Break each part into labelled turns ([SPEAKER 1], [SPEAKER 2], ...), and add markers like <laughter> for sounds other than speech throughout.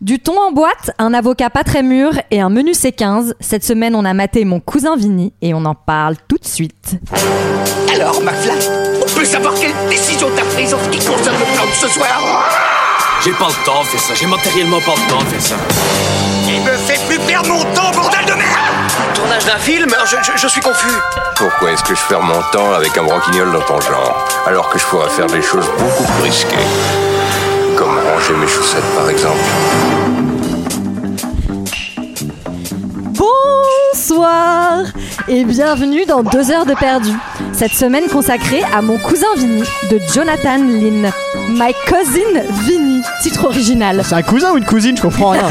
[SPEAKER 1] Du thon en boîte, un avocat pas très mûr et un menu C15. Cette semaine, on a maté mon cousin Vini et on en parle tout de suite.
[SPEAKER 2] Alors, McFly, on peut savoir quelle décision t'as prise en ce qui concerne le plan de ce soir
[SPEAKER 3] J'ai pas le temps de faire ça, j'ai matériellement pas le temps de faire ça.
[SPEAKER 2] Il me fait plus perdre mon temps, bordel de merde
[SPEAKER 4] Tournage d'un film hein, je, je- je suis confus.
[SPEAKER 5] Pourquoi est-ce que je perds mon temps avec un branquignol dans ton genre Alors que je pourrais faire des choses beaucoup plus risquées. Comme ranger mes chaussettes par exemple.
[SPEAKER 1] Bonsoir et bienvenue dans 2 heures de perdu. Cette semaine consacrée à mon cousin Vini de Jonathan Lynn. My Cousin Vini, titre original. <laughs>
[SPEAKER 6] C'est un cousin ou une cousine, je comprends rien.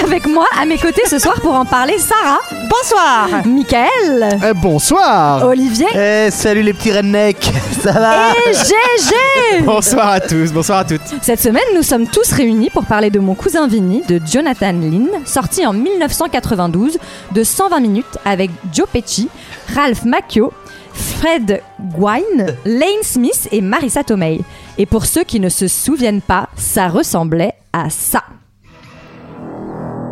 [SPEAKER 6] <laughs>
[SPEAKER 1] Avec moi à mes côtés ce soir pour en parler Sarah. Bonsoir. Michael.
[SPEAKER 6] Eh, bonsoir
[SPEAKER 1] Olivier.
[SPEAKER 7] Eh, salut les
[SPEAKER 6] <laughs>
[SPEAKER 7] petits rednecks, ça va
[SPEAKER 1] Et GG
[SPEAKER 6] Bonsoir à tous, bonsoir à toutes.
[SPEAKER 1] Cette semaine, nous sommes tous réunis pour parler de Mon cousin Vinny de Jonathan Lynn, sorti en 1992 de 120 minutes avec Joe Pesci, Ralph Macchio, Fred Gwynne, Lane Smith et Marissa Tomei. Et pour ceux qui ne se souviennent pas, ça ressemblait à ça.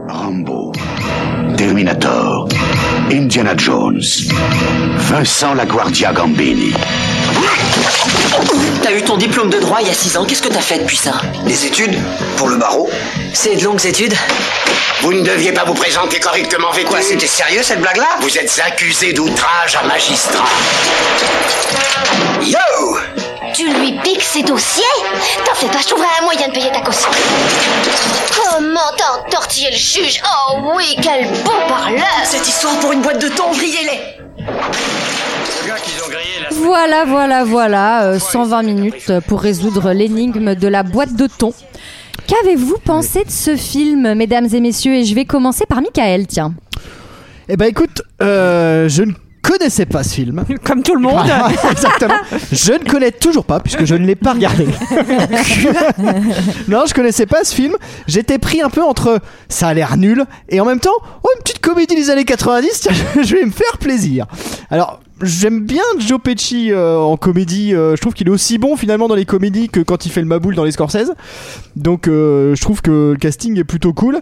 [SPEAKER 8] Rambo, Terminator, Indiana Jones, Vincent LaGuardia Gambini.
[SPEAKER 4] T'as eu ton diplôme de droit Ah, il y a 6 ans, qu'est-ce que t'as fait depuis ça
[SPEAKER 2] Les études Pour le barreau
[SPEAKER 4] C'est de longues études
[SPEAKER 8] Vous ne deviez pas vous présenter correctement vêtu.
[SPEAKER 2] Quoi, c'était sérieux cette blague-là
[SPEAKER 8] Vous êtes accusé d'outrage à magistrat.
[SPEAKER 2] Yo
[SPEAKER 9] Tu lui piques ses dossiers T'en fais pas, je trouverai un moyen de payer ta caution. Comment t'as entortillé le juge Oh oui, quel beau parleur
[SPEAKER 4] Cette histoire pour une boîte de thon, grillez-les
[SPEAKER 1] Voilà, voilà, voilà, euh, 120 minutes pour résoudre l'énigme de la boîte de thon. Qu'avez-vous pensé de ce film, mesdames et messieurs Et je vais commencer par Michael, tiens.
[SPEAKER 6] Eh ben écoute, euh, je ne connaissais pas ce film.
[SPEAKER 10] <laughs> Comme tout le monde.
[SPEAKER 6] <laughs> Exactement. Je ne connais toujours pas puisque je ne l'ai pas
[SPEAKER 10] <laughs>
[SPEAKER 6] regardé. non, je connaissais pas ce film. J'étais pris un peu entre ça a l'air nul et en même temps, oh, une petite comédie des années 90, tiens, <laughs> je vais me faire plaisir. Alors, j'aime bien Joe Pesci euh, en comédie. euh, je trouve qu'il est aussi bon finalement dans les comédies que quand il fait le maboule dans les Scorsese. Donc, euh, je trouve que le casting est plutôt cool.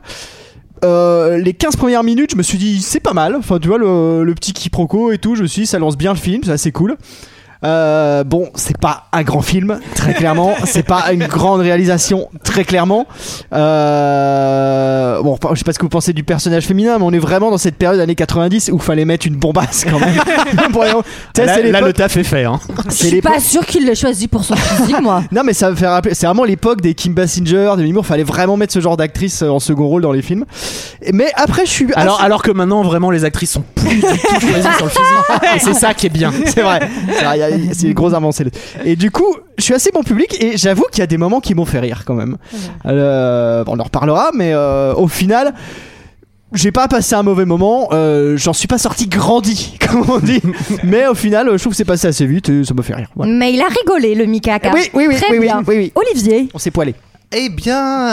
[SPEAKER 6] Euh, les 15 premières minutes, je me suis dit c'est pas mal. Enfin, tu vois, le, le petit quiproquo et tout, je me suis dit ça lance bien le film, c'est assez cool. Euh, bon, c'est pas un grand film, très
[SPEAKER 7] <laughs>
[SPEAKER 6] clairement. c'est pas une grande réalisation, très clairement. Euh, bon, je sais pas ce que vous pensez du personnage féminin, mais on est vraiment dans cette période années 90 où fallait mettre une bombasse quand
[SPEAKER 7] <laughs>
[SPEAKER 6] même. <laughs> Pour- tu sais,
[SPEAKER 7] là,
[SPEAKER 6] c'est
[SPEAKER 7] là, le
[SPEAKER 6] l'époque-
[SPEAKER 7] taf est fait. Hein.
[SPEAKER 1] Je
[SPEAKER 6] c'est
[SPEAKER 1] suis
[SPEAKER 6] l'époque-
[SPEAKER 1] pas sûre qu'il l'ait choisi pour son physique, moi.
[SPEAKER 6] non mais ça me fait rappeler, c'est vraiment l'époque des Kim Basinger, des Demi Moore, fallait vraiment mettre ce genre d'actrice euh, en second rôle dans les films. Et- Mais après je suis...
[SPEAKER 11] Ah,
[SPEAKER 7] Alors,
[SPEAKER 6] assez-
[SPEAKER 7] alors que maintenant, vraiment, les actrices sont plus du tout choisies sur
[SPEAKER 6] <laughs>
[SPEAKER 7] le physique. Et c'est ça qui est bien.
[SPEAKER 6] c'est vrai, c'est vrai, y a- y a- c'est une grosse avancée. Et du coup, je suis assez bon public et j'avoue qu'il y a des moments qui m'ont fait rire quand même. Euh, bon, on en reparlera, mais euh, au final, j'ai pas passé un mauvais moment. euh, J'en suis pas sorti grandi, <laughs> comme on dit. mais au final, euh, je trouve que c'est passé assez vite et ça me fait rire. Voilà.
[SPEAKER 1] <laughs> Mais il a rigolé, le Mikaka.
[SPEAKER 6] Oui, oui, oui,
[SPEAKER 1] Très
[SPEAKER 6] oui, oui,
[SPEAKER 1] bien.
[SPEAKER 6] oui, oui.
[SPEAKER 1] Olivier,
[SPEAKER 6] On s'est poilé.
[SPEAKER 7] Eh bien,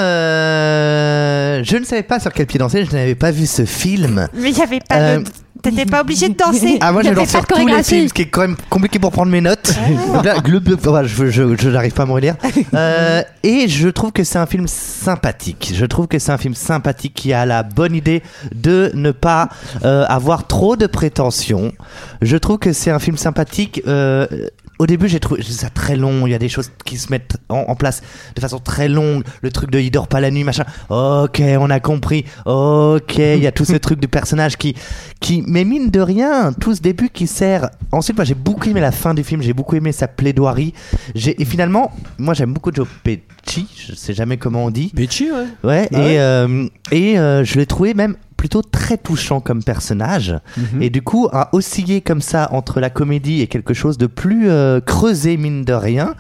[SPEAKER 7] euh, je ne savais pas sur quel pied danser, je n'avais pas vu ce film.
[SPEAKER 10] Mais il y avait pas
[SPEAKER 7] Euh.
[SPEAKER 10] de... T'étais pas obligé de
[SPEAKER 1] <laughs>
[SPEAKER 10] danser.
[SPEAKER 7] Ah, moi,
[SPEAKER 1] Ne
[SPEAKER 7] je
[SPEAKER 1] fais
[SPEAKER 7] danse
[SPEAKER 1] pas
[SPEAKER 7] sur
[SPEAKER 1] de
[SPEAKER 7] tous les
[SPEAKER 1] chorégraphie.
[SPEAKER 7] films, ce qui est quand même compliqué pour prendre mes notes. <laughs> Donc là, le- le- enfin, je, je- je n'arrive pas à me relire. Euh, et je trouve que c'est un film sympathique. Je trouve que c'est un film sympathique qui a la bonne idée de ne pas euh, avoir trop de prétentions. Je trouve que c'est un film sympathique. euh, au début, j'ai trouvé ça très long. Il y a des choses qui se mettent en, en place de façon très longue. Le truc de il dort pas la nuit, machin. Ok, on a compris. Ok, il y a tout ce truc du personnage qui, qui, mais mine de rien, tout ce début qui sert. Ensuite, moi, j'ai beaucoup aimé la fin du film. J'ai beaucoup aimé sa plaidoirie. J'ai, et finalement, moi, j'aime beaucoup Joe Pesci. Je sais jamais comment on dit.
[SPEAKER 6] Bitchy, ouais.
[SPEAKER 7] Ouais,
[SPEAKER 6] Bah
[SPEAKER 7] et,
[SPEAKER 6] ouais.
[SPEAKER 7] euh, et euh, je l'ai trouvé même plutôt très touchant comme personnage.
[SPEAKER 6] Mhm.
[SPEAKER 7] Et du coup, à osciller comme ça entre la comédie et quelque chose de plus euh, creusé, mine de rien,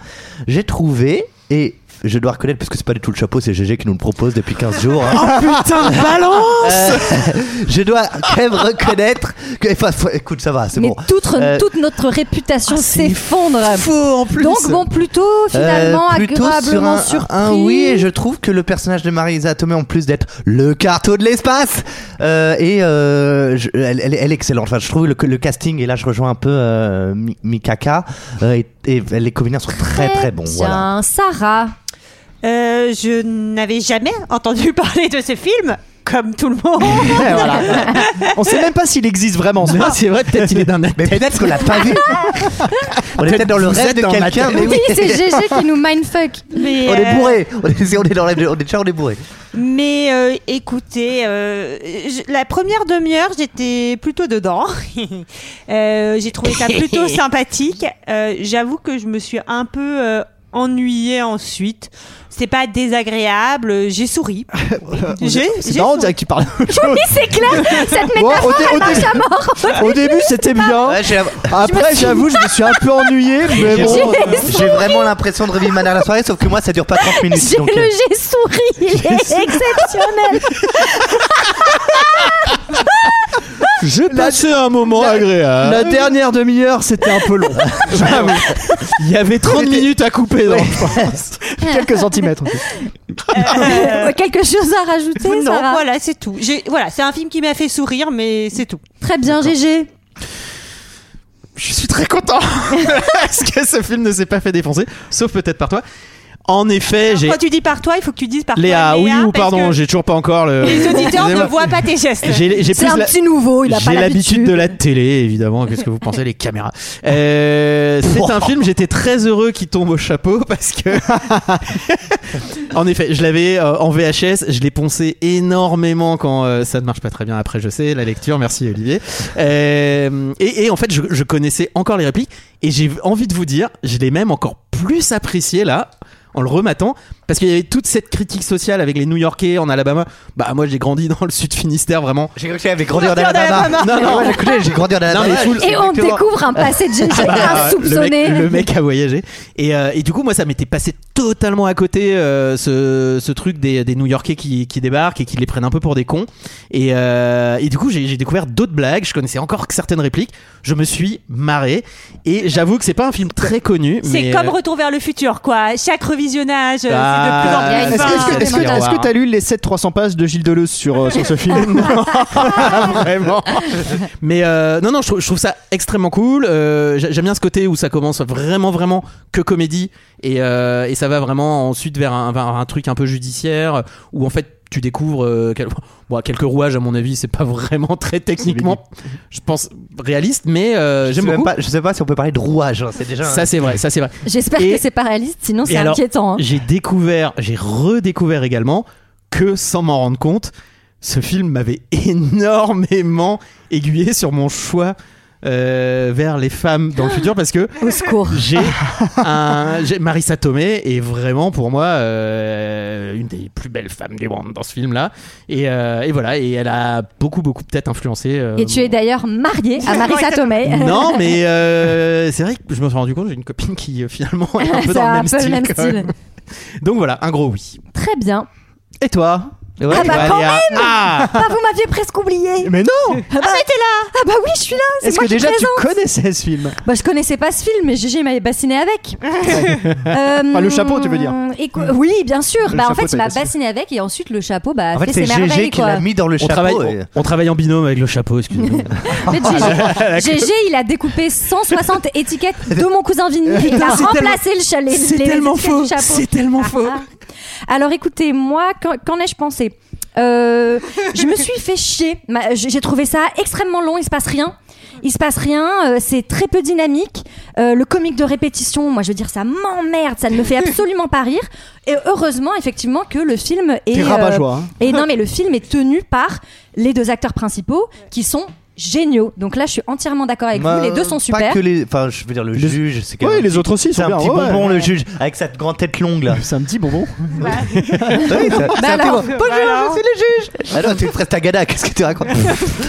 [SPEAKER 7] j'ai trouvé, et je dois reconnaître, parce que c'est pas du tout le chapeau, c'est GG qui nous le propose depuis 15 jours. hein.
[SPEAKER 6] Oh,
[SPEAKER 7] <laughs>
[SPEAKER 6] Putain, balance
[SPEAKER 7] Euh, je dois quand même reconnaître que. Enfin, faut- écoute, ça va, c'est
[SPEAKER 1] mais
[SPEAKER 7] bon.
[SPEAKER 1] toute,
[SPEAKER 7] Euh,
[SPEAKER 1] toute notre réputation
[SPEAKER 7] ah, c'est
[SPEAKER 1] s'effondre.
[SPEAKER 7] Faux en plus.
[SPEAKER 1] Donc bon, plutôt finalement
[SPEAKER 7] Euh, plutôt
[SPEAKER 1] agréablement
[SPEAKER 7] sur un-
[SPEAKER 1] surpris.
[SPEAKER 7] un oui et je trouve que le personnage de Marisa Tomei en plus d'être le carteau de l'espace euh, et euh, je- elle, elle est- elle est excellente enfin, je trouve le, le casting et là je rejoins un peu euh, Mi- Mikaka euh, et, et les comédiens sont très très bons
[SPEAKER 1] Bien,
[SPEAKER 7] voilà.
[SPEAKER 1] Sarah.
[SPEAKER 4] Euh, je n'avais jamais entendu parler de ce film, comme tout le
[SPEAKER 2] <laughs>
[SPEAKER 4] monde.
[SPEAKER 7] Ouais, voilà. On sait même pas s'il existe vraiment. ce film.
[SPEAKER 6] C'est vrai, peut-être il est dans notre
[SPEAKER 2] Mais
[SPEAKER 6] tête.
[SPEAKER 2] peut-être qu'on l'a pas vu. On est peut-être dans le
[SPEAKER 6] Vous
[SPEAKER 2] rêve
[SPEAKER 6] êtes
[SPEAKER 2] de
[SPEAKER 6] dans ma
[SPEAKER 2] quelqu'un.
[SPEAKER 6] tête.
[SPEAKER 2] mais
[SPEAKER 1] Oui, c'est GG qui nous
[SPEAKER 7] <laughs>
[SPEAKER 1] mindfuck.
[SPEAKER 4] Mais,
[SPEAKER 2] On
[SPEAKER 4] euh,
[SPEAKER 2] est bourré. On est, on est dans le rêve de- on est déjà on est bourré.
[SPEAKER 4] Mais euh, écoutez, euh, je- la première demi-heure, j'étais plutôt dedans. <laughs> Euh, J'ai trouvé
[SPEAKER 6] <laughs>
[SPEAKER 4] ça plutôt sympathique. Euh, J'avoue que je me suis un peu euh, ennuyée ensuite. C'est pas désagréable.
[SPEAKER 6] <laughs>
[SPEAKER 4] J'ai souri. J'ai
[SPEAKER 7] C'est
[SPEAKER 4] j'ai
[SPEAKER 7] marrant, on
[SPEAKER 4] souri.
[SPEAKER 7] dirait qu'il parle d'autre chose.
[SPEAKER 1] C'est clair, cette
[SPEAKER 7] Bon,
[SPEAKER 1] métaphore
[SPEAKER 7] au, dé- au
[SPEAKER 1] marche
[SPEAKER 7] dé-
[SPEAKER 1] à mort.
[SPEAKER 7] au début, c'était bien.
[SPEAKER 2] Ouais, j'ai la-
[SPEAKER 7] Après, j'avoue, je me suis un peu ennuyé, mais
[SPEAKER 2] j'ai-
[SPEAKER 7] bon.
[SPEAKER 6] euh,
[SPEAKER 2] J'ai vraiment l'impression de revivre ma dernière soirée, sauf que moi ça dure pas 30 minutes.
[SPEAKER 1] J'ai
[SPEAKER 2] donc,
[SPEAKER 1] <laughs>
[SPEAKER 2] euh,
[SPEAKER 1] le j'ai souri, il est exceptionnel.
[SPEAKER 6] J'ai passé un moment
[SPEAKER 7] la-
[SPEAKER 6] agréable.
[SPEAKER 7] La dernière demi-heure, c'était un peu
[SPEAKER 6] <laughs>
[SPEAKER 7] long. J'avoue.
[SPEAKER 6] Il y avait 30 minutes à couper. donc.
[SPEAKER 7] Quelques centimètres. en plus.
[SPEAKER 6] <laughs>
[SPEAKER 4] Euh,
[SPEAKER 1] Quelque chose à rajouter
[SPEAKER 4] non,
[SPEAKER 1] Sarah
[SPEAKER 4] voilà, c'est tout. J'ai- Voilà, c'est un film qui m'a fait sourire, mais c'est tout.
[SPEAKER 1] Très bien, GG.
[SPEAKER 6] Je suis très content <laughs> parce que ce film ne s'est pas fait défoncer, sauf peut-être par toi. En effet, j'ai.
[SPEAKER 4] Quand tu dis par toi, il faut que tu dises par
[SPEAKER 6] Léa,
[SPEAKER 4] toi.
[SPEAKER 6] oui ou
[SPEAKER 4] parce
[SPEAKER 6] pardon,
[SPEAKER 4] que
[SPEAKER 6] j'ai toujours pas encore le.
[SPEAKER 4] Les
[SPEAKER 6] <laughs>
[SPEAKER 4] auditeurs ne
[SPEAKER 6] Excusez-moi.
[SPEAKER 4] voient pas tes gestes.
[SPEAKER 6] J'ai j'ai
[SPEAKER 1] C'est
[SPEAKER 6] plus
[SPEAKER 1] un
[SPEAKER 6] la-
[SPEAKER 1] petit nouveau, il a pas
[SPEAKER 6] J'ai l'habitude de la télé, évidemment. Qu'est-ce que vous pensez, les caméras Euh, C'est un film, j'étais très heureux qu'il tombe au chapeau parce que. <laughs> en effet, je l'avais euh, en VHS, je l'ai poncé énormément quand euh, ça ne marche pas très bien après, je sais, la lecture, merci Olivier. Euh, et, et en fait, je, je connaissais encore les répliques et j'ai envie de vous dire, je l'ai même encore plus apprécié là. En le rematant, parce qu'il y avait toute cette critique sociale avec les New Yorkais en Alabama. Bah, moi j'ai grandi dans le sud Finistère, vraiment.
[SPEAKER 2] J'ai cru que j'avais grandi en
[SPEAKER 4] Grandi en
[SPEAKER 2] Alabama.
[SPEAKER 4] Alabama.
[SPEAKER 2] Ouais, j'ai cru que j'ai grandi en Alabama.
[SPEAKER 6] mais full-
[SPEAKER 1] Et on
[SPEAKER 2] Exactement.
[SPEAKER 1] découvre un passé de GG
[SPEAKER 6] Ah, le,
[SPEAKER 1] insoupçonné.
[SPEAKER 6] mec, le mec a voyagé. Et, euh, et du coup, moi, ça m'était passé totalement à côté euh, ce, ce truc des, des New Yorkais qui, qui débarquent et qui les prennent un peu pour des cons. Et, euh, et du coup, j'ai j'ai découvert d'autres blagues. Je connaissais encore que certaines répliques. Je me suis marré. Et j'avoue que c'est pas un film très connu.
[SPEAKER 4] C'est
[SPEAKER 6] mais,
[SPEAKER 4] comme
[SPEAKER 6] euh,
[SPEAKER 4] Retour vers le futur, quoi. Chaque revisionnage, euh,
[SPEAKER 6] Ah,
[SPEAKER 4] c'est de
[SPEAKER 1] Est-ce
[SPEAKER 4] plus en
[SPEAKER 1] que-
[SPEAKER 4] plus.
[SPEAKER 7] Est-ce
[SPEAKER 1] est-ce
[SPEAKER 4] fin.
[SPEAKER 7] que- est-ce que- est-ce que t'as lu les 7-300 pages de Gilles Deleuze sur, euh, sur ce film
[SPEAKER 4] <laughs>
[SPEAKER 6] vraiment. Mais euh, non, non, je trouve, je trouve ça extrêmement cool. Euh, j'a- J'aime bien ce côté où ça commence vraiment, vraiment que comédie et, euh, et ça va vraiment ensuite vers un, vers un truc un peu judiciaire où en fait tu découvres euh, quel- bon, à quelques rouages à mon avis c'est pas vraiment <laughs> très techniquement je pense réaliste mais euh,
[SPEAKER 2] Je sais
[SPEAKER 6] j'aime
[SPEAKER 2] même
[SPEAKER 6] beaucoup
[SPEAKER 2] pas- je sais pas si on peut parler de rouage. hein, C'est déjà. un-
[SPEAKER 6] ça c'est vrai ça c'est vrai
[SPEAKER 1] J'espère
[SPEAKER 6] Et-
[SPEAKER 1] que c'est pas réaliste, sinon c'est
[SPEAKER 6] Et alors,
[SPEAKER 1] inquiétant. hein.
[SPEAKER 6] j'ai découvert, j'ai redécouvert également que sans m'en rendre compte, ce film m'avait <laughs> énormément aiguillé sur mon choix euh, vers les femmes
[SPEAKER 1] <gasps>
[SPEAKER 6] dans le futur parce que
[SPEAKER 1] Au secours.
[SPEAKER 6] j'ai un j'ai- Marissa Tomei est vraiment pour moi euh, une des plus belles femmes du monde dans ce film là et, euh, et voilà et elle a beaucoup beaucoup peut-être influencé euh,
[SPEAKER 1] Et tu es d'ailleurs marié à Marisa Tomei. <laughs>
[SPEAKER 6] non mais euh, c'est vrai que je me suis rendu compte j'ai une copine qui euh, finalement
[SPEAKER 1] <laughs>
[SPEAKER 6] est un peu
[SPEAKER 1] C'est
[SPEAKER 6] dans le
[SPEAKER 1] un
[SPEAKER 6] même
[SPEAKER 1] peu le
[SPEAKER 6] style,
[SPEAKER 1] même
[SPEAKER 6] quand même.
[SPEAKER 1] style.
[SPEAKER 6] <laughs> donc voilà un gros oui
[SPEAKER 1] Très bien.
[SPEAKER 7] Et toi
[SPEAKER 6] Ouais,
[SPEAKER 1] Ah bah
[SPEAKER 6] bah,
[SPEAKER 1] quand
[SPEAKER 6] Léa. Ah
[SPEAKER 1] Ah, vous m'aviez presque oublié.
[SPEAKER 7] Mais non
[SPEAKER 1] Ah bah oui, je suis là. C'est
[SPEAKER 7] Est-ce
[SPEAKER 1] moi
[SPEAKER 7] que
[SPEAKER 1] qui
[SPEAKER 7] déjà tu
[SPEAKER 1] présente.
[SPEAKER 7] connaissais ce film
[SPEAKER 1] Bah, je connaissais pas ce film, mais Gégé m'avait bassiné avec. Euh,
[SPEAKER 7] Enfin, le chapeau, tu veux dire.
[SPEAKER 1] écou- Oui, bien sûr.
[SPEAKER 7] Le
[SPEAKER 1] bah, en
[SPEAKER 7] chapeau,
[SPEAKER 1] fait,
[SPEAKER 7] t'as
[SPEAKER 1] il m'a
[SPEAKER 7] bassiné.
[SPEAKER 1] bassiné avec et ensuite le chapeau, bah,
[SPEAKER 2] En
[SPEAKER 1] fait,
[SPEAKER 2] fait,
[SPEAKER 1] ses
[SPEAKER 2] c'est GG
[SPEAKER 1] merveilles,
[SPEAKER 2] qui
[SPEAKER 1] quoi.
[SPEAKER 2] l'a mis dans le
[SPEAKER 6] on travaille,
[SPEAKER 2] chapeau. et-
[SPEAKER 6] on, on travaille en binôme avec le chapeau, excusez-moi. <laughs>
[SPEAKER 1] En fait, GG, GG, il a découpé 160 étiquettes de mon cousin Vinny et il a
[SPEAKER 6] c'est
[SPEAKER 1] remplacé le chalet.
[SPEAKER 6] c'est
[SPEAKER 1] les
[SPEAKER 6] tellement
[SPEAKER 1] étiquettes
[SPEAKER 6] faux,
[SPEAKER 1] du chapeau.
[SPEAKER 6] c'est tellement
[SPEAKER 1] Ah,
[SPEAKER 6] faux.
[SPEAKER 1] ah. Alors écoutez, moi, qu'en qu'en ai-je pensé Euh, Je me suis fait chier. Ma- J'ai j'ai trouvé ça extrêmement long, il se passe rien. Il se passe rien, euh, c'est très peu dynamique. Euh, le comique de répétition, moi je veux dire, ça m'emmerde, ça ne
[SPEAKER 6] <laughs>
[SPEAKER 1] me fait absolument pas rire. Et heureusement, effectivement, que le film est. euh,
[SPEAKER 7] T'es rabat joie.
[SPEAKER 6] hein.
[SPEAKER 1] Et non, mais le film est tenu par les deux acteurs principaux qui sont géniaux. Donc là, je suis entièrement d'accord avec
[SPEAKER 2] Bah,
[SPEAKER 1] vous. Les deux sont
[SPEAKER 2] Pas
[SPEAKER 1] super.
[SPEAKER 2] que les. Enfin, je veux dire, le
[SPEAKER 7] Les-
[SPEAKER 2] juge, c'est quand
[SPEAKER 7] Oui,
[SPEAKER 2] même-
[SPEAKER 7] les autres aussi
[SPEAKER 2] C'est
[SPEAKER 7] sont
[SPEAKER 2] un
[SPEAKER 7] bien.
[SPEAKER 2] petit
[SPEAKER 7] ouais, ouais.
[SPEAKER 2] bonbon, le juge, avec sa grande tête longue là.
[SPEAKER 7] C'est un petit bonbon.
[SPEAKER 1] Bah alors,
[SPEAKER 2] Alors, tu presses ta gada, qu'est-ce que tu racontes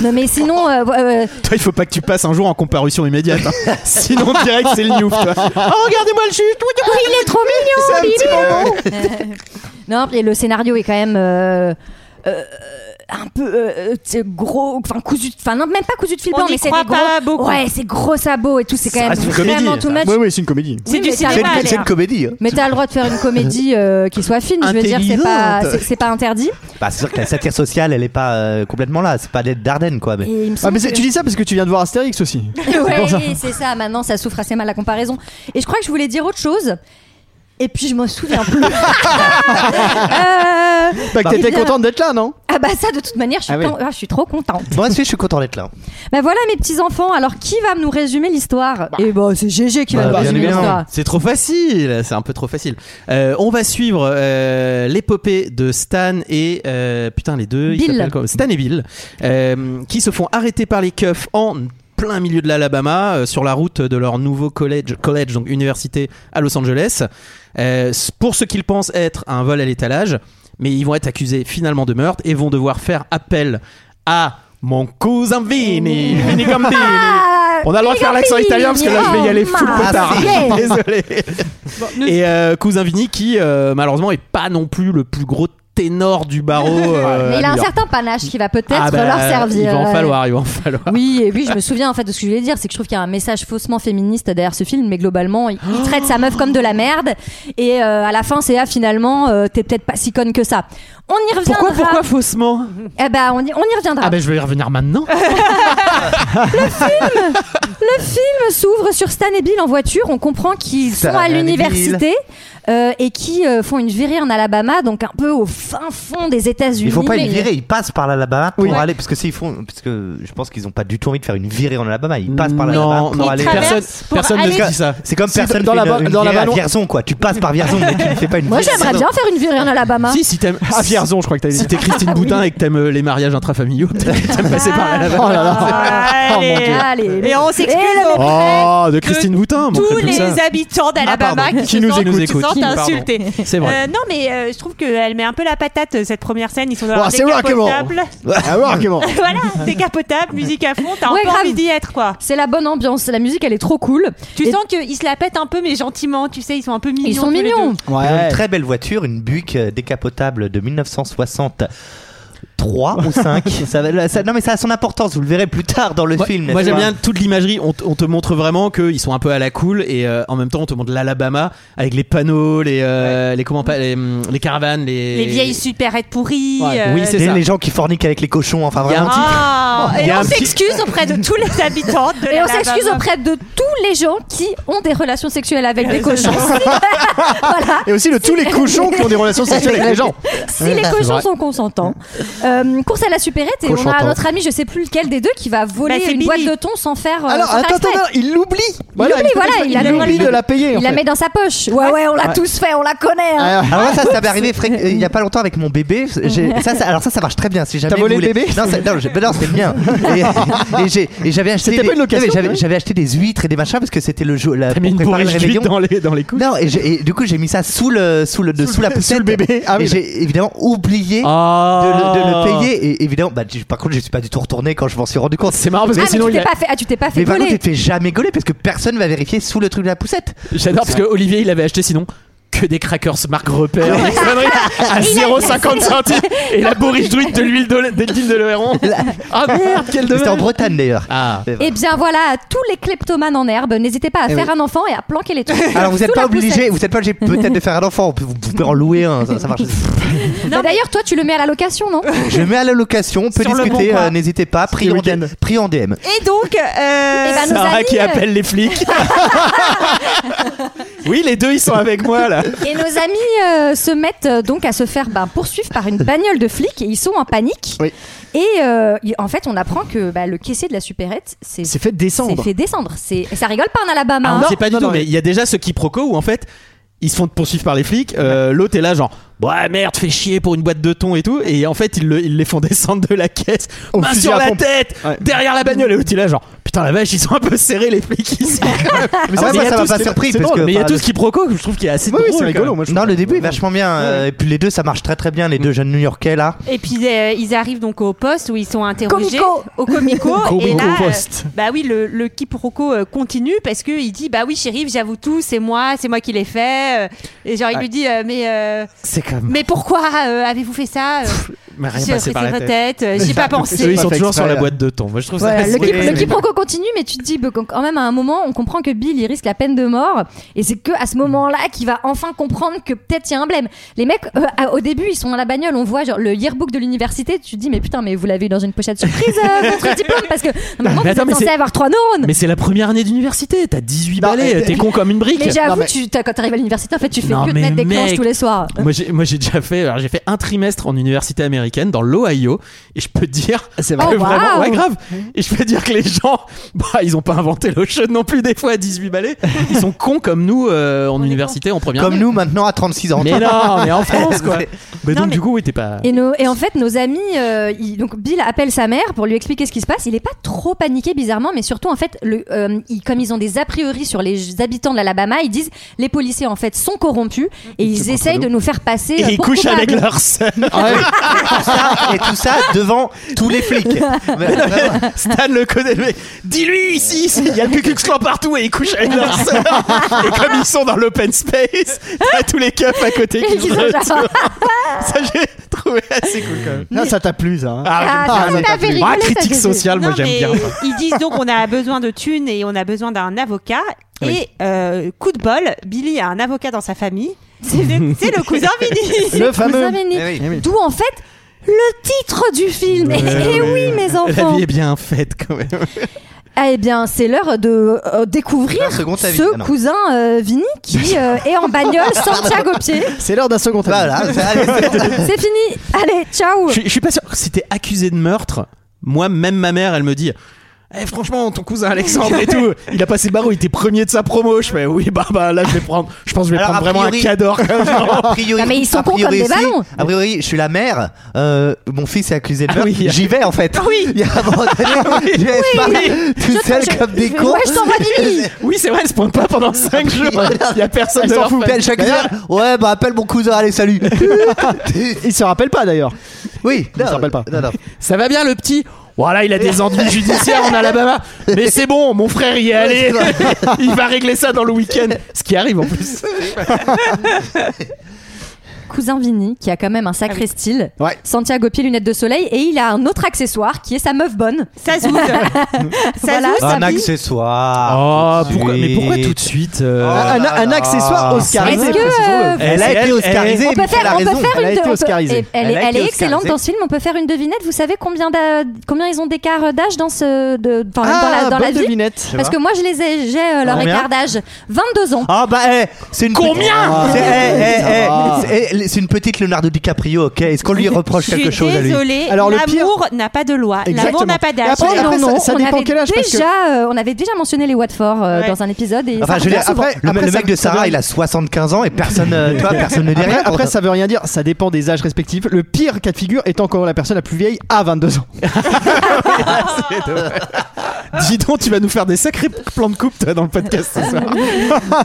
[SPEAKER 1] non, mais sinon, euh,
[SPEAKER 4] <laughs>
[SPEAKER 1] euh,
[SPEAKER 6] Toi, il faut pas que tu passes un jour en comparution immédiate. <laughs> hein. Sinon, direct, c'est le newf, toi. Oh, regardez-moi le chute
[SPEAKER 1] il est trop mignon,
[SPEAKER 6] un petit bonbon.
[SPEAKER 1] <laughs> Non, et le scénario est quand même. euh, euh, un peu euh, c'est gros enfin cousu de- enfin non même pas cousu de fil
[SPEAKER 4] On
[SPEAKER 1] blanc,
[SPEAKER 4] y
[SPEAKER 1] mais c'est
[SPEAKER 4] croit
[SPEAKER 1] des gros
[SPEAKER 4] pas beaucoup.
[SPEAKER 1] ouais c'est gros sabots et tout c'est quand même
[SPEAKER 6] reste une comédie,
[SPEAKER 1] vraiment too
[SPEAKER 6] ça.
[SPEAKER 1] much
[SPEAKER 7] Oui, oui, c'est une comédie.
[SPEAKER 4] C'est
[SPEAKER 1] Oui,
[SPEAKER 4] du
[SPEAKER 1] mais t'as
[SPEAKER 4] cinéma,
[SPEAKER 1] le droit
[SPEAKER 4] allez.
[SPEAKER 1] de-
[SPEAKER 2] C'est une comédie. hein.
[SPEAKER 1] mais t'as le droit de faire une comédie euh, qui soit fine je veux dire c'est pas
[SPEAKER 2] Intelligente.
[SPEAKER 1] c'est- c'est pas interdit
[SPEAKER 2] Bah, c'est sûr que la satire sociale, elle est pas euh, complètement là. C'est pas d'être d'Ardenne quoi. Mais...
[SPEAKER 1] et il me
[SPEAKER 7] Ah,
[SPEAKER 1] semble
[SPEAKER 7] mais c'est-
[SPEAKER 1] que-
[SPEAKER 2] <laughs>
[SPEAKER 7] tu dis ça parce que tu viens de voir Astérix aussi.
[SPEAKER 1] Ouais, c'est ça. Maintenant, ça souffre assez mal la comparaison. Et je crois que je voulais dire autre chose. Et puis je m'en souviens plus. <laughs>
[SPEAKER 2] Bah,
[SPEAKER 1] Euh,
[SPEAKER 7] Bah, que
[SPEAKER 1] eh
[SPEAKER 7] t'étais
[SPEAKER 1] bien-
[SPEAKER 7] contente d'être là, non
[SPEAKER 1] Ah bah ça, de toute manière, je suis,
[SPEAKER 7] Ah oui.
[SPEAKER 1] con- ah, je suis trop contente.
[SPEAKER 2] Moi aussi, je suis content d'être là.
[SPEAKER 1] Bah voilà mes petits enfants. Alors qui va nous résumer l'histoire Et bah c'est GG qui va nous
[SPEAKER 6] Bah,
[SPEAKER 1] résumer l'histoire.
[SPEAKER 6] C'est trop facile, c'est un peu trop facile. Euh, on va suivre euh, l'épopée de Stan et euh, putain les deux, ils
[SPEAKER 1] Bill.
[SPEAKER 6] s'appellent quoi Stan et Bill, euh, qui se font arrêter par les keufs en plein milieu de l'Alabama euh, sur la route de leur nouveau collège, college donc université à Los Angeles, euh, pour ce qu'ils pensent être un vol à l'étalage, mais ils vont être accusés finalement de meurtre et vont devoir faire appel à mon cousin Vini, Vini Gambini.
[SPEAKER 1] Ah,
[SPEAKER 6] On a le droit de faire l'accent italien parce que là je vais y aller full
[SPEAKER 1] Ah,
[SPEAKER 6] potard. <laughs>
[SPEAKER 1] yeah.
[SPEAKER 6] Désolé. Et euh, Cousin Vini qui euh, malheureusement est pas non plus le plus gros ténor du barreau. euh,
[SPEAKER 1] Mais il a
[SPEAKER 6] à
[SPEAKER 1] un
[SPEAKER 6] New York.
[SPEAKER 1] certain panache qui va peut-être
[SPEAKER 6] Ah bah,
[SPEAKER 1] leur servir.
[SPEAKER 6] Il va en
[SPEAKER 1] ouais.
[SPEAKER 6] falloir, il va en falloir.
[SPEAKER 1] Oui, et oui, je me souviens en fait de ce que je voulais dire, c'est que je trouve qu'il y a un message faussement féministe derrière ce film, mais globalement, il, il traite sa meuf comme de la merde, et euh, à la fin, c'est ah finalement, euh, t'es peut-être pas si conne que ça. On y reviendra.
[SPEAKER 6] Pourquoi, pourquoi faussement
[SPEAKER 1] Eh ben, on y, on y reviendra.
[SPEAKER 6] Ah ben je vais y revenir maintenant.
[SPEAKER 1] Le film s'ouvre sur Stan et Bill en voiture. On comprend qu'ils sont
[SPEAKER 2] Stan
[SPEAKER 1] à
[SPEAKER 2] et
[SPEAKER 1] l'université euh, et qui euh, font une virée en Alabama, donc un peu au fin fond des États-Unis.
[SPEAKER 2] Ils font pas
[SPEAKER 1] Mais
[SPEAKER 2] une
[SPEAKER 1] il-
[SPEAKER 2] virée, ils passent par l'Alabama pour
[SPEAKER 1] Oui.
[SPEAKER 2] aller. Parce que s'ils font. Parce que je pense qu'ils ont pas du tout envie de faire une virée en Alabama. Ils passent par l'Alabama
[SPEAKER 6] non,
[SPEAKER 2] pour
[SPEAKER 6] non,
[SPEAKER 2] aller.
[SPEAKER 6] personne,
[SPEAKER 4] pour
[SPEAKER 6] personne
[SPEAKER 4] aller-
[SPEAKER 6] ne dit ça.
[SPEAKER 2] C'est comme
[SPEAKER 7] Si,
[SPEAKER 2] personne
[SPEAKER 7] dans
[SPEAKER 2] fait
[SPEAKER 7] la-
[SPEAKER 2] une, une
[SPEAKER 7] dans la
[SPEAKER 2] virée à
[SPEAKER 7] Vallon-
[SPEAKER 2] Vierzon, quoi. Tu passes par Vierzon, mais tu ne fais pas une
[SPEAKER 1] Moi,
[SPEAKER 2] virée.
[SPEAKER 1] j'aimerais bien faire une virée en Alabama.
[SPEAKER 6] Si, si t'aimes, ah,
[SPEAKER 7] À Vierzon, je crois que t'as dit.
[SPEAKER 6] si t'es Christine Boutin et que t'aimes euh, les mariages intrafamiliaux, <laughs> peut-être t'aimes passer
[SPEAKER 4] Ah.
[SPEAKER 6] par la
[SPEAKER 7] Oh
[SPEAKER 6] <laughs>
[SPEAKER 7] là là.
[SPEAKER 4] Allez. euh,
[SPEAKER 6] Ah,
[SPEAKER 1] Allez,
[SPEAKER 4] Et on s'excuse
[SPEAKER 1] Et <laughs> le-
[SPEAKER 6] Oh, de Christine Boutin,
[SPEAKER 4] tous
[SPEAKER 6] montrez plus
[SPEAKER 4] les
[SPEAKER 6] ça.
[SPEAKER 4] habitants d'Alabama
[SPEAKER 6] Ah, pardon.
[SPEAKER 4] qui,
[SPEAKER 6] Qui
[SPEAKER 4] se
[SPEAKER 6] nous
[SPEAKER 4] sentent-
[SPEAKER 6] écoutent,
[SPEAKER 4] se
[SPEAKER 6] qui nous
[SPEAKER 4] sentent
[SPEAKER 6] écoutent, pardon.
[SPEAKER 4] insultés.
[SPEAKER 6] C'est vrai.
[SPEAKER 4] Euh, non, mais euh, je trouve qu'elle met un peu la patate euh, cette première scène. Ils sont dans
[SPEAKER 7] Oh,
[SPEAKER 4] leur
[SPEAKER 7] c'est rock'n'roll.
[SPEAKER 4] décapotable.
[SPEAKER 2] <laughs>
[SPEAKER 7] Ah, ouais, argument.
[SPEAKER 4] <laughs> voilà, décapotable, musique à fond. T'as
[SPEAKER 1] Ouais,
[SPEAKER 4] un peu
[SPEAKER 1] grave.
[SPEAKER 4] envie d'y être, quoi.
[SPEAKER 1] C'est la bonne ambiance. La musique, elle est trop cool.
[SPEAKER 4] Tu
[SPEAKER 1] Et-
[SPEAKER 4] sens qu'ils se la pètent un peu, mais gentiment. Tu sais, ils sont un peu mignons.
[SPEAKER 1] Ils sont
[SPEAKER 4] tous les
[SPEAKER 1] mignons.
[SPEAKER 4] deux.
[SPEAKER 2] Ils ont
[SPEAKER 7] Ouais.
[SPEAKER 2] une très belle voiture, une Buick euh, décapotable de 1963 ou 5 <laughs> ça, va- ça- non mais ça a son importance vous le verrez plus tard dans le
[SPEAKER 6] Moi-
[SPEAKER 2] film
[SPEAKER 6] Moi
[SPEAKER 2] n'est-ce
[SPEAKER 6] j'aime
[SPEAKER 2] pas
[SPEAKER 6] bien toute l'imagerie. On, t- on te montre vraiment qu'ils sont un peu à la cool et euh, en même temps on te montre l'Alabama avec les panneaux, les euh, les comment pas les, hum, les caravanes, les
[SPEAKER 4] Les vieilles supérettes pourries.
[SPEAKER 6] Ouais.
[SPEAKER 4] euh,
[SPEAKER 6] Oui, c'est
[SPEAKER 2] les,
[SPEAKER 6] ça.
[SPEAKER 2] les gens qui forniquent avec les cochons enfin
[SPEAKER 6] Il y a
[SPEAKER 2] vraiment
[SPEAKER 6] un-
[SPEAKER 4] Ah,
[SPEAKER 6] Il y
[SPEAKER 4] et
[SPEAKER 6] a
[SPEAKER 4] on
[SPEAKER 6] un petit-
[SPEAKER 4] s'excuse auprès de
[SPEAKER 6] <laughs>
[SPEAKER 4] tous les habitants de
[SPEAKER 1] Et on
[SPEAKER 4] l'Alabama.
[SPEAKER 1] s'excuse auprès de tous les gens qui ont des relations sexuelles avec
[SPEAKER 4] <laughs>
[SPEAKER 1] des cochons.
[SPEAKER 7] Et aussi le tous les cochons qui ont des relations sexuelles avec les gens.
[SPEAKER 1] si les cochons sont consentants. Euh, course à la supérette et on a
[SPEAKER 7] Consentants.
[SPEAKER 1] notre ami, je sais plus lequel des deux, qui va voler
[SPEAKER 4] Bah,
[SPEAKER 1] une
[SPEAKER 4] c'est Billy.
[SPEAKER 1] boîte de thon sans faire. euh,
[SPEAKER 7] Alors,
[SPEAKER 1] sans faire
[SPEAKER 7] attends, attends,
[SPEAKER 1] exprès.
[SPEAKER 7] attends, il l'oublie.
[SPEAKER 1] l'oublie, voilà, il a-
[SPEAKER 7] l'oublie de la payer. en
[SPEAKER 1] Il la
[SPEAKER 7] fait.
[SPEAKER 1] met dans sa poche. Ouais, ouais, on l'a tous fait, on la connaît. hein.
[SPEAKER 7] Ah, ouais.
[SPEAKER 2] alors moi, ça, ça m'est arrivé fréq- euh, il y a pas longtemps avec mon bébé. J'ai- Ça, ça- alors ça, ça marche très bien. Si jamais
[SPEAKER 7] volé
[SPEAKER 2] vous
[SPEAKER 7] le
[SPEAKER 2] voulez-
[SPEAKER 7] bébé
[SPEAKER 2] <laughs> Non, ça- non, je- ben non, c'est bien. Et, et j'ai- et j'avais acheté.
[SPEAKER 7] C'était
[SPEAKER 2] des-
[SPEAKER 7] pas une location,
[SPEAKER 2] non, mais j'avais,
[SPEAKER 7] ouais.
[SPEAKER 2] j'avais acheté des huîtres et des machins parce que c'était le jour. La,
[SPEAKER 6] T'as mis une
[SPEAKER 2] préparer le
[SPEAKER 6] bourriche d'huile
[SPEAKER 2] réveillon.
[SPEAKER 6] dans les dans les couches.
[SPEAKER 2] Non, et, j'ai- et du coup, j'ai mis ça sous le sous le de- sous, la poussette.
[SPEAKER 7] sous le bébé. Ah oui,
[SPEAKER 2] et j'ai évidemment oublié. De
[SPEAKER 6] Ah.
[SPEAKER 2] le, de le payer et évidemment bah, tu- par contre je suis pas du tout retourné quand je m'en suis rendu compte
[SPEAKER 6] C'est marrant parce
[SPEAKER 1] Ah,
[SPEAKER 6] que
[SPEAKER 1] mais
[SPEAKER 6] sinon
[SPEAKER 1] tu
[SPEAKER 6] il
[SPEAKER 1] t'es
[SPEAKER 6] a-
[SPEAKER 1] pas fait, ah, tu t'es pas fait
[SPEAKER 2] mais par contre
[SPEAKER 1] coller.
[SPEAKER 2] tu te fais jamais gauler parce que personne va vérifier sous le truc de la poussette
[SPEAKER 6] j'adore parce que Olivier il avait acheté sinon que des crackers marque repère des
[SPEAKER 2] <laughs>
[SPEAKER 6] conneries à 0,50 centimes et la bourriche d'huile de l'huile de de- d'huile de l'Oléron. Ah merde
[SPEAKER 2] <laughs>
[SPEAKER 6] quel
[SPEAKER 2] c'était en
[SPEAKER 6] dommage.
[SPEAKER 2] Bretagne d'ailleurs
[SPEAKER 6] Ah.
[SPEAKER 2] C'est vrai.
[SPEAKER 1] Eh bien voilà, à tous les kleptomanes en herbe, n'hésitez pas à faire un enfant et à planquer les trucs.
[SPEAKER 2] Alors vous
[SPEAKER 1] sous
[SPEAKER 2] n'êtes
[SPEAKER 1] la
[SPEAKER 2] pas obligé,
[SPEAKER 1] poussette.
[SPEAKER 2] vous n'êtes pas obligé peut-être de faire un enfant, vous vous pouvez en louer un, ça, ça
[SPEAKER 1] <laughs>
[SPEAKER 2] marche.
[SPEAKER 1] Mais Bah, D'ailleurs, toi, tu le mets à la location, non
[SPEAKER 2] Je mets à la location, on peut
[SPEAKER 4] Sur le
[SPEAKER 2] discuter,
[SPEAKER 4] Bon Coin.
[SPEAKER 2] euh, n'hésitez pas, pris en,
[SPEAKER 7] week-end.
[SPEAKER 2] pris en DM.
[SPEAKER 4] Et donc, euh,
[SPEAKER 1] Eh ben, nos
[SPEAKER 6] Sarah
[SPEAKER 1] amis,
[SPEAKER 6] qui
[SPEAKER 1] euh,
[SPEAKER 6] appelle
[SPEAKER 2] <laughs>
[SPEAKER 6] les flics. oui, les deux ils sont avec moi là.
[SPEAKER 1] Et nos amis euh, se mettent euh, donc à se faire ben, poursuivre par une bagnole de flics et ils sont en panique.
[SPEAKER 7] Oui.
[SPEAKER 1] Et euh, il- en fait, on apprend que bah, le caissier de la supérette s'est
[SPEAKER 7] C'est fait
[SPEAKER 1] s'est
[SPEAKER 7] descendre.
[SPEAKER 1] fait descendre. C'est- et ça rigole pas en Alabama.
[SPEAKER 6] Ah, on
[SPEAKER 1] hein.
[SPEAKER 6] sait pas du
[SPEAKER 7] non,
[SPEAKER 6] tout,
[SPEAKER 7] non,
[SPEAKER 6] mais
[SPEAKER 7] mais-
[SPEAKER 6] il y a déjà ce quiproquo où en fait ils se font poursuivre par les flics. euh, L'autre est là, genre, ouais, merde, fais chier pour une boîte de thon et tout. Et en fait, ils, le- ils les font <laughs> descendre de la caisse,
[SPEAKER 7] Au
[SPEAKER 6] main
[SPEAKER 7] fusil
[SPEAKER 6] sur
[SPEAKER 7] à
[SPEAKER 6] la
[SPEAKER 7] pompe.
[SPEAKER 6] tête,
[SPEAKER 7] Ouais.
[SPEAKER 6] derrière la bagnole. Et l'autre est là, genre, putain, la vache, ils sont un peu serrés, les flics
[SPEAKER 7] <laughs>
[SPEAKER 6] ici.
[SPEAKER 2] Mais
[SPEAKER 6] ça,
[SPEAKER 2] ça,
[SPEAKER 6] mais il y a
[SPEAKER 2] ça
[SPEAKER 6] tout
[SPEAKER 2] m'a pas
[SPEAKER 6] ce-
[SPEAKER 2] surpris
[SPEAKER 7] c'est
[SPEAKER 2] parce
[SPEAKER 7] drôle,
[SPEAKER 2] que
[SPEAKER 6] mais il y a
[SPEAKER 2] bah,
[SPEAKER 6] tout ce quiproquo que je trouve qui est assez
[SPEAKER 7] Oui, oui,
[SPEAKER 6] drôle,
[SPEAKER 7] c'est rigolo.
[SPEAKER 6] quand même.
[SPEAKER 7] Moi, je
[SPEAKER 2] non,
[SPEAKER 7] trouve.
[SPEAKER 2] le début est vachement bien. euh, Et puis les deux, ça marche très très bien, les deux jeunes New-Yorkais là.
[SPEAKER 4] Et puis euh, ils arrivent donc au poste où ils sont interrogés
[SPEAKER 1] Comico.
[SPEAKER 4] au comico
[SPEAKER 6] <laughs>
[SPEAKER 4] et
[SPEAKER 6] Comico
[SPEAKER 4] là euh,
[SPEAKER 6] poste.
[SPEAKER 4] bah oui le, le quiproquo euh, continue parce que il dit bah oui shérif j'avoue tout c'est moi c'est moi qui l'ai
[SPEAKER 6] Ah.
[SPEAKER 4] fait euh, et genre il lui dit euh, mais euh,
[SPEAKER 6] C'est quand même.
[SPEAKER 4] mais pourquoi euh, avez-vous fait ça Euh,
[SPEAKER 6] Mais rien
[SPEAKER 4] J'ai
[SPEAKER 6] passé
[SPEAKER 4] pris
[SPEAKER 6] par
[SPEAKER 4] sur
[SPEAKER 6] la
[SPEAKER 4] la tête,
[SPEAKER 6] <laughs>
[SPEAKER 4] euh, j'y ai pas pensé.
[SPEAKER 6] Eux, ils sont
[SPEAKER 7] Pas fait
[SPEAKER 6] toujours sur
[SPEAKER 7] exprès,
[SPEAKER 6] la
[SPEAKER 7] là.
[SPEAKER 6] boîte de thon. Moi, je trouve
[SPEAKER 1] Voilà,
[SPEAKER 6] ça
[SPEAKER 1] le,
[SPEAKER 6] assez-
[SPEAKER 1] quip- le quiproquo continue, mais tu te dis bah, quand même à un moment, on comprend que Bill il risque la peine de mort, et c'est que à ce moment-là qu'il va enfin comprendre que peut-être il y a un blême. Les mecs, euh, à- au début, ils sont à la bagnole, on voit genre le yearbook de l'université, tu te dis mais putain, mais vous l'avez eu dans une pochette surprise euh, votre diplôme parce que normalement
[SPEAKER 6] mais attends,
[SPEAKER 1] vous
[SPEAKER 6] mais
[SPEAKER 1] êtes censé
[SPEAKER 6] c'est-
[SPEAKER 1] avoir trois neurones.
[SPEAKER 6] Mais c'est la première année d'université. T'as 18
[SPEAKER 7] Non,
[SPEAKER 6] balais.
[SPEAKER 7] mais-
[SPEAKER 6] T'es con comme une brique.
[SPEAKER 1] Mais
[SPEAKER 7] Non,
[SPEAKER 1] j'avoue,
[SPEAKER 7] mais-
[SPEAKER 1] tu t'as- quand t'arrives à l'université, en fait, tu fais
[SPEAKER 6] Non,
[SPEAKER 1] que te
[SPEAKER 6] mais
[SPEAKER 1] mettre des cloches
[SPEAKER 6] mec.
[SPEAKER 1] tous les soirs.
[SPEAKER 6] Moi, j'ai, moi, j'ai déjà fait. Alors, j'ai fait un trimestre en université américaine dans l'Ohio, et je peux te dire
[SPEAKER 7] C'est
[SPEAKER 6] que
[SPEAKER 1] Oh,
[SPEAKER 6] vraiment,
[SPEAKER 1] waouh.
[SPEAKER 6] ouais, grave. Et je peux te dire que les gens, bah, ils ont pas inventé l'Ocean non plus des fois à 18 balais. Ils sont cons comme nous euh, en
[SPEAKER 1] est
[SPEAKER 6] université en première.
[SPEAKER 2] Comme
[SPEAKER 6] année.
[SPEAKER 2] nous maintenant à 36 ans.
[SPEAKER 6] Mais non, mais en France quoi.
[SPEAKER 2] C'est-
[SPEAKER 6] Mais
[SPEAKER 4] Non,
[SPEAKER 6] donc
[SPEAKER 4] mais-
[SPEAKER 6] du coup, oui, t'es pas.
[SPEAKER 1] Et, nos- et en fait, nos amis, euh, ils- donc Bill appelle sa mère pour lui expliquer ce qui se passe. Il est pas trop paniqué, bizarrement, mais surtout, en fait, le, euh, ils- comme ils ont des a priori sur les habitants de l'Alabama, ils disent les policiers, en fait, sont corrompus et ils essayent de nous faire passer.
[SPEAKER 6] Et
[SPEAKER 1] euh,
[SPEAKER 6] ils
[SPEAKER 1] pour
[SPEAKER 6] couchent avec
[SPEAKER 1] coupables.
[SPEAKER 6] leur sœur.
[SPEAKER 2] Et tout ça devant tous les
[SPEAKER 6] <laughs>
[SPEAKER 2] flics. Mais vraiment.
[SPEAKER 6] Stan le connaît. mais Dis-lui ici, ici, il y a le Ku Klux Klan partout et ils couchent avec leur sœur. Et comme ils sont dans l'open space, t'as tous les keufs à côté
[SPEAKER 1] Et <laughs>
[SPEAKER 6] qui
[SPEAKER 1] ils
[SPEAKER 6] se
[SPEAKER 1] sont genre,
[SPEAKER 6] retournent. Ça, j'ai trouvé assez cool quand même.
[SPEAKER 7] Là, ça t'a plu, ça. hein.
[SPEAKER 1] Ah,
[SPEAKER 7] Ah,
[SPEAKER 1] ça, t'avais
[SPEAKER 7] mais t'as
[SPEAKER 1] rigolé,
[SPEAKER 6] Ah,
[SPEAKER 1] ça,
[SPEAKER 6] critique
[SPEAKER 1] t'avais-
[SPEAKER 6] sociale, moi
[SPEAKER 4] Non,
[SPEAKER 6] j'aime
[SPEAKER 4] mais
[SPEAKER 6] bien.
[SPEAKER 4] Ils disent donc on a besoin de thunes et on a besoin d'un avocat.
[SPEAKER 6] Oui.
[SPEAKER 4] Et euh, coup de bol, Billy a un avocat dans sa famille. C'est le, c'est le cousin
[SPEAKER 6] <laughs>
[SPEAKER 4] Billy.
[SPEAKER 7] Le
[SPEAKER 1] Vous
[SPEAKER 7] fameux.
[SPEAKER 1] avez mis-
[SPEAKER 2] Eh oui.
[SPEAKER 1] D'où, en fait, le titre du film. et et oui, mes
[SPEAKER 6] La
[SPEAKER 1] enfants.
[SPEAKER 6] vie est bien faite quand même.
[SPEAKER 1] Ah, eh bien, c'est l'heure de euh, découvrir
[SPEAKER 2] Un second avis.
[SPEAKER 1] ce
[SPEAKER 2] Ah, non.
[SPEAKER 1] cousin euh, Vinny qui
[SPEAKER 2] <laughs>
[SPEAKER 1] euh, est en bagnole, Santiago au pied.
[SPEAKER 7] C'est l'heure d'un second avis.
[SPEAKER 2] Voilà, allez, c'est bon.
[SPEAKER 1] C'est fini. Allez, ciao.
[SPEAKER 6] Je suis- je suis pas sûr. C'était accusé de meurtre. Moi, même ma mère, elle me dit. Eh, franchement, ton cousin Alexandre et tout, il a passé barreau, il était premier de sa promo. Je fais, oui, bah, bah là, je vais prendre, je pense que je vais
[SPEAKER 2] Alors,
[SPEAKER 6] prendre
[SPEAKER 2] a
[SPEAKER 6] vraiment un
[SPEAKER 2] priori- <laughs>
[SPEAKER 6] cador.
[SPEAKER 2] a priori,
[SPEAKER 1] Non, mais ils sont
[SPEAKER 2] a
[SPEAKER 1] cons comme
[SPEAKER 2] priori,
[SPEAKER 1] des
[SPEAKER 2] Ah, si.
[SPEAKER 1] ballons.
[SPEAKER 2] A priori, je suis la mère. euh, mon fils est accusé de
[SPEAKER 6] Ah
[SPEAKER 2] meurtre.
[SPEAKER 6] oui. Ah
[SPEAKER 2] J'y vais en fait.
[SPEAKER 6] Oui. Ah
[SPEAKER 2] Il y a un moment donné, je laisse parler tout seul comme des
[SPEAKER 1] je-
[SPEAKER 2] cons.
[SPEAKER 1] ouais, je t'envoie
[SPEAKER 2] <laughs>
[SPEAKER 1] Billy.
[SPEAKER 6] Oui, c'est vrai, elle se pointe pas pendant 5 jours. Il y a personne
[SPEAKER 2] Elle
[SPEAKER 6] de
[SPEAKER 2] s'en
[SPEAKER 6] leur
[SPEAKER 2] fout.
[SPEAKER 6] famille.
[SPEAKER 2] Elle, chacun, ouais, bah appelle mon cousin, allez, salut.
[SPEAKER 6] Bah,
[SPEAKER 7] Il se rappelle pas d'ailleurs.
[SPEAKER 2] oui,
[SPEAKER 7] Il se rappelle pas.
[SPEAKER 2] Non, non.
[SPEAKER 6] Ça va bien, le petit Voilà, il a des ennuis judiciaires en Alabama. Mais c'est bon, mon frère y est allé. <laughs> il va régler ça dans le week-end. Ce qui arrive en plus.
[SPEAKER 1] Cousin Vini, qui a quand même un sacré style.
[SPEAKER 7] Ouais.
[SPEAKER 1] Santiago pied lunettes de soleil et il a un autre accessoire qui est sa meuf bonne.
[SPEAKER 4] Ça se Ça
[SPEAKER 1] Voilà.
[SPEAKER 4] se
[SPEAKER 2] Un
[SPEAKER 7] Ah,
[SPEAKER 6] Oh,
[SPEAKER 2] accessoire.
[SPEAKER 6] suite euh,
[SPEAKER 7] un, un
[SPEAKER 2] là.
[SPEAKER 7] accessoire
[SPEAKER 1] Est-ce
[SPEAKER 7] oscarisé.
[SPEAKER 1] que, euh,
[SPEAKER 7] précisons-le.
[SPEAKER 2] Elle a été oscarisée.
[SPEAKER 1] on peut
[SPEAKER 2] mais elle a
[SPEAKER 1] faire, on peut
[SPEAKER 2] raison.
[SPEAKER 1] faire
[SPEAKER 7] Elle a
[SPEAKER 1] une.
[SPEAKER 7] été
[SPEAKER 1] on peut-
[SPEAKER 7] oscarisée.
[SPEAKER 1] et- elle,
[SPEAKER 2] Elle
[SPEAKER 1] est,
[SPEAKER 2] a
[SPEAKER 1] elle
[SPEAKER 2] été
[SPEAKER 1] est excellente
[SPEAKER 2] oscarisée.
[SPEAKER 1] dans ce film. On peut faire une devinette. Vous savez combien, d'a- combien ils ont d'écart d'âge dans ce, de, enfin,
[SPEAKER 7] Ah,
[SPEAKER 1] dans la, dans la
[SPEAKER 7] bonne
[SPEAKER 1] vie
[SPEAKER 7] devinette.
[SPEAKER 1] Parce
[SPEAKER 2] vois.
[SPEAKER 1] que moi, je les ai, j'ai euh, leur
[SPEAKER 2] Combien
[SPEAKER 1] écart d'âge 22 ans.
[SPEAKER 2] Ah bah eh, c'est une
[SPEAKER 6] Combien
[SPEAKER 2] petite- C'est eh, eh,
[SPEAKER 7] Ah.
[SPEAKER 2] eh, c'est- eh, c'est une petite Leonardo DiCaprio, ok Est-ce qu'on lui reproche
[SPEAKER 4] Je suis
[SPEAKER 2] quelque chose à lui
[SPEAKER 4] désolée,
[SPEAKER 7] Alors, le pire-
[SPEAKER 4] l'amour n'a pas de loi,
[SPEAKER 7] Exactement.
[SPEAKER 4] l'amour n'a pas d'âge.
[SPEAKER 7] Et après,
[SPEAKER 1] Oh non,
[SPEAKER 7] ça-
[SPEAKER 1] non,
[SPEAKER 7] ça
[SPEAKER 1] on,
[SPEAKER 7] dépend
[SPEAKER 1] avait
[SPEAKER 7] quel âge, parce que-
[SPEAKER 1] déjà, euh, on avait déjà mentionné les Watford euh,
[SPEAKER 4] Ouais.
[SPEAKER 1] dans un épisode. Et
[SPEAKER 2] Enfin,
[SPEAKER 1] ça
[SPEAKER 2] je veux dire,
[SPEAKER 1] revient souvent.
[SPEAKER 2] après, le,
[SPEAKER 7] Après,
[SPEAKER 2] le
[SPEAKER 7] ça-
[SPEAKER 2] mec de
[SPEAKER 7] ça
[SPEAKER 2] Sarah,
[SPEAKER 7] devient-
[SPEAKER 2] il a 75 ans et personne, euh, tu vois, personne ne dit
[SPEAKER 7] Après,
[SPEAKER 2] rien.
[SPEAKER 7] après, ça veut rien dire, ça dépend des âges respectifs. Le pire cas de figure étant quand la personne la plus vieille a 22
[SPEAKER 2] <laughs>
[SPEAKER 7] ans.
[SPEAKER 6] Dis donc, tu vas nous faire des sacrés plans de coupe, toi, dans le podcast ce soir.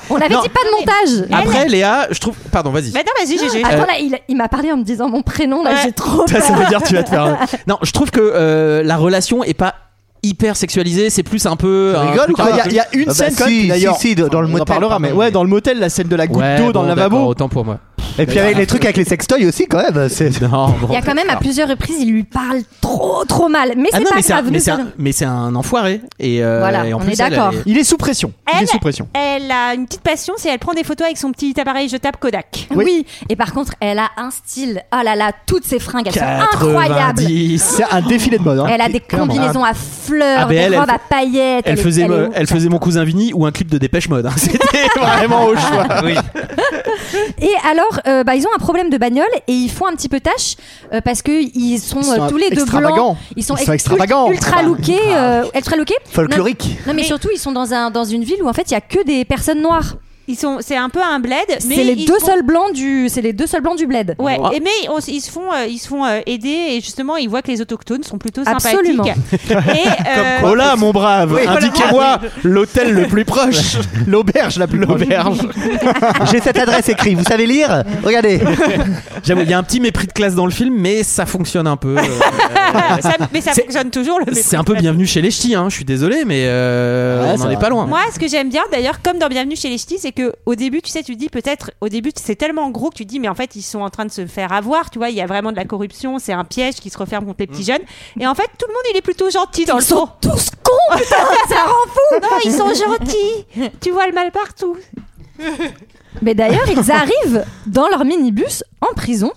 [SPEAKER 1] On avait
[SPEAKER 6] Non.
[SPEAKER 1] dit pas de montage.
[SPEAKER 6] Après, Léa, je trouve. Pardon, vas-y.
[SPEAKER 4] Mais non, vas-y, GG.
[SPEAKER 1] Attends, là, il, il m'a parlé en me disant mon prénom, là,
[SPEAKER 4] Ouais.
[SPEAKER 1] j'ai trop
[SPEAKER 6] Ça,
[SPEAKER 1] peur.
[SPEAKER 6] ça veut dire que tu vas te faire. hein. Non, je trouve que euh, la relation est pas hyper sexualisée, c'est plus un peu.
[SPEAKER 2] Tu
[SPEAKER 6] un
[SPEAKER 2] rigoles
[SPEAKER 6] truc
[SPEAKER 2] ou
[SPEAKER 7] Ah,
[SPEAKER 6] un
[SPEAKER 2] quoi
[SPEAKER 7] Il y a-
[SPEAKER 6] peu-
[SPEAKER 7] il y, a une
[SPEAKER 2] Ah bah
[SPEAKER 7] scène quand
[SPEAKER 2] si,
[SPEAKER 7] même,
[SPEAKER 2] si,
[SPEAKER 7] d'ailleurs.
[SPEAKER 2] si, dans- dans le
[SPEAKER 7] on en
[SPEAKER 2] motel,
[SPEAKER 7] parlera, mais
[SPEAKER 2] pardon.
[SPEAKER 7] ouais, dans le motel, la scène de la goutte
[SPEAKER 6] Ouais,
[SPEAKER 7] d'eau dans
[SPEAKER 6] bon,
[SPEAKER 7] le
[SPEAKER 6] d'accord,
[SPEAKER 7] lavabo.
[SPEAKER 6] Autant pour
[SPEAKER 7] <laughs>
[SPEAKER 6] moi.
[SPEAKER 2] Et puis avec les trucs avec les sextoys aussi, quand même. c'est-
[SPEAKER 6] Non, bon.
[SPEAKER 1] Il y a quand même à plusieurs reprises, il lui parle trop trop mal. Mais c'est
[SPEAKER 6] Ah non,
[SPEAKER 1] pas
[SPEAKER 6] mais c'est un,
[SPEAKER 1] grave.
[SPEAKER 6] mais
[SPEAKER 1] nous
[SPEAKER 6] c'est un-
[SPEAKER 1] allons-
[SPEAKER 6] mais c'est un enfoiré. Et, euh,
[SPEAKER 1] Voilà,
[SPEAKER 6] et en
[SPEAKER 1] on
[SPEAKER 6] plus,
[SPEAKER 1] est
[SPEAKER 6] elle, elle
[SPEAKER 1] d'accord.
[SPEAKER 6] est-
[SPEAKER 7] Il est sous pression. Il est
[SPEAKER 4] Elle-
[SPEAKER 7] sous pression.
[SPEAKER 4] Elle a une petite passion, c'est elle prend des photos avec son petit appareil jetable Kodak.
[SPEAKER 1] Oui. et par contre, elle a un style. Oh là là, toutes ses fringues, elles sont
[SPEAKER 6] 90.
[SPEAKER 1] incroyables.
[SPEAKER 7] C'est un défilé de mode. hein.
[SPEAKER 1] Elle a des
[SPEAKER 7] Clairement.
[SPEAKER 1] combinaisons à fleurs,
[SPEAKER 6] Ah, mais
[SPEAKER 1] des
[SPEAKER 6] elle, elle
[SPEAKER 1] robes
[SPEAKER 6] fait-
[SPEAKER 1] à paillettes.
[SPEAKER 6] Elle
[SPEAKER 1] est-
[SPEAKER 6] faisait,
[SPEAKER 1] elle est
[SPEAKER 6] me-
[SPEAKER 1] ouf.
[SPEAKER 6] elle faisait mon cousin Vini ou un clip de Dépêche Mode. hein. <laughs> C'était vraiment au choix.
[SPEAKER 1] Et alors, euh, bah, ils ont un problème de bagnole et ils font un petit peu tâche euh, parce que ils sont,
[SPEAKER 7] Ils sont
[SPEAKER 1] euh, tous les deux
[SPEAKER 7] extravagants.
[SPEAKER 1] blancs. Ils sont,
[SPEAKER 7] Ils sont
[SPEAKER 1] ex-
[SPEAKER 7] extravagants.
[SPEAKER 1] ultra
[SPEAKER 7] Ah bah.
[SPEAKER 1] lookés, euh, ultra lookés.
[SPEAKER 2] Folklorique.
[SPEAKER 1] Non, mais surtout, ils sont dans un dans une ville où en fait, il y a que des personnes noires.
[SPEAKER 4] Ils sont, c'est un peu un bled, mais
[SPEAKER 1] C'est les
[SPEAKER 4] ils
[SPEAKER 1] deux
[SPEAKER 4] font-
[SPEAKER 1] seuls blancs du, c'est les deux seuls blancs du bled.
[SPEAKER 4] Ouais,
[SPEAKER 6] Ah.
[SPEAKER 4] et mais on- ils se font, euh, ils se font euh, aider et justement ils voient que les autochtones sont plutôt
[SPEAKER 1] Absolument.
[SPEAKER 4] sympathiques. Et, euh,
[SPEAKER 6] Oh là, mon brave, indiquez-moi l'hôtel le plus proche. L'auberge la plus L'auberge.
[SPEAKER 2] <laughs> J'ai cette adresse écrite, vous savez lire Regardez.
[SPEAKER 6] J'avoue, il y a un petit mépris de classe dans le film, mais ça fonctionne un peu. euh,
[SPEAKER 4] <laughs> ça, mais ça
[SPEAKER 6] C'est-
[SPEAKER 4] fonctionne toujours. Le
[SPEAKER 6] C'est un peu bienvenu chez les ch'tis, hein, je suis désolé, mais euh,
[SPEAKER 7] Ouais,
[SPEAKER 6] on
[SPEAKER 7] ça
[SPEAKER 6] n'en est
[SPEAKER 7] va.
[SPEAKER 6] pas loin.
[SPEAKER 4] Moi, ce que j'aime bien d'ailleurs, comme dans Bienvenue chez les Ch'tis, c'est que au début, tu sais, tu dis peut-être, au début, c'est tellement gros que tu dis, mais en fait, ils sont en train de se faire avoir, tu vois, il y a vraiment de la corruption, c'est un piège qui se referme contre les petits jeunes. Et en fait, tout le monde, il est plutôt gentil dans le fond. Ils sont tous cons, ça rend fou Non, ils sont gentils Tu vois le mal partout
[SPEAKER 1] Mais
[SPEAKER 6] <laughs>
[SPEAKER 1] d'ailleurs, ils arrivent dans leur minibus en prison.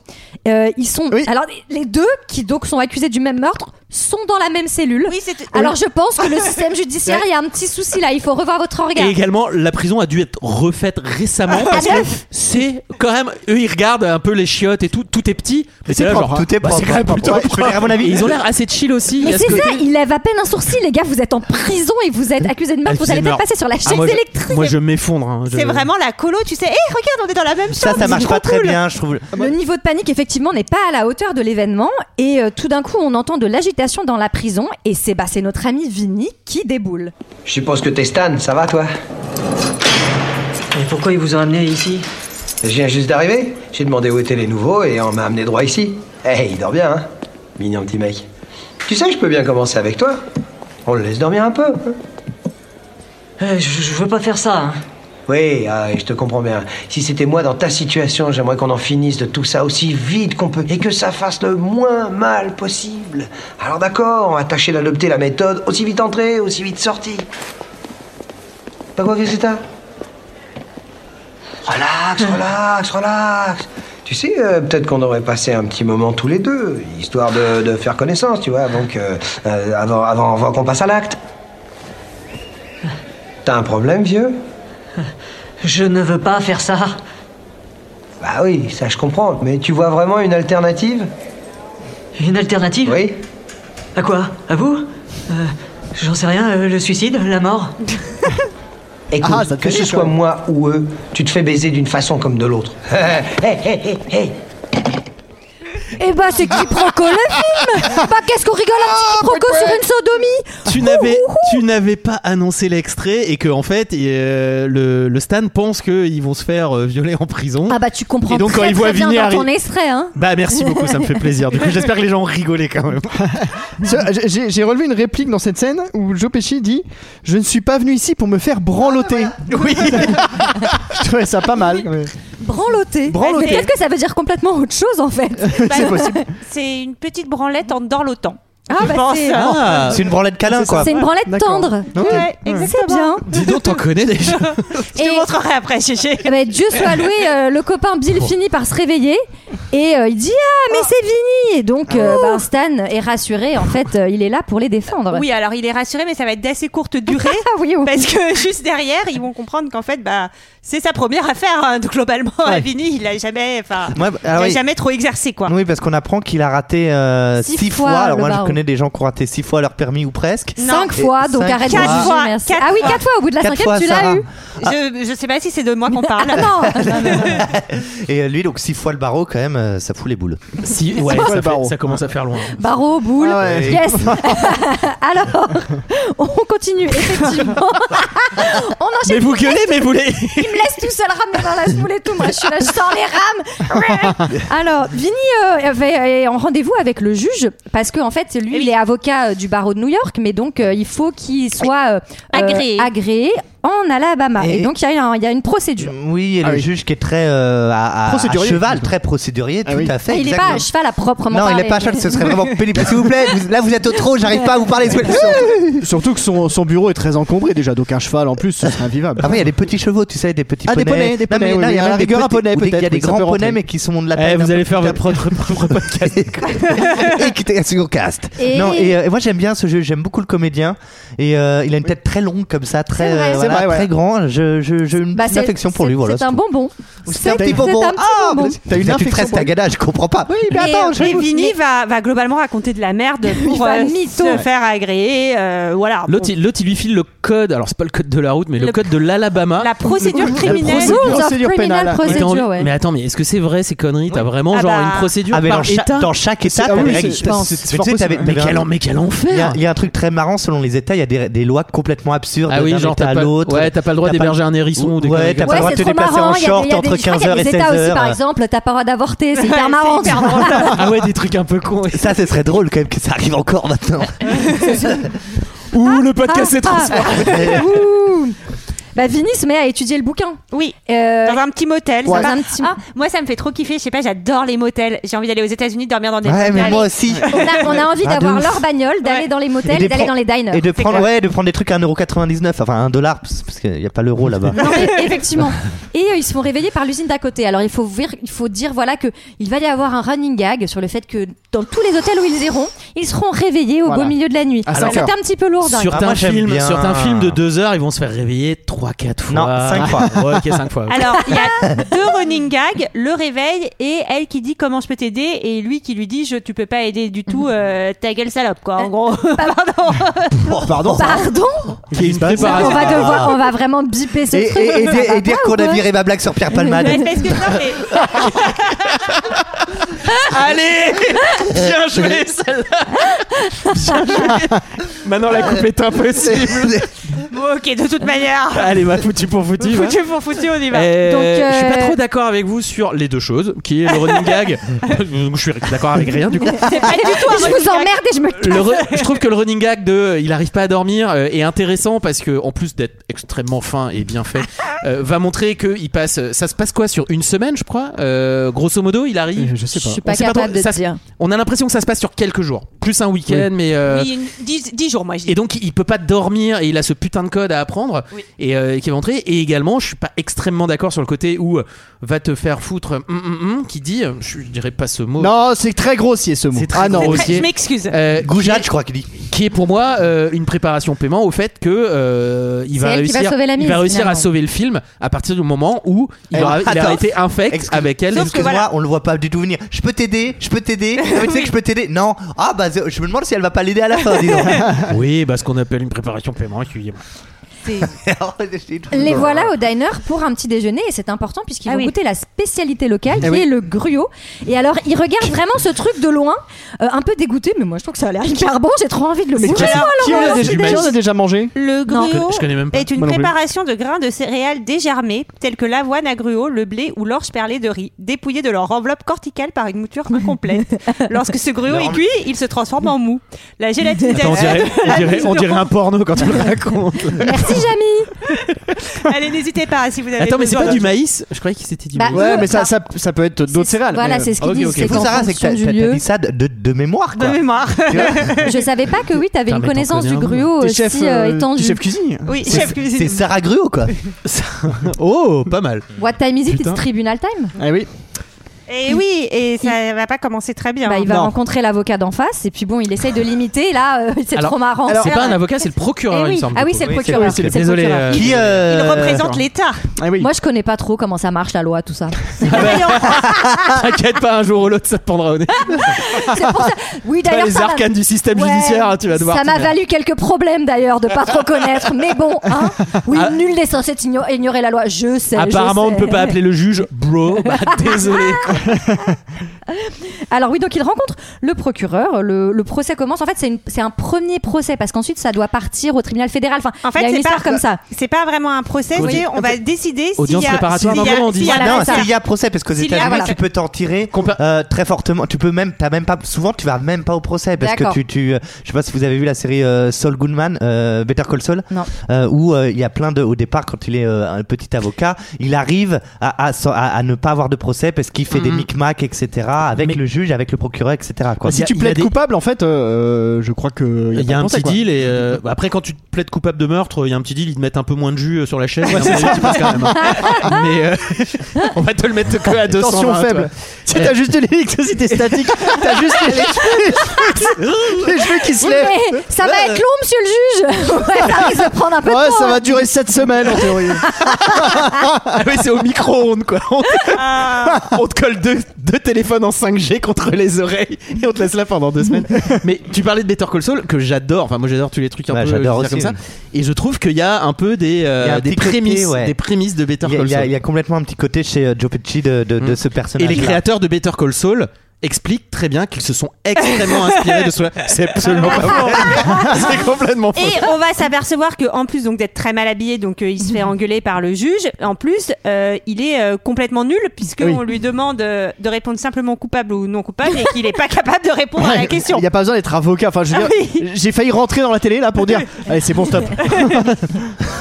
[SPEAKER 1] Euh, ils sont alors les deux qui donc sont accusés du même meurtre sont dans la même cellule. alors je pense que
[SPEAKER 6] <laughs>
[SPEAKER 1] le système judiciaire, il y a un petit souci là. Il faut revoir votre regard.
[SPEAKER 6] Et également, la prison a dû être refaite récemment
[SPEAKER 1] Ah,
[SPEAKER 6] parce que c'est quand même. Eux, ils regardent un peu les chiottes et tout. Tout est petit. Mais
[SPEAKER 2] C'est
[SPEAKER 6] t'es là,
[SPEAKER 2] propre,
[SPEAKER 6] genre,
[SPEAKER 2] tout est
[SPEAKER 6] bah,
[SPEAKER 2] propre.
[SPEAKER 6] c'est quand même plutôt
[SPEAKER 2] Ouais, je peux
[SPEAKER 6] propre.
[SPEAKER 2] dire, à mon avis.
[SPEAKER 6] Et ils ont l'air assez chill aussi.
[SPEAKER 1] Mais
[SPEAKER 6] à ce
[SPEAKER 1] c'est
[SPEAKER 6] côté.
[SPEAKER 1] ça, il lève à peine un sourcil, les gars. Vous êtes en prison et vous êtes accusés de meurtre. Vous allez
[SPEAKER 6] Alzheimer.
[SPEAKER 1] peut-être passer sur la
[SPEAKER 6] Ah,
[SPEAKER 1] chaise
[SPEAKER 6] moi, je-
[SPEAKER 1] électrique.
[SPEAKER 6] Moi, je m'effondre. hein. Je-
[SPEAKER 4] C'est vraiment la colo, tu sais, hé, regarde, on est dans la même
[SPEAKER 2] Ça,
[SPEAKER 4] chambre
[SPEAKER 2] ça
[SPEAKER 4] c'est
[SPEAKER 2] marche
[SPEAKER 4] trop
[SPEAKER 2] pas très
[SPEAKER 4] cool.
[SPEAKER 2] bien, je trouve.
[SPEAKER 1] Le niveau de panique, effectivement, n'est pas à la hauteur de l'événement. Et euh, tout d'un coup, on entend de l'agitation dans la prison. Et c'est bah, c'est notre ami Vinny qui déboule.
[SPEAKER 11] Je suppose que t'es Stan, ça va toi
[SPEAKER 12] Mais pourquoi ils vous ont amené ici
[SPEAKER 11] Je viens juste d'arriver. J'ai demandé où étaient les nouveaux et on m'a amené droit ici. Eh, il dort bien, hein Mignon petit mec. Tu sais, je peux bien commencer avec toi. On le laisse dormir un peu. hein
[SPEAKER 12] je, je veux pas faire ça. hein.
[SPEAKER 11] Oui, ah, je te comprends bien. Si c'était moi dans ta situation, j'aimerais qu'on en finisse de tout ça aussi vite qu'on peut et que ça fasse le moins mal possible. Alors d'accord, on va tâcher d'adopter la méthode aussi vite entrée, aussi vite sortie. T'as quoi, qu'est-ce que t'as Relax, relax, relax. Tu sais, euh, peut-être qu'on aurait passé un petit moment tous les deux, histoire de, de faire connaissance, tu vois, avant que, euh, avant, avant, avant qu'on passe à l'acte. T'as un problème, vieux
[SPEAKER 12] Je ne veux pas faire ça.
[SPEAKER 11] Bah oui, ça je comprends, mais tu vois vraiment une alternative
[SPEAKER 12] Une alternative
[SPEAKER 11] Oui.
[SPEAKER 12] À quoi À vous Euh, J'en sais rien, euh, le suicide, la mort
[SPEAKER 11] Écoute,
[SPEAKER 7] Ah, ça te
[SPEAKER 11] que
[SPEAKER 7] fait
[SPEAKER 11] ce
[SPEAKER 7] chier,
[SPEAKER 11] soit
[SPEAKER 7] toi.
[SPEAKER 11] moi ou eux, tu te fais baiser d'une façon comme de l'autre. Hé, hé, hé, hé
[SPEAKER 1] Et bah, c'est qui proco le <laughs> film Bah, qu'est-ce qu'on rigole un petit quiproquo sur une sodomie
[SPEAKER 6] Tu n'avais, tu n'avais pas annoncé l'extrait et que en fait, il- euh, le, le Stan pense qu'ils vont se faire euh, violer en prison.
[SPEAKER 1] Ah bah, tu comprends
[SPEAKER 6] Et donc, quand
[SPEAKER 1] très,
[SPEAKER 6] il voit
[SPEAKER 1] très bien
[SPEAKER 6] Vinny
[SPEAKER 1] dans
[SPEAKER 6] arri-
[SPEAKER 1] ton extrait, hein
[SPEAKER 6] Bah merci beaucoup, ça me fait plaisir. Du coup, j'espère que les gens ont rigolé quand même.
[SPEAKER 7] <laughs> Ça, j'ai- J'ai j'ai relevé une réplique dans cette scène où Joe Pesci dit Je ne suis pas venu ici pour me faire branloter.
[SPEAKER 6] Oui.
[SPEAKER 7] Je trouvais ça pas mal. mais
[SPEAKER 1] Branloté.
[SPEAKER 7] Branloté.
[SPEAKER 1] Eh, Mais Peut-être que ça veut dire complètement autre chose, en fait.
[SPEAKER 4] <laughs> Bah,
[SPEAKER 7] C'est possible.
[SPEAKER 4] C'est une petite branlette en dorlotant.
[SPEAKER 1] Ah,
[SPEAKER 4] Je
[SPEAKER 1] bah,
[SPEAKER 4] pense.
[SPEAKER 1] c'est.
[SPEAKER 6] Ah,
[SPEAKER 2] C'est une branlette câlin, quoi.
[SPEAKER 1] C'est une branlette
[SPEAKER 7] D'accord.
[SPEAKER 1] tendre.
[SPEAKER 7] Ok.
[SPEAKER 4] Ouais,
[SPEAKER 1] C'est
[SPEAKER 4] exactement.
[SPEAKER 1] bien.
[SPEAKER 6] dis donc, t'en connais déjà.
[SPEAKER 7] <laughs>
[SPEAKER 4] Je te
[SPEAKER 1] Et-
[SPEAKER 4] montrerai après, Gégé.
[SPEAKER 1] Eh ben, Dieu soit loué, euh, le copain Bill finit par se réveiller et euh, il dit Ah, mais c'est Vinny Et donc, euh, ben, Stan est rassuré, en fait, euh, il est là pour les défendre.
[SPEAKER 4] Oui, alors il est rassuré, mais ça va être d'assez courte durée.
[SPEAKER 1] <laughs> Ah, oui, oui.
[SPEAKER 4] Parce que <laughs> juste derrière, ils vont comprendre qu'en fait, bah, c'est sa première affaire. hein. Donc globalement, à Vinny, il a jamais, enfin,
[SPEAKER 2] Ouais,
[SPEAKER 7] ah
[SPEAKER 2] bah,
[SPEAKER 6] Ah
[SPEAKER 2] alors
[SPEAKER 4] il a
[SPEAKER 2] oui.
[SPEAKER 4] jamais trop exercé quoi.
[SPEAKER 2] Oui, parce qu'on apprend qu'il a raté euh, six, fois. Alors
[SPEAKER 1] le
[SPEAKER 2] moi, je
[SPEAKER 1] barreau.
[SPEAKER 2] connais des gens qui ont raté six fois leur permis ou presque.
[SPEAKER 1] Cinq
[SPEAKER 2] Et
[SPEAKER 1] fois, donc
[SPEAKER 2] cinq
[SPEAKER 1] arrête
[SPEAKER 4] fois.
[SPEAKER 1] de juger,
[SPEAKER 4] Quatre fois,
[SPEAKER 1] merci.
[SPEAKER 4] quatre
[SPEAKER 1] Ah oui,
[SPEAKER 4] fois.
[SPEAKER 1] quatre fois, au bout de la
[SPEAKER 2] Quatre
[SPEAKER 1] cinquième,
[SPEAKER 2] fois,
[SPEAKER 1] tu l'as
[SPEAKER 2] Sarah.
[SPEAKER 1] eu.
[SPEAKER 4] Je, je sais pas si c'est de moi qu'on
[SPEAKER 1] <laughs> Ah
[SPEAKER 4] parle.
[SPEAKER 1] non
[SPEAKER 2] Et euh, lui, donc six fois le barreau, quand même, euh, ça fout les boules.
[SPEAKER 6] Si, ouais,
[SPEAKER 7] quoi, le
[SPEAKER 6] ça, fait-
[SPEAKER 7] barreau
[SPEAKER 6] ça commence à faire loin.
[SPEAKER 1] Barreau, boule,
[SPEAKER 7] Ah
[SPEAKER 2] <laughs>
[SPEAKER 7] ouais.
[SPEAKER 1] yes <laughs> Alors, on continue,
[SPEAKER 2] <laughs>
[SPEAKER 1] effectivement. on enchaîne,
[SPEAKER 6] Mais vous gueulez, mais vous les.
[SPEAKER 1] il me laisse tout seul ramener dans la boule et tout, moi je suis là, je sens les
[SPEAKER 2] <laughs>
[SPEAKER 1] rames Alors, Vinny euh, avait- est en rendez-vous avec le juge, parce qu'en en fait, lui, il est avocat euh, du barreau de New York, mais donc euh, il faut qu'il soit euh,
[SPEAKER 4] Agréé.
[SPEAKER 1] euh, agréé en Alabama. Et,
[SPEAKER 2] Et-
[SPEAKER 1] donc, il y, a un- il y a une procédure.
[SPEAKER 2] Euh, Oui, et
[SPEAKER 7] Ah
[SPEAKER 2] le
[SPEAKER 7] oui.
[SPEAKER 2] juge qui est très euh, <laughs> à, à- à
[SPEAKER 7] Procédurier.
[SPEAKER 2] cheval, très procédurier,
[SPEAKER 7] Ah
[SPEAKER 2] tout
[SPEAKER 7] oui.
[SPEAKER 2] à fait.
[SPEAKER 1] Ah, il n'est pas à
[SPEAKER 2] exactement.
[SPEAKER 1] cheval à proprement
[SPEAKER 2] Non, il
[SPEAKER 1] parler.
[SPEAKER 2] n'est pas à cheval, ce serait vraiment pénible. S'il vous plaît, vous- là vous êtes au trop, j'arrive pas à vous parler.
[SPEAKER 7] Surtout que son, son bureau est très encombré déjà, donc un cheval en plus, ce serait invivable.
[SPEAKER 2] Après, il y a des petits chevaux, tu sais, des petits
[SPEAKER 7] Ah, des
[SPEAKER 2] poneys.
[SPEAKER 7] poneys, des
[SPEAKER 2] Ah Non, mais
[SPEAKER 7] poneys,
[SPEAKER 2] non,
[SPEAKER 7] oui,
[SPEAKER 2] il y a
[SPEAKER 7] oui, à la
[SPEAKER 2] même des
[SPEAKER 7] rigueur, un
[SPEAKER 2] petits-
[SPEAKER 7] poney,
[SPEAKER 2] ou des- Il y a
[SPEAKER 7] peut-être,
[SPEAKER 2] des
[SPEAKER 7] oui, ça
[SPEAKER 2] grands
[SPEAKER 7] peut rentrer.
[SPEAKER 2] poneys, mais qui sont de la
[SPEAKER 6] Eh,
[SPEAKER 2] taille
[SPEAKER 6] vous
[SPEAKER 2] d'un-
[SPEAKER 6] allez faire
[SPEAKER 2] d'un-
[SPEAKER 6] votre propre, propre podcast.
[SPEAKER 2] et qui était sur cast.
[SPEAKER 1] <laughs> Et-
[SPEAKER 2] Non, et, euh, et moi j'aime bien ce jeu, j'aime beaucoup le comédien. Et euh, il a une tête très longue comme ça, très,
[SPEAKER 1] C'est vrai.
[SPEAKER 2] euh,
[SPEAKER 1] C'est
[SPEAKER 2] voilà,
[SPEAKER 7] vrai, ouais.
[SPEAKER 2] très grand. Je, je, j'ai une
[SPEAKER 1] Bah,
[SPEAKER 2] petite
[SPEAKER 1] c'est-
[SPEAKER 2] affection pour
[SPEAKER 1] c'est-
[SPEAKER 2] lui. Voilà,
[SPEAKER 1] C'est un bonbon.
[SPEAKER 2] C'est un
[SPEAKER 1] C'est-
[SPEAKER 2] petit bonbon.
[SPEAKER 1] c'est un petit
[SPEAKER 2] Ah,
[SPEAKER 1] bonbon.
[SPEAKER 2] T'as une
[SPEAKER 7] affection
[SPEAKER 2] affection.
[SPEAKER 7] pour
[SPEAKER 2] T'as
[SPEAKER 7] lui.
[SPEAKER 2] gagné, je comprends pas.
[SPEAKER 7] Oui, mais
[SPEAKER 1] Mais,
[SPEAKER 7] attends,
[SPEAKER 1] euh,
[SPEAKER 7] je
[SPEAKER 4] Mais
[SPEAKER 7] vous-
[SPEAKER 4] Vinny va, va globalement raconter de la merde pour
[SPEAKER 1] va
[SPEAKER 4] euh,
[SPEAKER 1] mytho.
[SPEAKER 4] se faire agréer. euh, voilà. Bon.
[SPEAKER 6] L'autre, il- l'autre, il lui file le code. Alors, c'est pas le code de la route, mais le,
[SPEAKER 4] Le-
[SPEAKER 6] code de l'Alabama.
[SPEAKER 4] La procédure criminelle.
[SPEAKER 7] procédure.
[SPEAKER 1] Rules of
[SPEAKER 7] Procédure
[SPEAKER 1] criminal
[SPEAKER 7] pénale.
[SPEAKER 6] Mais t'as envie-
[SPEAKER 1] procedure, ouais.
[SPEAKER 6] Mais attends, mais est-ce que c'est vrai ces conneries T'as vraiment
[SPEAKER 4] Ah
[SPEAKER 6] genre
[SPEAKER 4] bah.
[SPEAKER 6] une procédure
[SPEAKER 2] Ah, mais
[SPEAKER 6] par
[SPEAKER 2] dans, chaque-
[SPEAKER 6] état
[SPEAKER 2] dans chaque état,
[SPEAKER 7] ah
[SPEAKER 2] t'as
[SPEAKER 7] oui,
[SPEAKER 2] des règles.
[SPEAKER 7] c'est- c'est- c'est
[SPEAKER 2] Tu
[SPEAKER 7] fort
[SPEAKER 2] sais,
[SPEAKER 7] possible.
[SPEAKER 2] t'avais-
[SPEAKER 6] Mais
[SPEAKER 2] t'avais
[SPEAKER 6] quel,
[SPEAKER 2] un-
[SPEAKER 6] en- mais quel
[SPEAKER 2] il y,
[SPEAKER 6] enfer
[SPEAKER 2] a, il y a un truc très marrant selon les États. Il y a des, des lois complètement absurdes.
[SPEAKER 6] Ah oui,
[SPEAKER 2] d'un
[SPEAKER 6] genre
[SPEAKER 2] État
[SPEAKER 6] t'as
[SPEAKER 2] à
[SPEAKER 6] pas,
[SPEAKER 2] l'autre.
[SPEAKER 6] ouais, t'as pas le droit
[SPEAKER 2] T'as
[SPEAKER 6] d'héberger un hérisson ou des
[SPEAKER 2] Ouais,
[SPEAKER 6] conneries
[SPEAKER 2] t'as
[SPEAKER 6] comme
[SPEAKER 2] pas le
[SPEAKER 6] ça.
[SPEAKER 2] droit
[SPEAKER 1] Ouais,
[SPEAKER 2] de
[SPEAKER 1] c'est
[SPEAKER 2] te
[SPEAKER 1] trop
[SPEAKER 2] déplacer
[SPEAKER 1] marrant.
[SPEAKER 2] en
[SPEAKER 1] Il y a
[SPEAKER 2] short
[SPEAKER 1] des- il y a
[SPEAKER 2] entre
[SPEAKER 1] des- je crois
[SPEAKER 2] 15
[SPEAKER 1] qu'il y a
[SPEAKER 2] heures et
[SPEAKER 1] des
[SPEAKER 2] 16
[SPEAKER 1] États aussi,
[SPEAKER 2] heures.
[SPEAKER 1] par exemple, t'as pas le droit d'avorter,
[SPEAKER 2] <laughs>
[SPEAKER 1] c'est hyper
[SPEAKER 4] C'est
[SPEAKER 1] marrant. <laughs>
[SPEAKER 4] hyper drôle.
[SPEAKER 6] Ah ouais, des trucs un peu cons.
[SPEAKER 2] Ça, ce serait drôle quand même que ça arrive encore maintenant.
[SPEAKER 6] Ouh, le podcast
[SPEAKER 1] Ah,
[SPEAKER 6] s'est transformé.
[SPEAKER 1] ah. Ouh. Bah, Vinny se met à étudier le bouquin.
[SPEAKER 4] Oui. dans un petit motel.
[SPEAKER 1] Euh, Ouais.
[SPEAKER 4] sympa.
[SPEAKER 1] Dans un petit-
[SPEAKER 4] Ah, moi, ça me fait trop kiffer. Je sais pas, j'adore les motels. J'ai envie d'aller aux États-Unis, dormir dans des
[SPEAKER 2] Ouais,
[SPEAKER 4] motels.
[SPEAKER 2] mais moi aussi.
[SPEAKER 1] On a, on a envie
[SPEAKER 2] Ah, de
[SPEAKER 1] d'avoir
[SPEAKER 2] ouf.
[SPEAKER 1] leur bagnole, d'aller dans les
[SPEAKER 2] Et
[SPEAKER 1] motels,
[SPEAKER 2] de
[SPEAKER 1] d'aller
[SPEAKER 2] prendre-
[SPEAKER 1] dans les diners.
[SPEAKER 2] Et de prendre,
[SPEAKER 1] C'est
[SPEAKER 2] ouais, de prendre des trucs à 1,99€, enfin 1$, parce parce qu'il n'y a pas l'euro là-bas.
[SPEAKER 1] Non, mais effectivement. Et euh, ils se font réveiller par l'usine d'à côté. Alors il faut, vir- il faut dire voilà que il va y avoir un running gag sur le fait que dans tous les hôtels où ils iront, ils seront réveillés au
[SPEAKER 6] Voilà.
[SPEAKER 1] beau milieu de la nuit.
[SPEAKER 6] À
[SPEAKER 1] Alors,
[SPEAKER 6] cinq
[SPEAKER 1] C'était
[SPEAKER 6] heures.
[SPEAKER 1] un petit peu lourd.
[SPEAKER 6] Sur
[SPEAKER 2] Ah, moi,
[SPEAKER 6] un
[SPEAKER 2] j'aime
[SPEAKER 6] film,
[SPEAKER 2] bien.
[SPEAKER 6] sur un film de 2 heures, ils vont se faire réveiller 3-4 fois.
[SPEAKER 2] Non, cinq fois.
[SPEAKER 6] Ouais, ok, 5 fois. Ah, ok.
[SPEAKER 4] Alors, il y a
[SPEAKER 6] <laughs>
[SPEAKER 4] deux running gags, le réveil et elle qui dit comment je peux t'aider et lui qui lui dit je tu peux pas aider du tout euh, ta gueule salope quoi en gros. Pardon.
[SPEAKER 7] Pardon.
[SPEAKER 1] Pardon
[SPEAKER 6] Il y a une
[SPEAKER 1] On
[SPEAKER 6] préparation.
[SPEAKER 1] va devoir, on va vraiment biper ce
[SPEAKER 2] Et,
[SPEAKER 1] truc.
[SPEAKER 2] et- et
[SPEAKER 1] Ça
[SPEAKER 2] dire-
[SPEAKER 1] va
[SPEAKER 2] et dire
[SPEAKER 1] pas ou
[SPEAKER 2] qu'on a
[SPEAKER 1] quoi
[SPEAKER 7] hein.
[SPEAKER 2] viré ma blague sur Pierre
[SPEAKER 6] Ah,
[SPEAKER 2] Palmade.
[SPEAKER 4] <laughs> Ouais, parce que non, mais-
[SPEAKER 6] <laughs> Allez Bien joué, celle-là Bien joué. <laughs> Maintenant, la coupe est impossible. <laughs>
[SPEAKER 4] Bon, ok de toute manière.
[SPEAKER 6] Allez, ma foutu pour foutu. va.
[SPEAKER 4] Foutu pour foutu on y va.
[SPEAKER 6] Euh,
[SPEAKER 1] Donc, euh,
[SPEAKER 6] Je suis pas trop d'accord avec vous sur les deux choses, qui est le running
[SPEAKER 1] <laughs>
[SPEAKER 6] gag. je suis d'accord avec rien du coup.
[SPEAKER 4] C'est pas du tout un
[SPEAKER 1] Je
[SPEAKER 4] running
[SPEAKER 1] vous
[SPEAKER 4] gag.
[SPEAKER 1] emmerde et je me casse.
[SPEAKER 6] Le re- je trouve que le running gag de euh, il arrive pas à dormir euh, est intéressant parce que en plus d'être extrêmement fin et bien fait, euh, va montrer que il passe. euh, Ça se passe quoi sur une semaine, je crois. Euh, grosso modo, il arrive.
[SPEAKER 7] Euh, je sais
[SPEAKER 1] Je
[SPEAKER 7] pas.
[SPEAKER 1] suis pas
[SPEAKER 6] On sait pas
[SPEAKER 1] capable
[SPEAKER 6] trop-
[SPEAKER 1] de
[SPEAKER 6] ça
[SPEAKER 1] te
[SPEAKER 6] se-
[SPEAKER 1] dire.
[SPEAKER 6] On a l'impression que ça se passe sur quelques jours, plus un week-end, mais. euh,
[SPEAKER 4] Oui, une- dix, dix jours moi je dis.
[SPEAKER 6] Et donc il peut pas dormir et il a ce putain de code à apprendre
[SPEAKER 4] Oui.
[SPEAKER 6] et euh, qui va entrer. Et également, je suis pas extrêmement d'accord sur le côté où euh, va te faire foutre euh, hum, hum, hum, qui dit, euh, je je dirais pas ce mot.
[SPEAKER 7] Non, c'est très grossier ce mot.
[SPEAKER 6] C'est très
[SPEAKER 7] Ah non.
[SPEAKER 6] grossier.
[SPEAKER 4] Je m'excuse.
[SPEAKER 6] Euh,
[SPEAKER 2] Goujat, je crois qu'il dit.
[SPEAKER 6] qui est pour moi euh, une préparation au paiement au fait que euh, il
[SPEAKER 1] C'est
[SPEAKER 6] va
[SPEAKER 1] elle qui
[SPEAKER 6] réussir,
[SPEAKER 1] va sauver la mise,
[SPEAKER 6] il va réussir à
[SPEAKER 1] finalement.
[SPEAKER 6] sauver le film à partir du moment où il,
[SPEAKER 2] Elle-
[SPEAKER 6] aura, il aura
[SPEAKER 2] Eh ben, Attends.
[SPEAKER 6] été infect
[SPEAKER 2] Excuse-
[SPEAKER 6] avec elle.
[SPEAKER 2] Sauf que moi, on le voit pas du tout venir. Je peux t'aider, je peux t'aider.
[SPEAKER 1] <laughs>
[SPEAKER 2] Ah, mais Tu sais que je peux t'aider Non. Ah bah je me demande si elle va pas l'aider à la fin, dis donc.
[SPEAKER 6] <laughs> Oui, bah, ce qu'on appelle une préparation au paiement, excusez-moi.
[SPEAKER 1] Les voilà au diner pour un petit déjeuner et c'est important puisqu'ils
[SPEAKER 4] Ah
[SPEAKER 1] vont
[SPEAKER 4] oui.
[SPEAKER 1] goûter la spécialité locale qui
[SPEAKER 7] oui.
[SPEAKER 1] est le gruau. Et alors ils regardent vraiment ce truc de loin, euh, un peu dégoûté, mais moi je trouve que ça a l'air hyper bon, j'ai trop envie de le goûter.
[SPEAKER 7] Qui en a déjà-
[SPEAKER 6] Humaine.
[SPEAKER 7] qui en a déjà mangé
[SPEAKER 1] Non.
[SPEAKER 4] Le
[SPEAKER 6] Je
[SPEAKER 4] gruau
[SPEAKER 6] connais- je connais même pas.
[SPEAKER 4] est une
[SPEAKER 7] Moi non plus.
[SPEAKER 4] préparation de grains de céréales dégermés, tels que l'avoine à gruau, le blé ou l'orge perlée de riz, dépouillés de leur enveloppe corticale par une mouture
[SPEAKER 1] <laughs>
[SPEAKER 4] incomplète. Lorsque ce gruau est cuit, il se transforme en mou. La gélatine E
[SPEAKER 6] Attends, on dirait,
[SPEAKER 4] d'Alsace-
[SPEAKER 6] on dirait- on dirait un porno quand
[SPEAKER 1] <laughs>
[SPEAKER 6] tu le racontes.
[SPEAKER 7] <laughs>
[SPEAKER 1] Merci Jamie.
[SPEAKER 4] <laughs> Allez, n'hésitez pas si vous avez.
[SPEAKER 6] Attends, mais c'est
[SPEAKER 4] besoin
[SPEAKER 6] pas
[SPEAKER 4] de-
[SPEAKER 6] du maïs Je croyais que c'était du
[SPEAKER 1] euh, Bah,
[SPEAKER 6] maïs.
[SPEAKER 7] Ouais, mais ça, ça, ça peut être d'autres céréales.
[SPEAKER 1] Voilà,
[SPEAKER 7] mais- Ah,
[SPEAKER 1] c'est ce qu'ils
[SPEAKER 6] ok,
[SPEAKER 1] disent.
[SPEAKER 6] ok.
[SPEAKER 1] c'est
[SPEAKER 2] Fou
[SPEAKER 1] qu'en
[SPEAKER 2] Sarah, c'est que t'as
[SPEAKER 1] fonction
[SPEAKER 2] t'as-
[SPEAKER 1] du
[SPEAKER 2] t'as
[SPEAKER 1] lieu,
[SPEAKER 2] dit ça de, de- de mémoire
[SPEAKER 4] de
[SPEAKER 2] quoi.
[SPEAKER 4] mémoire. <laughs>
[SPEAKER 2] Tu vois
[SPEAKER 1] je savais pas que oui, t'avais
[SPEAKER 6] Putain,
[SPEAKER 1] une
[SPEAKER 6] mais t'en
[SPEAKER 1] connaissance du
[SPEAKER 6] connais un,
[SPEAKER 1] gruau
[SPEAKER 7] T'es
[SPEAKER 1] aussi
[SPEAKER 7] chef,
[SPEAKER 1] euh,
[SPEAKER 7] euh,
[SPEAKER 1] étendue.
[SPEAKER 7] t'es chef cuisine.
[SPEAKER 4] Oui,
[SPEAKER 2] C'est-
[SPEAKER 4] chef cuisine.
[SPEAKER 2] C'est Sarah Gruau quoi.
[SPEAKER 6] Oh, pas mal.
[SPEAKER 1] What time is it
[SPEAKER 6] Putain.
[SPEAKER 1] It's tribunal time.
[SPEAKER 7] Ah oui.
[SPEAKER 4] Et oui, et ça va pas commencer très bien. hein.
[SPEAKER 1] Bah, il va
[SPEAKER 7] Non.
[SPEAKER 1] rencontrer l'avocat d'en face et puis bon, il
[SPEAKER 6] <laughs>
[SPEAKER 1] essaye de l'imiter. Là, euh, <laughs> c'est
[SPEAKER 6] Alors,
[SPEAKER 1] trop marrant.
[SPEAKER 6] Ah, C'est pas un avocat, c'est le
[SPEAKER 1] Eh
[SPEAKER 6] procureur, il
[SPEAKER 1] oui.
[SPEAKER 6] me semble.
[SPEAKER 1] Ah oui,
[SPEAKER 6] du
[SPEAKER 1] c'est
[SPEAKER 6] coup.
[SPEAKER 1] le procureur.
[SPEAKER 7] c'est le-
[SPEAKER 1] C'est le
[SPEAKER 6] Désolé.
[SPEAKER 1] procureur.
[SPEAKER 6] euh,
[SPEAKER 2] Qui
[SPEAKER 6] <laughs>
[SPEAKER 4] Il
[SPEAKER 2] euh,
[SPEAKER 4] représente l'État.
[SPEAKER 7] Ah oui.
[SPEAKER 1] Moi, je connais pas trop comment ça marche la loi, tout
[SPEAKER 6] <laughs>
[SPEAKER 1] ça.
[SPEAKER 6] T'inquiète pas, un jour ou l'autre, ça te pendra au nez.
[SPEAKER 1] C'est pour ça. Oui,
[SPEAKER 6] Tu vois,
[SPEAKER 1] d'ailleurs,
[SPEAKER 6] les
[SPEAKER 1] ça m'a-
[SPEAKER 6] arcanes du système
[SPEAKER 1] Ouais.
[SPEAKER 6] judiciaire, hein, tu vas devoir.
[SPEAKER 1] Ça
[SPEAKER 6] t'y
[SPEAKER 1] m'a
[SPEAKER 6] mettre.
[SPEAKER 1] valu quelques problèmes d'ailleurs de pas
[SPEAKER 6] <laughs>
[SPEAKER 1] trop connaître. Mais bon, hein. Oui, nul n'est censé igno- ignorer la loi. Je sais. je
[SPEAKER 6] Ah. Apparemment, on ne
[SPEAKER 1] sais.
[SPEAKER 6] peut pas appeler le juge <laughs> bro. Bah, désolé. quoi.
[SPEAKER 1] Alors oui, donc il rencontre le procureur. Le, le procès commence. En fait, c'est une- c'est un premier procès parce qu'ensuite ça doit partir au tribunal fédéral. Enfin,
[SPEAKER 4] En fait,
[SPEAKER 1] il y a une
[SPEAKER 4] c'est
[SPEAKER 1] histoire
[SPEAKER 4] pas-
[SPEAKER 1] comme ça.
[SPEAKER 4] C'est pas vraiment un procès,
[SPEAKER 6] Oui.
[SPEAKER 4] c'est on va décider s'il
[SPEAKER 6] Audience
[SPEAKER 4] y a.
[SPEAKER 6] préparatoire,
[SPEAKER 4] s'il y a-
[SPEAKER 6] non, comment on dit
[SPEAKER 4] s'il y a
[SPEAKER 1] ça
[SPEAKER 4] la-
[SPEAKER 2] Non,
[SPEAKER 1] ça.
[SPEAKER 2] s'il y a procès, parce qu'aux
[SPEAKER 4] S'il y a-
[SPEAKER 2] États-Unis,
[SPEAKER 1] voilà.
[SPEAKER 2] tu peux t'en tirer
[SPEAKER 6] Compa-
[SPEAKER 2] euh, très fortement. Tu peux même, t'as même pas, souvent, tu vas même pas au procès parce que
[SPEAKER 1] D'accord.
[SPEAKER 2] tu, tu euh, je sais pas si vous avez vu la série euh, Saul Goodman, euh, Better Call Saul,
[SPEAKER 1] Non.
[SPEAKER 2] euh, où euh, il y a plein de, au départ, quand il est euh, un petit avocat, il arrive à, à, so- à- à ne pas avoir de procès parce qu'il
[SPEAKER 7] Mhm.
[SPEAKER 2] fait des micmacs, etc., avec
[SPEAKER 6] Mais-
[SPEAKER 2] le juge, avec le procureur, etc. Quoi.
[SPEAKER 7] Bah, si
[SPEAKER 6] y a-
[SPEAKER 7] tu
[SPEAKER 6] il y a
[SPEAKER 7] plaides
[SPEAKER 6] des-
[SPEAKER 7] coupable, en fait, euh, je crois que.
[SPEAKER 6] Il y
[SPEAKER 7] pas
[SPEAKER 6] a
[SPEAKER 7] de
[SPEAKER 6] un
[SPEAKER 7] procès,
[SPEAKER 6] petit
[SPEAKER 7] quoi.
[SPEAKER 6] deal et euh, bah, après quand tu te plaides coupable de meurtre, il y a un petit deal, ils te mettent un peu moins de jus euh, sur la chaise. mais à mon avis, tu passes quand même, hein. Mais euh, <laughs> on va te le mettre que à 200.
[SPEAKER 7] Tension faible. Si t'as juste de l'électricité statique, t'as juste les, les cheveux qui se
[SPEAKER 1] Oui,
[SPEAKER 7] lèvent.
[SPEAKER 1] mais ça va être long, monsieur le juge. Ouais, ça risque de prendre un peu de
[SPEAKER 7] Ouais,
[SPEAKER 1] temps.
[SPEAKER 7] ça
[SPEAKER 1] hein.
[SPEAKER 7] va durer 7 semaines en théorie.
[SPEAKER 6] <laughs> Ah oui, c'est au micro-ondes quoi. <laughs> On te,
[SPEAKER 4] Ah,
[SPEAKER 6] <laughs> on te colle deux, deux téléphones en 5G contre les oreilles et on te laisse là pendant
[SPEAKER 2] <laughs>
[SPEAKER 6] deux semaines. Mais tu parlais de Better Call Saul que j'adore. Enfin moi j'adore tous les trucs un
[SPEAKER 2] Ouais,
[SPEAKER 6] peu
[SPEAKER 2] Bah, j'adore
[SPEAKER 6] je veux dire,
[SPEAKER 2] aussi,
[SPEAKER 6] comme ça. Et je trouve qu'il y a un peu des euh,
[SPEAKER 2] Il y a un
[SPEAKER 6] des
[SPEAKER 2] petit côté,
[SPEAKER 6] prémices
[SPEAKER 2] ouais.
[SPEAKER 6] des prémices de Better
[SPEAKER 2] Il y, a-
[SPEAKER 6] Call
[SPEAKER 2] il y a-
[SPEAKER 6] Saul. Mm.
[SPEAKER 2] il y a complètement un petit côté chez euh, Joe Pesci de, de, de ce
[SPEAKER 6] Et
[SPEAKER 2] personnage.
[SPEAKER 6] les créateurs de Better Call Saul expliquent très bien qu'ils se sont extrêmement
[SPEAKER 2] <laughs>
[SPEAKER 6] inspirés de cela. C'est absolument pas vrai. C'est complètement faux.
[SPEAKER 4] Et on va s'apercevoir que en plus donc d'être très mal habillé, donc euh, il se fait engueuler par le juge. En plus, euh, il est euh, complètement nul puisque
[SPEAKER 7] Oui.
[SPEAKER 4] on lui demande euh, de répondre simplement coupable ou non coupable et qu'il est pas capable de répondre à la question.
[SPEAKER 7] Il n'y a pas besoin d'être avocat. Enfin, je veux
[SPEAKER 4] Ah
[SPEAKER 7] dire,
[SPEAKER 4] oui.
[SPEAKER 7] j'ai failli rentrer dans la télé là pour dire Allez, c'est bon, stop.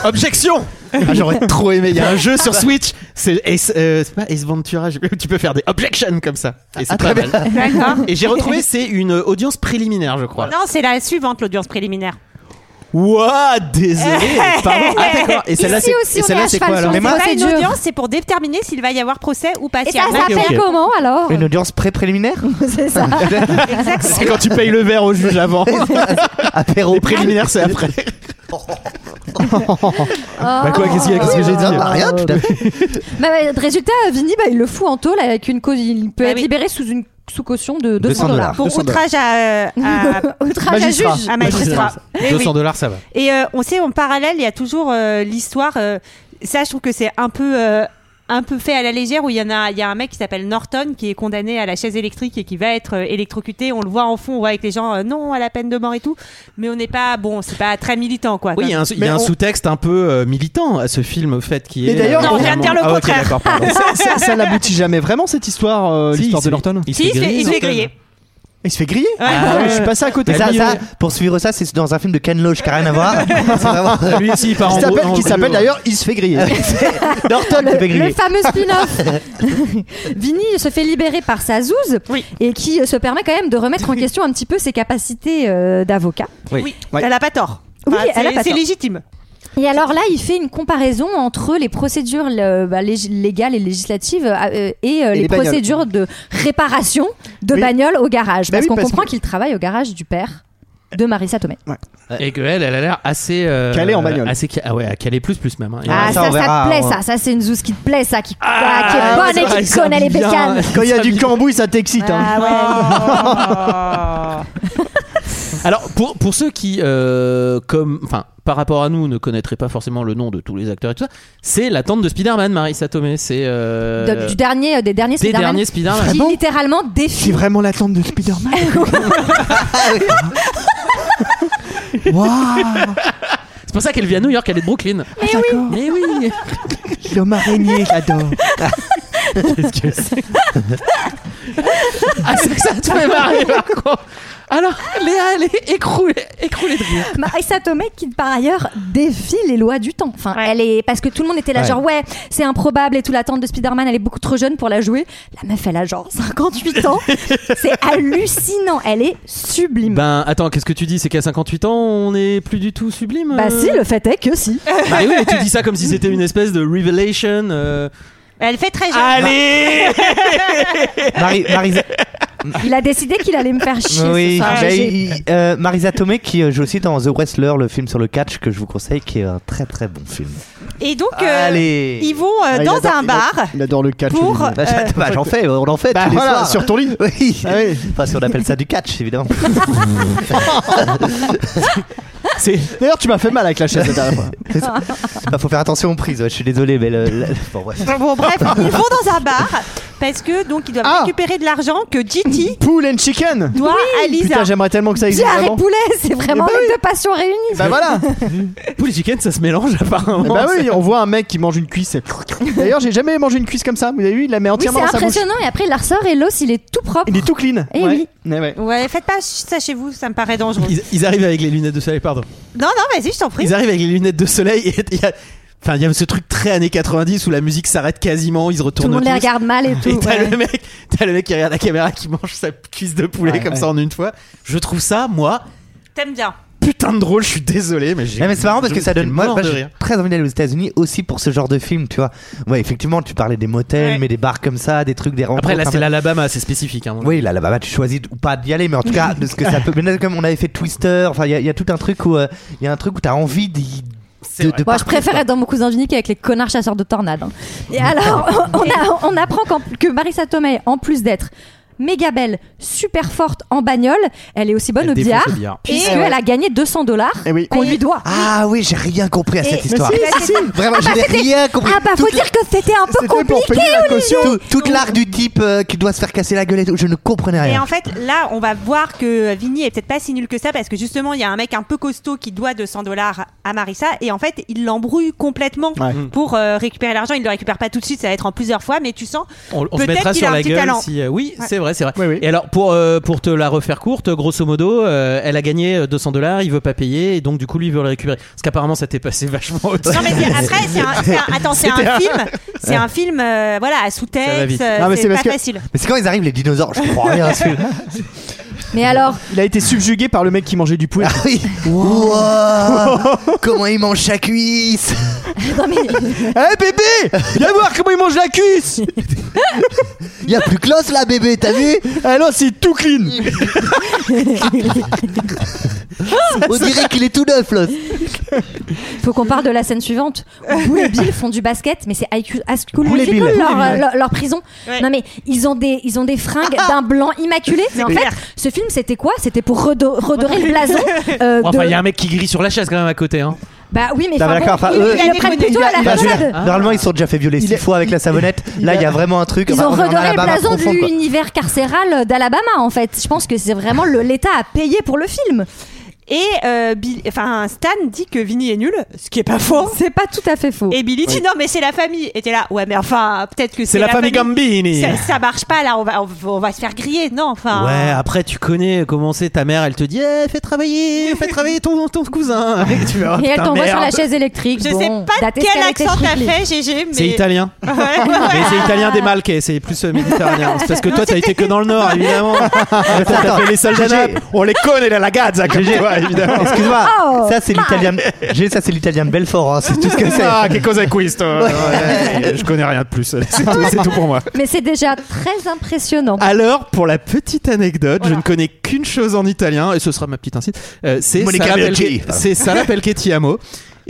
[SPEAKER 6] Objection Ah, J'aurais <laughs> trop aimé. Il y a un jeu
[SPEAKER 2] <laughs>
[SPEAKER 6] sur Switch. C'est Ace, euh, c'est pas Ace Ventura. je- Tu peux faire des objections comme ça. Et c'est
[SPEAKER 4] Ah,
[SPEAKER 6] très
[SPEAKER 4] très
[SPEAKER 6] mal.
[SPEAKER 4] bien. D'accord.
[SPEAKER 6] Et j'ai
[SPEAKER 4] <laughs>
[SPEAKER 6] retrouvé, c'est une audience préliminaire, je crois.
[SPEAKER 4] Non, c'est la suivante, l'audience préliminaire.
[SPEAKER 6] Ouah,
[SPEAKER 4] <laughs>
[SPEAKER 6] désolé. Pardon. Ah, d'accord. Et celle-là,
[SPEAKER 4] Ici
[SPEAKER 6] c'est
[SPEAKER 4] aussi,
[SPEAKER 6] et
[SPEAKER 4] on
[SPEAKER 6] celle-là,
[SPEAKER 4] est à
[SPEAKER 6] c'est
[SPEAKER 4] cheval
[SPEAKER 6] quoi alors
[SPEAKER 4] sur les C'est pas une audience, c'est pour déterminer s'il va y avoir procès ou pas.
[SPEAKER 1] Ah, Et
[SPEAKER 4] Si
[SPEAKER 1] ça
[SPEAKER 4] après-
[SPEAKER 1] s'appelle
[SPEAKER 6] ok.
[SPEAKER 1] comment alors
[SPEAKER 2] Une audience pré-préliminaire
[SPEAKER 1] C'est ça.
[SPEAKER 6] C'est quand tu payes le verre au juge
[SPEAKER 4] <laughs>
[SPEAKER 6] avant.
[SPEAKER 2] Apéro.
[SPEAKER 6] Les préliminaires, c'est après.
[SPEAKER 7] Ah,
[SPEAKER 6] Bah quoi, qu'est-ce qu'il y a, qu'est-ce que j'ai dit
[SPEAKER 2] Ah, bah, rien, tout à fait.
[SPEAKER 1] Bah, bah, résultat, Vini, bah, il le fout en tôle avec une cause. Il
[SPEAKER 4] Bah
[SPEAKER 1] peut être libéré sous une sous caution de 200 dollars.
[SPEAKER 4] Pour outrage
[SPEAKER 1] <laughs>
[SPEAKER 4] à, à-
[SPEAKER 1] Outrage à juge.
[SPEAKER 4] Ah. à magistrat. Eh oui.
[SPEAKER 6] 200 dollars, ça va.
[SPEAKER 4] Et euh, on sait en parallèle, il y a toujours euh, l'histoire. euh, ça, je trouve que c'est un peu. euh, un peu fait à la légère où il y en a il y a un mec qui s'appelle Norton qui est condamné à la chaise électrique et qui va être euh, électrocuté on le voit en fond on voit avec les gens euh, non à la peine de mort et tout mais on n'est pas bon c'est pas très militant quoi
[SPEAKER 6] Oui,
[SPEAKER 7] hein.
[SPEAKER 6] il y a un, il y a
[SPEAKER 4] Ah, bah, Mais
[SPEAKER 6] un
[SPEAKER 4] on-
[SPEAKER 6] sous-texte un peu euh, militant à ce film, au fait, qui
[SPEAKER 7] Et
[SPEAKER 6] est.
[SPEAKER 7] d'ailleurs,
[SPEAKER 4] Non, on vient de dire le
[SPEAKER 6] Ah, ok,
[SPEAKER 4] contraire.
[SPEAKER 6] d'accord, pardon.
[SPEAKER 7] ça, ça- ça n'aboutit jamais vraiment cette histoire, euh,
[SPEAKER 6] Si,
[SPEAKER 7] l'histoire
[SPEAKER 6] il se-
[SPEAKER 7] de Norton.
[SPEAKER 6] il se
[SPEAKER 4] si il se fait- il se fait
[SPEAKER 6] Norton.
[SPEAKER 4] griller
[SPEAKER 7] Il se fait griller.
[SPEAKER 4] Ouais.
[SPEAKER 7] Ah ouais, je suis passé à côté.
[SPEAKER 2] Et
[SPEAKER 6] Bah,
[SPEAKER 2] ça,
[SPEAKER 7] Il-
[SPEAKER 2] ça, pour suivre ça, c'est dans un film de Ken Loach qui n'a rien à voir. C'est vraiment-
[SPEAKER 6] euh, Lui aussi, il
[SPEAKER 7] <laughs>
[SPEAKER 6] part en
[SPEAKER 7] qui s'appelle-
[SPEAKER 6] en-
[SPEAKER 7] qui
[SPEAKER 6] en-
[SPEAKER 7] s'appelle d'ailleurs Il se fait griller.
[SPEAKER 2] euh, <laughs> Norton qui fait
[SPEAKER 1] Le
[SPEAKER 2] griller.
[SPEAKER 1] fameux spin-off. <laughs> Vini se fait libérer par sa zouze
[SPEAKER 4] Oui.
[SPEAKER 1] et qui euh, se permet quand même de remettre en question un petit peu ses capacités euh, d'avocat.
[SPEAKER 4] oui elle a pas tort
[SPEAKER 1] Oui,
[SPEAKER 4] Enfin,
[SPEAKER 1] elle a
[SPEAKER 4] c'est-
[SPEAKER 1] pas
[SPEAKER 4] c'est
[SPEAKER 1] tort. <laughs>
[SPEAKER 4] légitime
[SPEAKER 1] Et alors là, il fait une comparaison entre les procédures le- bah, lég- légales et législatives euh, euh, et, euh, les,
[SPEAKER 7] les bagnoles.
[SPEAKER 1] procédures de réparation de
[SPEAKER 7] Oui.
[SPEAKER 1] bagnoles au garage.
[SPEAKER 7] Bah
[SPEAKER 1] parce
[SPEAKER 7] oui,
[SPEAKER 1] qu'on
[SPEAKER 7] parce
[SPEAKER 1] comprend
[SPEAKER 7] que-
[SPEAKER 1] qu'il travaille au garage du père de Marissa Tomei.
[SPEAKER 6] Et que elle, elle a l'air assez. euh,
[SPEAKER 7] Calée en bagnole.
[SPEAKER 6] Assez, ca- ah ouais, calée plus plus même. hein. Et
[SPEAKER 1] Ah,
[SPEAKER 2] ça,
[SPEAKER 1] ça,
[SPEAKER 2] on
[SPEAKER 1] ça,
[SPEAKER 2] verra,
[SPEAKER 1] te plaît,
[SPEAKER 2] on-
[SPEAKER 1] ça. Ça, c'est une zouze qui te plaît, ça, qui,
[SPEAKER 6] Ah,
[SPEAKER 1] ah, qui est bonne
[SPEAKER 6] c'est vrai,
[SPEAKER 1] et qui
[SPEAKER 6] ça
[SPEAKER 1] te connaît les
[SPEAKER 6] revient.
[SPEAKER 1] bécanes.
[SPEAKER 7] Quand il y a du cambouis, ça t'excite. hein.
[SPEAKER 4] Ah, ouais.
[SPEAKER 6] Alors, pour, pour ceux qui, euh, comme, enfin, par rapport à nous, ne connaîtraient pas forcément le nom de tous les acteurs et tout ça, c'est la tante de Spider-Man, Marissa Tomei. C'est. euh,
[SPEAKER 1] De- du dernier, euh, des derniers
[SPEAKER 6] des
[SPEAKER 1] Spider-Man
[SPEAKER 6] derniers Spider-Man.
[SPEAKER 1] qui littéralement défie
[SPEAKER 7] C'est vraiment la tante de Spider-Man. Waouh,
[SPEAKER 6] C'est pour ça qu'elle vit à New York, elle est de Brooklyn.
[SPEAKER 1] Eh
[SPEAKER 7] Ah, d'accord.
[SPEAKER 6] Mais oui
[SPEAKER 7] L'homme araignée, j'adore.
[SPEAKER 6] Qu'est-ce que c'est Ah, c'est que ça te fait marrer, par contre Alors, Léa, elle est écroulée, écroulée de rire.
[SPEAKER 1] Marissa Tomei qui par ailleurs défie les lois du temps. Enfin,
[SPEAKER 4] Ouais.
[SPEAKER 1] elle est parce que tout le monde était là
[SPEAKER 2] Ouais.
[SPEAKER 1] genre ouais, c'est improbable et tout l'attente de Spider-Man, elle est beaucoup trop jeune pour la jouer. La meuf elle a genre 58
[SPEAKER 7] <laughs>
[SPEAKER 1] ans. c'est hallucinant, elle est sublime. Bah,
[SPEAKER 6] Ben, attends, qu'est-ce que tu dis C'est qu'à 58 ans, on n'est plus du tout sublime
[SPEAKER 7] Bah,
[SPEAKER 6] euh
[SPEAKER 1] Bah, si, le fait est que
[SPEAKER 7] <laughs>
[SPEAKER 1] si.
[SPEAKER 6] Bah oui, mais tu dis ça comme si c'était une espèce de revelation. euh,
[SPEAKER 4] elle fait très jeune
[SPEAKER 6] Allez
[SPEAKER 2] Marie- Marisa-
[SPEAKER 1] Il a décidé qu'il allait me faire chier ce
[SPEAKER 2] Oui,
[SPEAKER 1] soir.
[SPEAKER 2] mais
[SPEAKER 1] J'ai-
[SPEAKER 2] il- euh, Marisa Tomei qui euh, joue aussi dans The Wrestler, le film sur le catch que je vous conseille, qui est un très très bon film.
[SPEAKER 4] et donc euh,
[SPEAKER 2] Allez
[SPEAKER 4] ils vont euh,
[SPEAKER 7] Ah, il
[SPEAKER 4] dans
[SPEAKER 7] adore-
[SPEAKER 4] un
[SPEAKER 7] il adore-
[SPEAKER 4] bar
[SPEAKER 7] Il adore le catch.
[SPEAKER 4] Pour-
[SPEAKER 7] Olivier.
[SPEAKER 2] Bah, j'attends, bah, j'en fais, on en fait
[SPEAKER 7] Bah,
[SPEAKER 1] Ah,
[SPEAKER 2] tous les
[SPEAKER 7] voilà,
[SPEAKER 2] soirs.
[SPEAKER 7] sur ton lit.
[SPEAKER 2] Oui.
[SPEAKER 7] Ah oui.
[SPEAKER 2] Enfin, si on appelle ça du catch, évidemment.
[SPEAKER 6] C'est
[SPEAKER 7] D'ailleurs, tu m'as fait mal avec la chaise la dernière fois.
[SPEAKER 2] Bah, faut faire attention aux prises. ouais, je suis désolé, mais le, le- bon, bref.
[SPEAKER 4] Bon,
[SPEAKER 2] <laughs>
[SPEAKER 4] bref, ils vont dans un bar parce que donc ils doivent
[SPEAKER 7] Ah.
[SPEAKER 4] récupérer de l'argent que GT
[SPEAKER 7] Pool and chicken.
[SPEAKER 4] doit à Lisa.
[SPEAKER 7] Putain, j'aimerais tellement que ça existe
[SPEAKER 1] Pierre et
[SPEAKER 7] vraiment.
[SPEAKER 1] poulet, c'est vraiment
[SPEAKER 7] Eh ben
[SPEAKER 1] les deux passions réunies.
[SPEAKER 7] Bah voilà.
[SPEAKER 6] Poulet chicken, ça se mélange <laughs> apparemment.
[SPEAKER 7] Eh bah
[SPEAKER 2] ben
[SPEAKER 7] oui, on voit un mec qui mange une cuisse. et- D'ailleurs, j'ai jamais mangé une cuisse comme ça. Vous avez vu, il la met
[SPEAKER 1] Oui,
[SPEAKER 7] entièrement
[SPEAKER 1] c'est
[SPEAKER 7] dans sa bouche.
[SPEAKER 1] impressionnant et après il la ressort et l'os il est tout propre.
[SPEAKER 7] Il est tout clean.
[SPEAKER 1] Eh
[SPEAKER 7] ouais. Ouais, ouais.
[SPEAKER 4] Ouais, faites pas ça chez vous, ça me paraît dangereux.
[SPEAKER 6] Ils, ils arrivent avec les lunettes de soleil, pardon.
[SPEAKER 4] Non, non, vas-y, je t'en prie.
[SPEAKER 6] Ils arrivent avec les lunettes de soleil et il y a. Enfin, il y a ce truc très années 90 où la musique s'arrête quasiment, ils se
[SPEAKER 1] Tout
[SPEAKER 6] retournent
[SPEAKER 1] le monde les
[SPEAKER 6] tous.
[SPEAKER 1] regarde mal et tout.
[SPEAKER 6] Et t'as
[SPEAKER 1] ouais.
[SPEAKER 6] le mec, t'as le mec qui regarde la caméra qui mange sa cuisse de poulet
[SPEAKER 7] Ouais,
[SPEAKER 6] comme
[SPEAKER 7] ouais.
[SPEAKER 6] ça en une fois. Je trouve ça, moi,
[SPEAKER 4] T'aimes bien.
[SPEAKER 6] putain de drôle. Je suis désolé, mais j'ai.
[SPEAKER 2] Non, mais c'est marrant parce que
[SPEAKER 6] je-
[SPEAKER 2] ça donne.
[SPEAKER 6] je
[SPEAKER 2] Moi,
[SPEAKER 6] meurs
[SPEAKER 2] moi,
[SPEAKER 6] de
[SPEAKER 2] j'ai
[SPEAKER 6] rire.
[SPEAKER 2] très envie d'aller aux États-Unis aussi pour ce genre de film, tu vois. Ouais, effectivement, tu parlais des motels,
[SPEAKER 4] Ouais.
[SPEAKER 2] mais des bars comme ça, des trucs, des rencontres.
[SPEAKER 6] Après, là,
[SPEAKER 2] un
[SPEAKER 6] c'est
[SPEAKER 2] peu-
[SPEAKER 6] l'Alabama, c'est spécifique. hein.
[SPEAKER 2] Oui, là, là-bas, tu choisis d- ou pas d'y aller, mais en tout cas, de ce que ça peut. Mais là, comme on avait fait Twister, enfin, il y, a- il y a tout un truc où euh, il y a un truc où t'as envie d'y.
[SPEAKER 6] C'est
[SPEAKER 2] De,
[SPEAKER 6] vrai.
[SPEAKER 2] de
[SPEAKER 1] Moi, je
[SPEAKER 2] partir,
[SPEAKER 1] préfère
[SPEAKER 2] quoi.
[SPEAKER 1] être dans mon cousin Vinny qu'avec les connards chasseurs de tornades. hein. Et
[SPEAKER 2] <laughs>
[SPEAKER 1] alors, on, a- on apprend qu'en- que Marissa Tomei, en plus d'être méga belle, super forte en bagnole, elle est aussi bonne
[SPEAKER 6] Elle
[SPEAKER 1] au
[SPEAKER 6] défonce
[SPEAKER 1] billard,
[SPEAKER 6] le billard.
[SPEAKER 2] Eh
[SPEAKER 1] puisqu'elle
[SPEAKER 7] ouais.
[SPEAKER 1] a gagné 200 dollars
[SPEAKER 7] Eh oui.
[SPEAKER 1] qu'on lui doit.
[SPEAKER 2] Ah oui, j'ai rien compris à
[SPEAKER 1] Et-
[SPEAKER 2] cette
[SPEAKER 1] Mais
[SPEAKER 2] histoire.
[SPEAKER 7] si,
[SPEAKER 2] Ah,
[SPEAKER 7] si, si.
[SPEAKER 2] Vraiment, je n'ai rien compris.
[SPEAKER 1] Ah bah, faut
[SPEAKER 2] Toute la-
[SPEAKER 1] dire que c'était un peu
[SPEAKER 7] C'était pour
[SPEAKER 1] compliqué.
[SPEAKER 7] payer la caution.
[SPEAKER 2] Tout, toute l'art du type euh, qui doit se faire casser la gueule et tout, je ne comprenais
[SPEAKER 4] Et
[SPEAKER 2] rien.
[SPEAKER 4] en fait, là, on va voir que Vinny est peut-être pas si nul que ça parce que justement, il y a un mec un peu costaud qui doit 200 dollars à Marissa et en fait, il l'embrouille complètement
[SPEAKER 7] Ouais.
[SPEAKER 4] pour euh, récupérer l'argent. Il le récupère pas tout de suite, ça va être en plusieurs fois, mais tu sens
[SPEAKER 6] On, on se
[SPEAKER 4] Peut-être
[SPEAKER 6] mettra
[SPEAKER 4] qu'il
[SPEAKER 6] sur
[SPEAKER 4] a un
[SPEAKER 6] la
[SPEAKER 4] petit
[SPEAKER 6] gueule
[SPEAKER 4] talent.
[SPEAKER 6] si. euh, oui,
[SPEAKER 4] Ouais.
[SPEAKER 6] c'est vrai, c'est vrai. Et alors, pour, euh, pour te la refaire courte, grosso modo, euh, elle a gagné euh, 200 dollars, il veut pas payer, et donc du coup, lui, il veut le récupérer. Parce qu'apparemment, ça t'est passé <laughs> vachement au-dessus.
[SPEAKER 4] Non mais
[SPEAKER 2] <laughs>
[SPEAKER 4] c'est- après c'est un, c'est un- attends c'est
[SPEAKER 6] C'était
[SPEAKER 4] un
[SPEAKER 6] un-
[SPEAKER 4] film c'est un film euh, voilà à
[SPEAKER 2] Ça va
[SPEAKER 4] sous-texte
[SPEAKER 2] vite.
[SPEAKER 4] euh,
[SPEAKER 2] Non, mais
[SPEAKER 4] c'est
[SPEAKER 2] c'est
[SPEAKER 4] pas
[SPEAKER 2] parce que-
[SPEAKER 4] facile
[SPEAKER 2] Mais c'est quand ils arrivent, les dinosaures, je comprends rien. à ce film.
[SPEAKER 1] Mais alors
[SPEAKER 7] Il a été subjugué par le mec qui mangeait du poulet. Ah
[SPEAKER 2] oui Wouah Comment il mange sa cuisse
[SPEAKER 7] Hé bébé Viens voir comment il mange la cuisse
[SPEAKER 2] Il a plus classe là bébé, t'as vu
[SPEAKER 7] Ah non, c'est tout clean
[SPEAKER 2] On dirait qu'il est tout neuf là.
[SPEAKER 1] Faut qu'on parle de la scène suivante. où Boo et Bill font du basket, mais c'est IQ Ascul
[SPEAKER 2] Boule et Bill.
[SPEAKER 1] Logical,
[SPEAKER 2] Boule et
[SPEAKER 1] leur,
[SPEAKER 2] Bill, ouais.
[SPEAKER 1] leur, leur prison. Non mais ils ont des ils ont des fringues d'un blanc immaculé. Mais en
[SPEAKER 6] C'est
[SPEAKER 1] fait,
[SPEAKER 6] clair.
[SPEAKER 1] ce film c'était quoi C'était pour redo- redorer le blason. euh,
[SPEAKER 6] Bon, enfin, il
[SPEAKER 1] de-
[SPEAKER 6] y a un mec qui grille sur la chaise quand même à côté. Hein.
[SPEAKER 1] Bah oui, mais
[SPEAKER 2] Non, mais
[SPEAKER 1] enfin, bon,
[SPEAKER 2] d'accord, enfin,
[SPEAKER 1] ils-
[SPEAKER 2] eux-
[SPEAKER 1] ils le prennent plutôt à la
[SPEAKER 2] Bah, je veux dire,
[SPEAKER 1] rigolade.
[SPEAKER 2] Normalement, ils sont déjà fait violer six fois avec la savonnette. Là, il y a vraiment un truc.
[SPEAKER 1] Ils
[SPEAKER 2] enfin,
[SPEAKER 1] ont
[SPEAKER 2] on est en
[SPEAKER 1] redoré le
[SPEAKER 2] Alabama
[SPEAKER 1] blason de
[SPEAKER 2] profonde, quoi.
[SPEAKER 1] l'univers carcéral d'Alabama, en fait. Je pense que c'est vraiment le- l'État à payer pour le film.
[SPEAKER 4] et euh, Bill- enfin Stan dit que Vinny est nul ce qui est pas faux
[SPEAKER 1] c'est pas tout à fait faux
[SPEAKER 4] et Billy dit
[SPEAKER 6] Oui.
[SPEAKER 4] non mais c'est la famille et t'es là ouais mais enfin peut-être que
[SPEAKER 6] C'est la famille Gambini.
[SPEAKER 4] ça, ça marche pas là on va on, va- on va se faire griller non enfin
[SPEAKER 6] Ouais,
[SPEAKER 7] ah,
[SPEAKER 6] après, tu connais comment c'est ta mère, elle te dit eh, fais travailler,
[SPEAKER 4] <laughs>
[SPEAKER 6] fais travailler ton, ton cousin. Et, tu vas voir,
[SPEAKER 1] Et elle
[SPEAKER 6] putain,
[SPEAKER 1] t'envoie sur la
[SPEAKER 6] merde.
[SPEAKER 1] chaise électrique.
[SPEAKER 4] Je
[SPEAKER 1] Bon,
[SPEAKER 4] sais pas
[SPEAKER 1] that
[SPEAKER 4] de quel
[SPEAKER 1] escalated
[SPEAKER 4] accent t'as
[SPEAKER 1] quickly.
[SPEAKER 4] fait, GG,
[SPEAKER 6] <laughs>
[SPEAKER 4] mais.
[SPEAKER 6] C'est
[SPEAKER 4] <laughs>
[SPEAKER 6] italien.
[SPEAKER 4] Ouais.
[SPEAKER 6] Mais c'est italien des Malkais, c'est plus euh, méditerranéen. C'est parce que
[SPEAKER 4] Non,
[SPEAKER 6] toi, t'as été que dans le Nord,
[SPEAKER 4] <laughs>
[SPEAKER 6] évidemment. Toi, T'as fait les soldats,
[SPEAKER 2] Gégé.
[SPEAKER 6] on les connaît, les lagazza, comme
[SPEAKER 2] Gégé.
[SPEAKER 6] toi, évidemment.
[SPEAKER 2] Excuse-moi,
[SPEAKER 1] Oh
[SPEAKER 2] ça c'est l'italien. J'ai ça c'est l'italien de Belfort, hein, c'est tout ce que c'est.
[SPEAKER 6] Ah, que cosa è questo Ouais, Je connais rien de plus, c'est <laughs> tout, c'est tout pour moi.
[SPEAKER 1] Mais c'est déjà très impressionnant.
[SPEAKER 6] Alors, pour la petite anecdote, je ne connais qu'une chose en italien, et ce sera ma petite incite. euh, c'est
[SPEAKER 2] Monica
[SPEAKER 6] Sara
[SPEAKER 2] Bellucci.
[SPEAKER 6] Pelche-
[SPEAKER 2] Pardon.
[SPEAKER 6] c'est Sara Pelchetti Amo.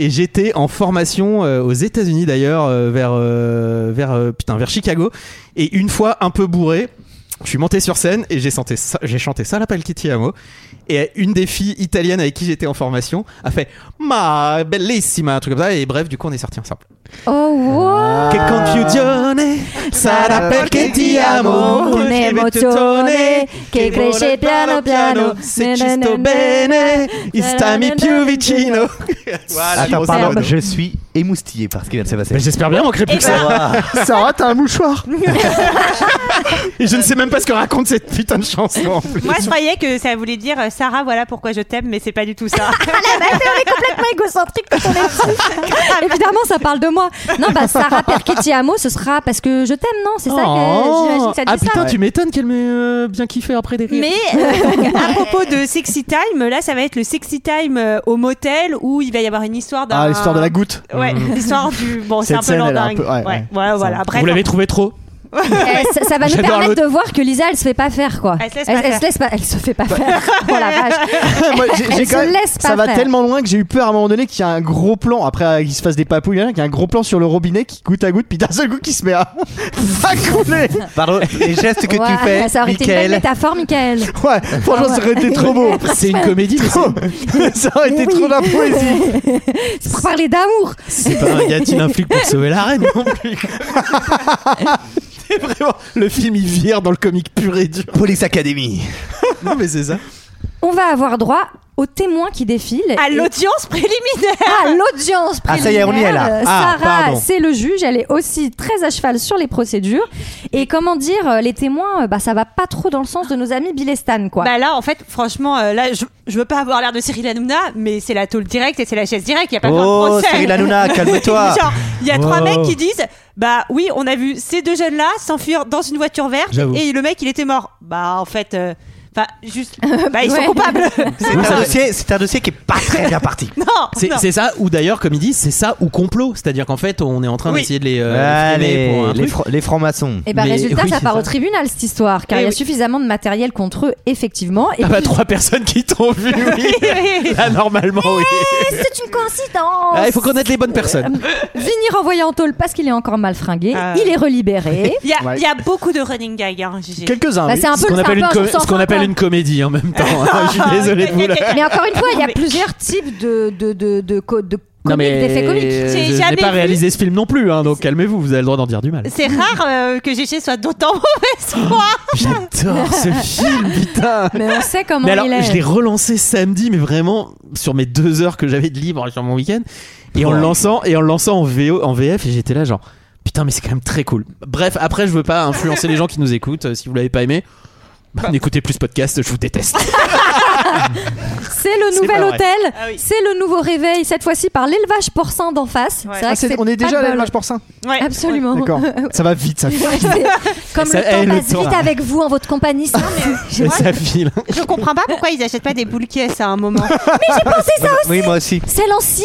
[SPEAKER 6] Et j'étais en formation euh, aux États-Unis d'ailleurs, euh, vers euh, vers euh, putain vers Chicago. Et une fois un peu bourré, je suis monté sur scène et j'ai chanté ça, j'ai chanté ça la Palchetti Amo. Et une des filles italiennes avec qui j'étais en formation a fait ma bellissima un truc comme ça. Et bref, du coup, on est sorti ensemble.
[SPEAKER 1] Oh, wow.
[SPEAKER 6] Che confusione sarà perché ti amo.
[SPEAKER 1] Un'emozione che cresce piano piano.
[SPEAKER 6] Se ci sto bene, stami più vicino. Voilà,
[SPEAKER 2] Attends,
[SPEAKER 6] grosso
[SPEAKER 2] pardon,
[SPEAKER 6] modo.
[SPEAKER 2] je suis émoustillé par ce qui vient de se passer.
[SPEAKER 6] Mais j'espère bien
[SPEAKER 4] Eh
[SPEAKER 6] manquerait plus
[SPEAKER 4] ben,
[SPEAKER 6] que ça.
[SPEAKER 7] Sarah, t'as un mouchoir
[SPEAKER 6] Et je ne sais même pas ce que raconte cette putain de chanson. en plus.
[SPEAKER 4] Moi, je croyais que ça voulait dire euh, Sarah, voilà pourquoi je t'aime, mais c'est pas du tout ça.
[SPEAKER 1] on est complètement égocentrique quand on est
[SPEAKER 4] <laughs>
[SPEAKER 1] petit. Évidemment, ça parle de moi. Non, bah Sarah Perchetti Amo, ce sera parce que je t'aime, non C'est ça que
[SPEAKER 6] Oh.
[SPEAKER 1] j'imagine que ça dit
[SPEAKER 6] Ah
[SPEAKER 1] ça.
[SPEAKER 6] putain, tu m'étonnes qu'elle m'ait euh, bien kiffé après des rires.
[SPEAKER 4] Mais euh, donc, à propos de sexy time, là, ça va être le sexy time euh, au motel où il va y avoir une histoire d'un.
[SPEAKER 7] Ah, l'histoire de la goutte. Mm.
[SPEAKER 4] Ouais, l'histoire du. Bon, c'est
[SPEAKER 7] Cette
[SPEAKER 4] un peu
[SPEAKER 7] scène, elle est un
[SPEAKER 4] landingue.
[SPEAKER 7] peu- ouais,
[SPEAKER 4] ouais,
[SPEAKER 7] ouais.
[SPEAKER 4] voilà, voilà. Bref,
[SPEAKER 6] Vous l'avez trouvé trop
[SPEAKER 1] Eh, ça, ça va nous
[SPEAKER 6] J'adore
[SPEAKER 1] permettre
[SPEAKER 6] l'autre.
[SPEAKER 1] de voir que Lisa, elle se fait pas faire quoi.
[SPEAKER 4] Elle se laisse pas faire.
[SPEAKER 1] se laisse pas- elle se fait pas faire. Oh la vache. <laughs>
[SPEAKER 7] Ah, Moi, j'ai- j'ai
[SPEAKER 1] Elle
[SPEAKER 7] quand
[SPEAKER 1] se
[SPEAKER 7] même-
[SPEAKER 1] laisse pas
[SPEAKER 7] ça va
[SPEAKER 1] faire.
[SPEAKER 7] tellement loin que j'ai eu peur à un moment donné qu'il y a un gros plan après euh, qu'il se fasse des papouilles hein, qu'il y a un gros plan sur le robinet qui goutte à goutte puis d'un seul coup qui se met à, <laughs> à couler
[SPEAKER 2] Pardon, les gestes que
[SPEAKER 1] Ouah,
[SPEAKER 2] tu fais,
[SPEAKER 1] ça aurait été une belle Ah
[SPEAKER 2] Michael.
[SPEAKER 1] métaphore, Michael.
[SPEAKER 7] ouais franchement ça aurait été
[SPEAKER 1] <laughs>
[SPEAKER 7] trop beau
[SPEAKER 6] C'est une comédie, mais c'est-
[SPEAKER 7] <laughs> ça aurait été trop de la poésie
[SPEAKER 1] <laughs> C'est pour parler d'amour.
[SPEAKER 6] c'est pas un y a-t-il un flic pour sauver la reine non
[SPEAKER 7] <laughs>
[SPEAKER 6] plus. C'est vraiment le film il vire dans le comique pur et dur.
[SPEAKER 2] Police Academy.
[SPEAKER 6] Non mais c'est ça.
[SPEAKER 1] On va avoir droit aux témoins qui défilent.
[SPEAKER 4] à
[SPEAKER 1] Et-
[SPEAKER 4] l'audience préliminaire.
[SPEAKER 1] à l'audience
[SPEAKER 2] Ah, ça y est, on y est, là.
[SPEAKER 1] préliminaire. Euh,
[SPEAKER 6] Ah,
[SPEAKER 1] Sarah,
[SPEAKER 6] pardon.
[SPEAKER 1] c'est le juge. Elle est aussi très à cheval sur les procédures. Et comment dire, euh, les témoins, euh, bah, ça va pas trop dans le sens de nos amis Bill et Stan, quoi.
[SPEAKER 4] Bah là, en fait, franchement, euh, là, je, je veux pas avoir l'air de Cyril Hanouna, mais c'est la tôle directe et c'est la chaise directe, il y a pas besoin de
[SPEAKER 2] Oh,
[SPEAKER 4] procès.
[SPEAKER 2] Cyril
[SPEAKER 4] <laughs>
[SPEAKER 2] Hanouna, calme-toi.
[SPEAKER 4] Genre, il y a trois
[SPEAKER 6] Oh.
[SPEAKER 4] mecs qui disent Bah oui, on a vu ces deux jeunes-là s'enfuir dans une voiture verte
[SPEAKER 6] J'avoue.
[SPEAKER 4] et le mec, il était mort. Bah en fait, euh, enfin, juste. Bah ils
[SPEAKER 1] Ouais.
[SPEAKER 4] sont coupables
[SPEAKER 2] C'est un, dossier- c'est un dossier qui est pas très bien parti.
[SPEAKER 4] Non
[SPEAKER 6] C'est
[SPEAKER 4] non.
[SPEAKER 6] c'est ça, ou d'ailleurs, comme il dit, c'est ça ou complot. C'est-à-dire qu'en fait, on est en train
[SPEAKER 4] Oui.
[SPEAKER 6] d'essayer de les. euh,
[SPEAKER 2] Ah,
[SPEAKER 6] frimer pour
[SPEAKER 2] les
[SPEAKER 6] un
[SPEAKER 2] les
[SPEAKER 6] truc.
[SPEAKER 2] fr- les francs-maçons.
[SPEAKER 1] Et bah,
[SPEAKER 6] mais-
[SPEAKER 1] résultat,
[SPEAKER 6] oui,
[SPEAKER 1] ça
[SPEAKER 6] c'est
[SPEAKER 1] part
[SPEAKER 6] ça.
[SPEAKER 1] au tribunal, cette histoire, car
[SPEAKER 4] Eh
[SPEAKER 1] il y a
[SPEAKER 4] oui.
[SPEAKER 1] suffisamment de matériel contre eux, effectivement. Et
[SPEAKER 6] Ah bah,
[SPEAKER 1] puis-
[SPEAKER 6] trois personnes qui t'ont vu,
[SPEAKER 2] <laughs>
[SPEAKER 6] oui. Là, normalement, oui.
[SPEAKER 1] c'est une coïncidence
[SPEAKER 6] Ah, il faut connaître les bonnes personnes.
[SPEAKER 1] Vini renvoyé en tôle parce qu'il est encore mal fringué.
[SPEAKER 4] Ah.
[SPEAKER 1] Il est
[SPEAKER 6] <laughs>
[SPEAKER 1] relibéré.
[SPEAKER 4] Il y, a,
[SPEAKER 7] Ouais.
[SPEAKER 4] il y a beaucoup de running gags, hein, GG.
[SPEAKER 7] quelques-uns
[SPEAKER 1] Bah, c'est un
[SPEAKER 6] Ce
[SPEAKER 1] peu
[SPEAKER 6] qu'on
[SPEAKER 1] c'est un
[SPEAKER 6] appelle,
[SPEAKER 1] peu
[SPEAKER 6] une,
[SPEAKER 1] un
[SPEAKER 6] com-
[SPEAKER 1] jour sans
[SPEAKER 6] ce qu'on
[SPEAKER 1] fin,
[SPEAKER 6] appelle
[SPEAKER 1] quoi.
[SPEAKER 6] une comédie en même temps.
[SPEAKER 1] <laughs>
[SPEAKER 6] hein. Je
[SPEAKER 4] Oh,
[SPEAKER 6] suis désolé de vous là.
[SPEAKER 1] Mais encore une fois, il y a
[SPEAKER 4] Non, mais-
[SPEAKER 1] plusieurs types de, de, de, de, co- de
[SPEAKER 6] Non
[SPEAKER 1] comiques, d'effets
[SPEAKER 6] mais
[SPEAKER 1] comiques.
[SPEAKER 4] J'ai
[SPEAKER 6] je n'ai
[SPEAKER 4] jamais
[SPEAKER 6] pas
[SPEAKER 4] vu.
[SPEAKER 6] réalisé ce film non plus, hein, donc calmez-vous, vous avez le droit d'en dire du mal.
[SPEAKER 4] C'est rare euh, que GG soit d'autant mauvaise foi.
[SPEAKER 6] J'adore ce film, putain.
[SPEAKER 1] Mais on sait comment
[SPEAKER 6] Mais alors,
[SPEAKER 1] il est.
[SPEAKER 6] je l'ai relancé samedi, mais vraiment sur mes deux heures que j'avais de libre sur mon week-end, et en le lançant et en le lançant en VO, en VF, et j'étais
[SPEAKER 2] <laughs>
[SPEAKER 6] là genre putain, mais c'est quand même très cool. Bref, après, je veux pas influencer les gens qui nous écoutent. euh, si vous l'avez pas aimé,
[SPEAKER 2] Bah.
[SPEAKER 6] N'écoutez plus ce podcast, je vous déteste.
[SPEAKER 2] <laughs>
[SPEAKER 1] C'est le
[SPEAKER 6] C'est
[SPEAKER 1] nouvel
[SPEAKER 6] pas vrai.
[SPEAKER 1] hôtel, c'est le nouveau réveil, cette fois-ci par l'élevage porcin d'en face. C'est vrai
[SPEAKER 13] Ah,
[SPEAKER 1] que
[SPEAKER 13] c'est-
[SPEAKER 1] c'est
[SPEAKER 13] on est
[SPEAKER 1] pas
[SPEAKER 13] déjà à
[SPEAKER 1] de bol.
[SPEAKER 13] l'élevage porcin
[SPEAKER 1] Absolument.
[SPEAKER 13] D'accord. Ça va vite, ça.
[SPEAKER 1] <laughs> Ouais, c'est- Comme
[SPEAKER 13] Ça-
[SPEAKER 1] le temps
[SPEAKER 13] eh, le
[SPEAKER 1] passe
[SPEAKER 13] temps.
[SPEAKER 1] vite avec vous en votre compagnie.
[SPEAKER 13] <laughs>
[SPEAKER 1] c'est-
[SPEAKER 13] Et ça file.
[SPEAKER 4] Je comprends pas pourquoi ils achètent pas des boules caisses à un moment.
[SPEAKER 1] Mais j'ai pensé ça aussi.
[SPEAKER 2] Oui, moi aussi.
[SPEAKER 1] C'est l'ancire.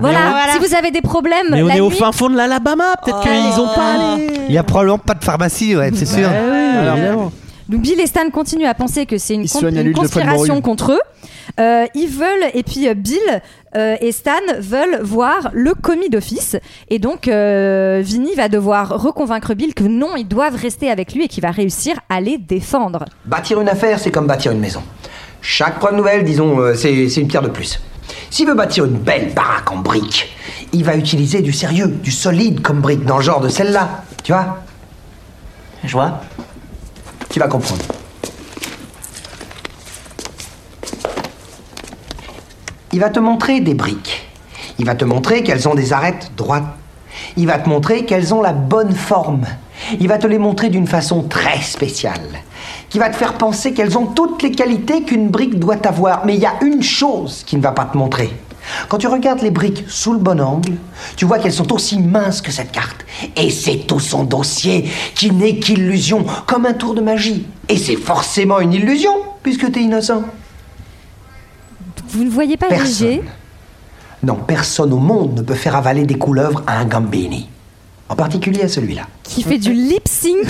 [SPEAKER 1] Voilà.
[SPEAKER 2] on-
[SPEAKER 4] Voilà.
[SPEAKER 1] Si vous avez des problèmes,
[SPEAKER 2] Mais on
[SPEAKER 1] la
[SPEAKER 2] est au
[SPEAKER 1] nuit-
[SPEAKER 2] fin
[SPEAKER 6] fond de l'Alabama. Peut-être qu'ils ont pas les-
[SPEAKER 2] Il y a probablement pas de pharmacie, ouais, c'est sûr.
[SPEAKER 6] Ah
[SPEAKER 1] Alors, Donc Bill et Stan continuent à penser que c'est une,
[SPEAKER 2] Ils
[SPEAKER 1] con-
[SPEAKER 2] soignent à
[SPEAKER 1] une
[SPEAKER 2] l'huile de
[SPEAKER 1] conspiration
[SPEAKER 2] Folborg.
[SPEAKER 1] contre eux. Euh, ils veulent, et puis euh, Bill euh, et Stan veulent voir le commis d'office. Et donc euh, Vinny va devoir reconvaincre Bill que non, ils doivent rester avec lui et qu'il va réussir à les défendre.
[SPEAKER 7] Bâtir une affaire, c'est comme bâtir une maison. Chaque preuve nouvelle, disons, euh, c'est c'est une pierre de plus. S'il veut bâtir une belle baraque en briques, il va utiliser du sérieux, du solide comme brique, dans le genre de celle-là. Tu vois Je vois. Tu vas comprendre. Il va te montrer des briques. Il va te montrer qu'elles ont des arêtes droites. Il va te montrer qu'elles ont la bonne forme. Il va te les montrer d'une façon très spéciale. Qui va te faire penser qu'elles ont toutes les qualités qu'une brique doit avoir. Mais il y a une chose qu'il ne va pas te montrer. Quand tu regardes les briques sous le bon angle, tu vois qu'elles sont aussi minces que cette carte. Et c'est tout son dossier qui n'est qu'illusion, comme un tour de magie. Et c'est forcément une illusion, puisque t'es innocent.
[SPEAKER 1] Vous ne voyez pas
[SPEAKER 7] Personne.
[SPEAKER 1] léger
[SPEAKER 7] Non, personne au monde ne peut faire avaler des couleuvres à un Gambini. En particulier à celui-là.
[SPEAKER 1] qui fait du lip sync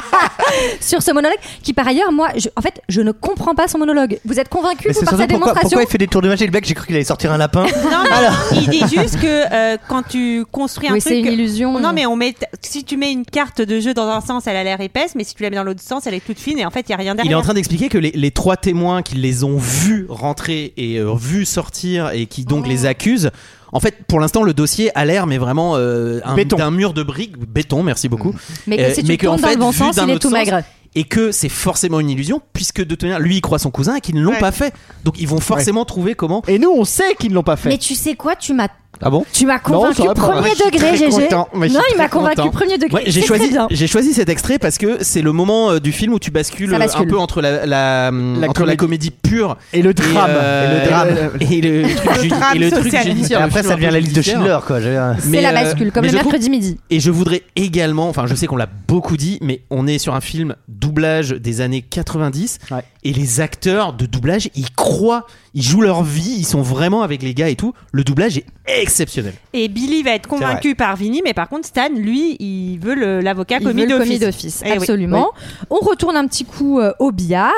[SPEAKER 1] <laughs> sur ce monologue qui par ailleurs moi je- en fait je ne comprends pas son monologue vous êtes convaincu
[SPEAKER 2] Mais
[SPEAKER 1] vous
[SPEAKER 2] c'est
[SPEAKER 1] par sa
[SPEAKER 2] surtout pourquoi,
[SPEAKER 1] démonstration
[SPEAKER 2] pourquoi il fait des tours de magie Le mec, j'ai cru qu'il allait sortir un lapin.
[SPEAKER 4] Non, mais il dit juste que euh, quand tu construis un
[SPEAKER 1] Oui,
[SPEAKER 4] truc,
[SPEAKER 1] c'est une illusion.
[SPEAKER 4] Non, mais on met si tu mets une carte de jeu dans un sens, elle a l'air épaisse, mais si tu la mets dans l'autre sens, elle est toute fine et en fait, il y a rien derrière.
[SPEAKER 6] Il est en train d'expliquer que les, les trois témoins qui les ont vus rentrer et euh, vus sortir et qui donc les accusent, en fait, pour l'instant, le dossier a l'air, mais vraiment euh, un,
[SPEAKER 2] Béton.
[SPEAKER 6] d'un mur de briques, béton, merci beaucoup.
[SPEAKER 1] Mais que si tu
[SPEAKER 6] en
[SPEAKER 1] tournes dans le bon
[SPEAKER 6] vu
[SPEAKER 1] sens,
[SPEAKER 6] d'un
[SPEAKER 1] il est
[SPEAKER 6] autre
[SPEAKER 1] tout maigre.
[SPEAKER 6] Et que c'est forcément une illusion, puisque de tenir, lui, il croit son cousin et qu'ils ne l'ont pas fait. Donc ils vont forcément trouver comment.
[SPEAKER 13] Et nous, on sait qu'ils ne l'ont pas fait.
[SPEAKER 1] mais tu sais quoi tu m'as
[SPEAKER 6] Ah bon
[SPEAKER 1] Tu m'as convaincu premier degré, GG. non, il m'a convaincu premier degré.
[SPEAKER 6] Ouais, j'ai
[SPEAKER 1] C'est
[SPEAKER 6] choisi,
[SPEAKER 1] très bien.
[SPEAKER 6] j'ai choisi cet extrait parce que c'est le moment euh, du film où tu bascules
[SPEAKER 1] Ça
[SPEAKER 6] euh, un
[SPEAKER 1] bascule.
[SPEAKER 6] peu entre la, la, hum,
[SPEAKER 13] La
[SPEAKER 6] entre la comédie pure euh,
[SPEAKER 13] et le
[SPEAKER 2] drame. Et le drame.
[SPEAKER 6] et le, truc, ju- et le truc judiciaire.
[SPEAKER 2] Et
[SPEAKER 6] le
[SPEAKER 2] après,
[SPEAKER 6] film
[SPEAKER 2] ça
[SPEAKER 6] un peu
[SPEAKER 2] devient la liste de
[SPEAKER 6] judiciaire.
[SPEAKER 2] Schindler, quoi. j'ai-
[SPEAKER 1] C'est la bascule, comme
[SPEAKER 6] mais
[SPEAKER 1] le
[SPEAKER 6] je trouve-
[SPEAKER 1] mercredi midi.
[SPEAKER 6] Et je voudrais également, enfin, je sais qu'on l'a beaucoup dit, mais on est sur un film doublage des années 90 et les acteurs de doublage, ils croient, ils jouent leur vie, ils sont vraiment avec les gars et tout. Le doublage est exceptionnel.
[SPEAKER 4] Et Billy va être
[SPEAKER 6] C'est vrai.
[SPEAKER 4] convaincu par Vinny, mais par contre, Stan, lui, il veut le- l'avocat
[SPEAKER 1] Il
[SPEAKER 4] commis
[SPEAKER 1] veut le
[SPEAKER 4] d'office.
[SPEAKER 1] commis d'office,
[SPEAKER 4] Eh oui.
[SPEAKER 1] absolument. On retourne un petit coup euh, au billard.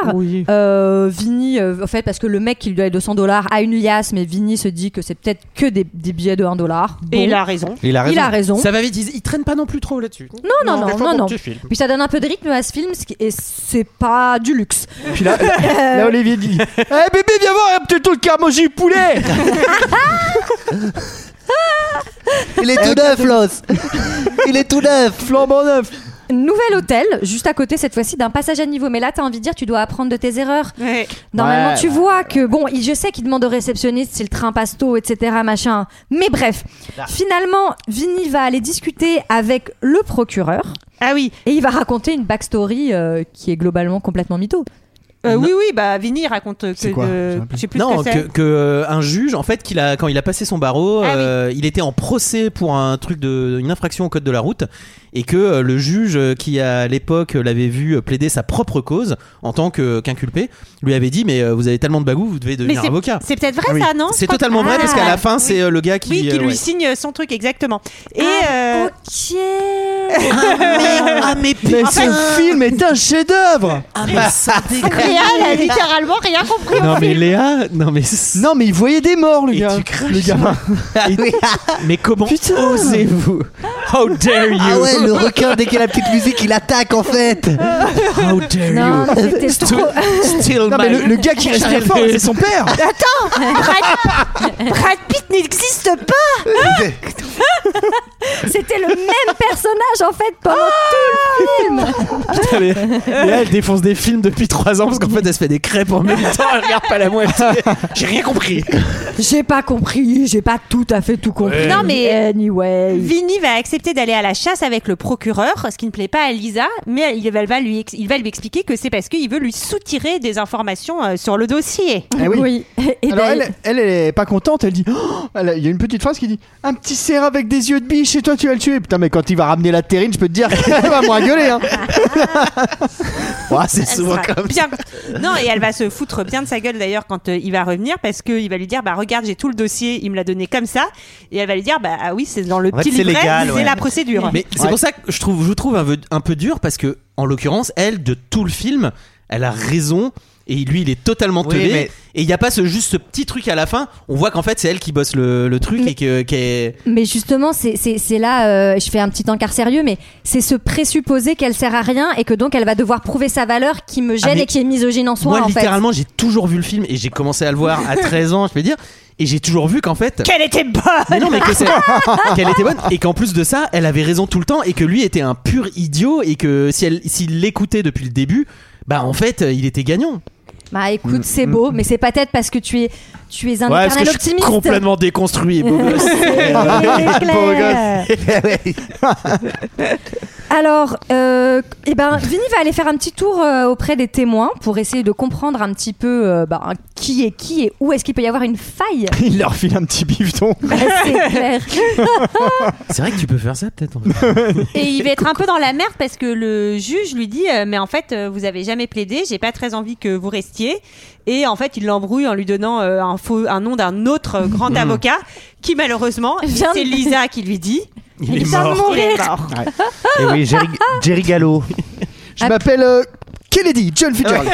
[SPEAKER 1] Euh, Vinny, euh, en fait, parce que le mec qui lui doit les 200 dollars a une liasse, mais Vinny se dit que c'est peut-être que des, des billets de 1 dollar.
[SPEAKER 4] Et
[SPEAKER 1] Bon.
[SPEAKER 4] il a raison.
[SPEAKER 1] Il a raison.
[SPEAKER 6] Ça va vite, ils, ils traînent pas non plus trop là-dessus.
[SPEAKER 1] Non, non,
[SPEAKER 6] Des
[SPEAKER 1] non,
[SPEAKER 6] fois,
[SPEAKER 1] non,
[SPEAKER 6] bon
[SPEAKER 1] non.
[SPEAKER 6] petit film.
[SPEAKER 1] Puis ça donne un peu de rythme à ce film, ce qui- et c'est pas du luxe.
[SPEAKER 13] Puis là,
[SPEAKER 1] Euh,
[SPEAKER 13] là, là, Olivier dit Eh bébé, viens voir un petit truc carmogie
[SPEAKER 1] <laughs>
[SPEAKER 13] poulet
[SPEAKER 2] Il est tout neuf, Los Il est tout neuf
[SPEAKER 13] Flambant neuf
[SPEAKER 1] Nouvel hôtel, juste à côté cette fois-ci d'un passage à niveau. Mais là, t'as envie de dire, tu dois apprendre de tes erreurs. Normalement,
[SPEAKER 13] Ouais,
[SPEAKER 1] tu
[SPEAKER 4] bah.
[SPEAKER 13] ouais.
[SPEAKER 1] vois que, bon, il- je sais qu'il demande au réceptionniste si le train passe tôt, etc., machin. Mais bref, finalement, Vinny va aller discuter avec le procureur.
[SPEAKER 4] Ah oui.
[SPEAKER 1] Et il va raconter une backstory euh, qui est globalement complètement mytho.
[SPEAKER 4] Euh, oui, oui, bah Vinny il raconte que
[SPEAKER 6] quoi
[SPEAKER 4] de... je sais plus ce
[SPEAKER 6] non,
[SPEAKER 4] que
[SPEAKER 6] que,
[SPEAKER 4] c'est.
[SPEAKER 6] que, euh, un juge, en fait, qu'il a, quand il a passé son barreau,
[SPEAKER 4] Ah
[SPEAKER 6] euh, il était en procès pour un truc de, une infraction au code de la route, et que euh, le juge euh, qui à l'époque euh, l'avait vu euh, plaider sa propre cause en tant que- qu'inculpé, lui avait dit mais euh, vous avez tellement de bagou, vous devez devenir
[SPEAKER 4] c'est-
[SPEAKER 6] avocat.
[SPEAKER 4] c'est peut-être vrai, Ah oui. ça, non Je
[SPEAKER 6] C'est
[SPEAKER 4] crois que-
[SPEAKER 6] totalement vrai
[SPEAKER 4] Ah.
[SPEAKER 6] parce qu'à la fin c'est euh, le gars qui,
[SPEAKER 4] Oui, qui
[SPEAKER 6] euh,
[SPEAKER 4] lui
[SPEAKER 6] ouais.
[SPEAKER 4] signe son truc, exactement. Et euh,
[SPEAKER 1] Ok. Eh
[SPEAKER 6] ah <laughs>
[SPEAKER 13] Mais
[SPEAKER 6] mais putain.
[SPEAKER 13] ce film est un chef-d'œuvre
[SPEAKER 6] Ah, mais ça dégrade.
[SPEAKER 4] Réa, elle <laughs> a littéralement rien compris.
[SPEAKER 6] Non mais Léa, non
[SPEAKER 13] <laughs>
[SPEAKER 6] mais
[SPEAKER 13] Non, mais il voyait des morts, le gars Le gamin <laughs> Ah
[SPEAKER 6] <laughs> mais comment osez-vous How dare you
[SPEAKER 2] Ah ouais, le requin, dès qu'il a la petite musique, il attaque en fait
[SPEAKER 6] How dare
[SPEAKER 1] Non,
[SPEAKER 6] you
[SPEAKER 1] c'était
[SPEAKER 6] Still-
[SPEAKER 1] trop.
[SPEAKER 6] still
[SPEAKER 13] Non, mais
[SPEAKER 6] my-
[SPEAKER 13] le, le gars qui respire fort, c'est son
[SPEAKER 6] <laughs>
[SPEAKER 13] père
[SPEAKER 4] Brad Pitt n'existe pas.
[SPEAKER 1] C'était le même personnage en fait pendant tout le film.
[SPEAKER 6] Putain, mais- mais là, elle défonce des
[SPEAKER 13] Ah
[SPEAKER 7] Oh,
[SPEAKER 2] Ah,
[SPEAKER 6] films depuis 3 ans parce qu'en fait, elle se fait des crêpes en même temps, elle regarde pas la moitié. J'ai rien compris.
[SPEAKER 1] J'ai pas compris, j'ai pas tout à fait tout compris.
[SPEAKER 4] Non, mais-
[SPEAKER 1] Anyway.
[SPEAKER 4] Vinny va accepter d'aller à la chasse avec le procureur, ce qui ne plaît pas à Lisa, mais il va, va lui, ex- il va lui expliquer que c'est parce qu'il veut lui soutirer des informations euh, sur le dossier.
[SPEAKER 1] Ah
[SPEAKER 7] Eh oui.
[SPEAKER 1] Et
[SPEAKER 7] Alors
[SPEAKER 1] d'ailleurs-
[SPEAKER 7] elle, elle, elle est pas contente, elle dit Oh Elle a- Il y a une petite phrase qui dit Un petit cerf avec des yeux de biche et toi tu vas le tuer. Putain, mais quand il va ramener la terrine, je peux te dire qu'elle va moins gueuler.
[SPEAKER 1] <laughs>
[SPEAKER 7] Hein. Ouah, c'est
[SPEAKER 4] Elle
[SPEAKER 7] souvent
[SPEAKER 4] sera
[SPEAKER 7] comme ça.
[SPEAKER 4] bien- Non, et elle va se foutre bien de sa gueule d'ailleurs quand euh, il va revenir parce qu'il va lui dire bah regarde j'ai tout le dossier, il me l'a donné comme ça et elle va lui dire bah ah oui c'est dans le
[SPEAKER 6] En fait,
[SPEAKER 4] petit
[SPEAKER 6] c'est
[SPEAKER 4] livret,
[SPEAKER 6] légal,
[SPEAKER 4] c'est
[SPEAKER 6] ouais.
[SPEAKER 4] la procédure.
[SPEAKER 6] Mais c'est pour ça que je trouve, je vous trouve un peu, un peu dur parce que, en l'occurrence, elle, de tout le film, elle a raison. Et lui, il est totalement
[SPEAKER 2] Oui,
[SPEAKER 6] teubé.
[SPEAKER 2] mais-
[SPEAKER 6] Et il n'y a pas ce, juste ce petit truc à la fin. On voit qu'en fait, c'est elle qui bosse le, le truc et que, qu'est-
[SPEAKER 1] Mais justement, c'est- c'est c'est là, euh, je fais un petit encart sérieux, mais c'est ce présupposé qu'elle sert à rien et que donc elle va devoir prouver sa valeur qui me gêne
[SPEAKER 6] mais
[SPEAKER 1] et qui est misogyne en soi.
[SPEAKER 6] Moi,
[SPEAKER 1] en fait.
[SPEAKER 6] littéralement, j'ai toujours vu le film et j'ai commencé à le voir à 13 ans, je peux dire. Et j'ai toujours vu qu'en fait.
[SPEAKER 4] Qu'elle était bonne
[SPEAKER 6] Mais non, mais que c'est- qu'elle était bonne et qu'en plus de ça, elle avait raison tout le temps et que lui était un pur idiot et que si elle, s'il l'écoutait depuis le début, bah en fait, il était gagnant.
[SPEAKER 1] Bah écoute,
[SPEAKER 6] Mm,
[SPEAKER 1] c'est
[SPEAKER 6] mm.
[SPEAKER 1] beau, mais c'est pas peut-être parce que tu es, tu es un éternel optimiste.
[SPEAKER 6] déconstruit et
[SPEAKER 1] <laughs>
[SPEAKER 6] beau gosse.
[SPEAKER 1] C'est clair.
[SPEAKER 6] Beau
[SPEAKER 7] <laughs>
[SPEAKER 1] Alors, euh, eh ben, Vinny va aller faire un petit tour euh, auprès des témoins pour essayer de comprendre un petit peu euh, bah, qui est qui et où est-ce qu'il peut y avoir une faille.
[SPEAKER 7] <laughs> Il leur file un petit bifton.
[SPEAKER 1] Bah, c'est clair.
[SPEAKER 6] C'est vrai que tu peux faire ça peut-être.
[SPEAKER 4] Et il va être un peu dans la merde parce que le juge lui dit euh, mais en fait euh, vous avez jamais plaidé, j'ai pas très envie que vous restiez et en fait il l'embrouille en lui donnant euh, un faux un nom d'un autre euh, grand
[SPEAKER 6] Mhm.
[SPEAKER 4] avocat qui malheureusement et
[SPEAKER 1] Vient de-
[SPEAKER 4] c'est Lisa qui lui dit
[SPEAKER 6] Il est
[SPEAKER 4] vient de
[SPEAKER 6] mort.
[SPEAKER 4] mourir.
[SPEAKER 6] Il est mort.
[SPEAKER 7] Ouais.
[SPEAKER 2] Et oui, Jerry, Jerry Gallo.
[SPEAKER 7] Je m'appelle euh, Kennedy, John Fitzgerald.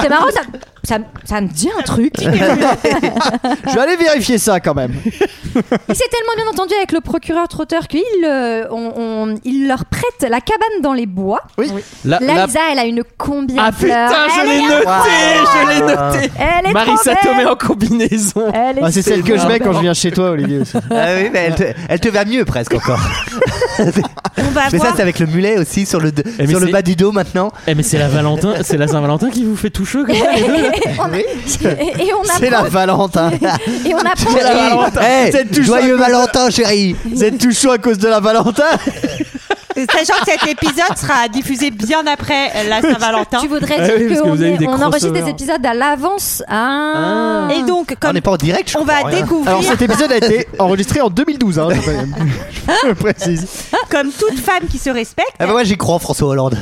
[SPEAKER 1] C'est marrant, ça, ça, ça me dit un truc.
[SPEAKER 7] Je vais aller vérifier ça quand même.
[SPEAKER 1] Il s'est tellement bien entendu avec le procureur trotteur qu'il euh, on- on- il leur prête la cabane dans les bois.
[SPEAKER 7] Oui.
[SPEAKER 6] La-
[SPEAKER 1] Là,
[SPEAKER 6] Ah, la-
[SPEAKER 1] Lisa, elle a une combien
[SPEAKER 6] Ah
[SPEAKER 1] de
[SPEAKER 6] putain,
[SPEAKER 1] fleurs.
[SPEAKER 6] je
[SPEAKER 1] Elle
[SPEAKER 6] l'ai
[SPEAKER 1] est-
[SPEAKER 6] noté, je l'ai noté.
[SPEAKER 1] Elle est
[SPEAKER 6] Marissa
[SPEAKER 1] trop
[SPEAKER 6] Tomei
[SPEAKER 1] belle.
[SPEAKER 6] en combinaison.
[SPEAKER 1] Elle est
[SPEAKER 7] Ah, c'est
[SPEAKER 1] trop
[SPEAKER 7] celle que je mets
[SPEAKER 1] belle.
[SPEAKER 7] quand je viens chez toi, Olivier. aussi.
[SPEAKER 2] Ah oui, mais elle te, elle te va mieux presque encore.
[SPEAKER 4] On va
[SPEAKER 2] Mais ça,
[SPEAKER 4] voir
[SPEAKER 2] c'est avec le mulet aussi sur le,
[SPEAKER 6] Eh, mais
[SPEAKER 2] sur le
[SPEAKER 6] c'est-
[SPEAKER 2] bas du dos maintenant.
[SPEAKER 6] Eh mais c'est la Valentin, c'est la Saint-Valentin qui vous fait tout chaud comme ça. les deux
[SPEAKER 1] Et on
[SPEAKER 7] C'est la
[SPEAKER 1] apprend, <laughs>
[SPEAKER 7] Valentin.
[SPEAKER 1] et on apprend
[SPEAKER 2] Chérie, hey,
[SPEAKER 7] Vous êtes toujours
[SPEAKER 2] joyeux
[SPEAKER 7] un peu-
[SPEAKER 2] Valentin, chérie.
[SPEAKER 7] Vous êtes tout chaud à cause de la Valentin
[SPEAKER 4] Sachant que cet épisode sera diffusé bien après euh, la Saint-Valentin.
[SPEAKER 1] Tu voudrais
[SPEAKER 6] Ah oui,
[SPEAKER 1] dire
[SPEAKER 6] parce que
[SPEAKER 1] qu'on
[SPEAKER 6] vous avez
[SPEAKER 1] est-
[SPEAKER 6] des
[SPEAKER 1] on enregistre des
[SPEAKER 6] crossovers.
[SPEAKER 1] épisodes à l'avance. Ah.
[SPEAKER 4] Et donc,
[SPEAKER 2] On
[SPEAKER 4] comme
[SPEAKER 2] n'est pas en direct, je
[SPEAKER 4] on
[SPEAKER 2] comprends
[SPEAKER 4] va
[SPEAKER 2] rien.
[SPEAKER 4] découvrir,
[SPEAKER 7] Alors cet épisode
[SPEAKER 2] <laughs>
[SPEAKER 7] a été enregistré en 2012, hein, quand même. je précise.
[SPEAKER 4] comme toute femme qui se respecte,
[SPEAKER 2] Ah bah moi j'y crois François Hollande.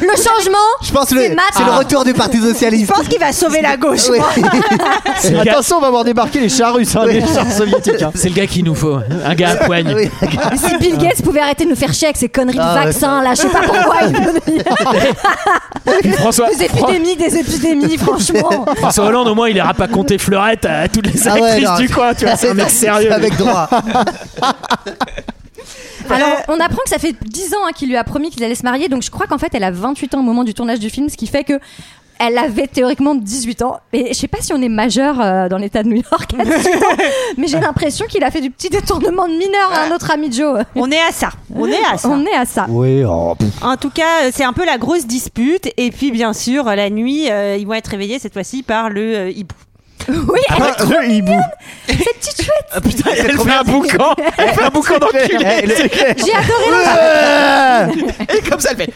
[SPEAKER 1] Le changement.
[SPEAKER 2] Je pense que le-
[SPEAKER 1] C'est Matt.
[SPEAKER 2] c'est le
[SPEAKER 1] Ah.
[SPEAKER 2] retour du Parti
[SPEAKER 4] je
[SPEAKER 2] Socialiste.
[SPEAKER 4] pense qu'il va sauver la gauche.
[SPEAKER 2] Oui. <laughs>
[SPEAKER 7] Attention, on va voir débarquer les chars russes, hein, les chars soviétiques. hein.
[SPEAKER 6] C'est le gars qu'il nous faut, un gars à poigne.
[SPEAKER 2] Oui.
[SPEAKER 1] Si Ah. Bill Gates pouvait arrêter de nous faire chier avec ses conneries
[SPEAKER 2] Ah,
[SPEAKER 1] de
[SPEAKER 2] ouais.
[SPEAKER 1] vaccins, là, je sais pas pourquoi
[SPEAKER 2] <laughs>
[SPEAKER 1] il
[SPEAKER 6] François,
[SPEAKER 1] Des épidémies, des épidémies, franchement.
[SPEAKER 6] François Hollande au moins il ira pas compter fleurette à, à toutes les
[SPEAKER 2] Ah ouais,
[SPEAKER 6] actrices
[SPEAKER 2] non,
[SPEAKER 6] du coin, tu vois, c'est un mec sérieux.
[SPEAKER 2] Avec droit.
[SPEAKER 1] Alors, on apprend que ça fait 10 ans hein, qu'il lui a promis qu'il allait se marier, donc je crois qu'en fait, elle a 28 ans au moment du tournage du film, ce qui fait que. Elle avait théoriquement 18 ans. Et je sais pas si on est majeur euh, dans l'état de New York à 18
[SPEAKER 2] <laughs>
[SPEAKER 1] ans, mais j'ai l'impression qu'il a fait du petit détournement de mineur à un autre ami de Joe.
[SPEAKER 4] On est à ça. On est à ça.
[SPEAKER 1] On est à ça.
[SPEAKER 2] Oui, oh, pff.
[SPEAKER 4] En tout cas, euh, c'est un peu la grosse dispute. Et puis, bien sûr, la nuit, euh, ils vont être réveillés cette fois-ci par le euh, hibou.
[SPEAKER 1] Oui,
[SPEAKER 2] Ah,
[SPEAKER 1] elle est trop mignonne, Cette petite
[SPEAKER 2] <laughs>
[SPEAKER 1] chouette.
[SPEAKER 6] Ah, putain, elle fait un boucan, elle
[SPEAKER 7] <laughs>
[SPEAKER 6] fait un boucan
[SPEAKER 2] Eh,
[SPEAKER 6] d'enculé.
[SPEAKER 2] le-
[SPEAKER 1] J'ai adoré le-
[SPEAKER 6] Et comme ça elle fait.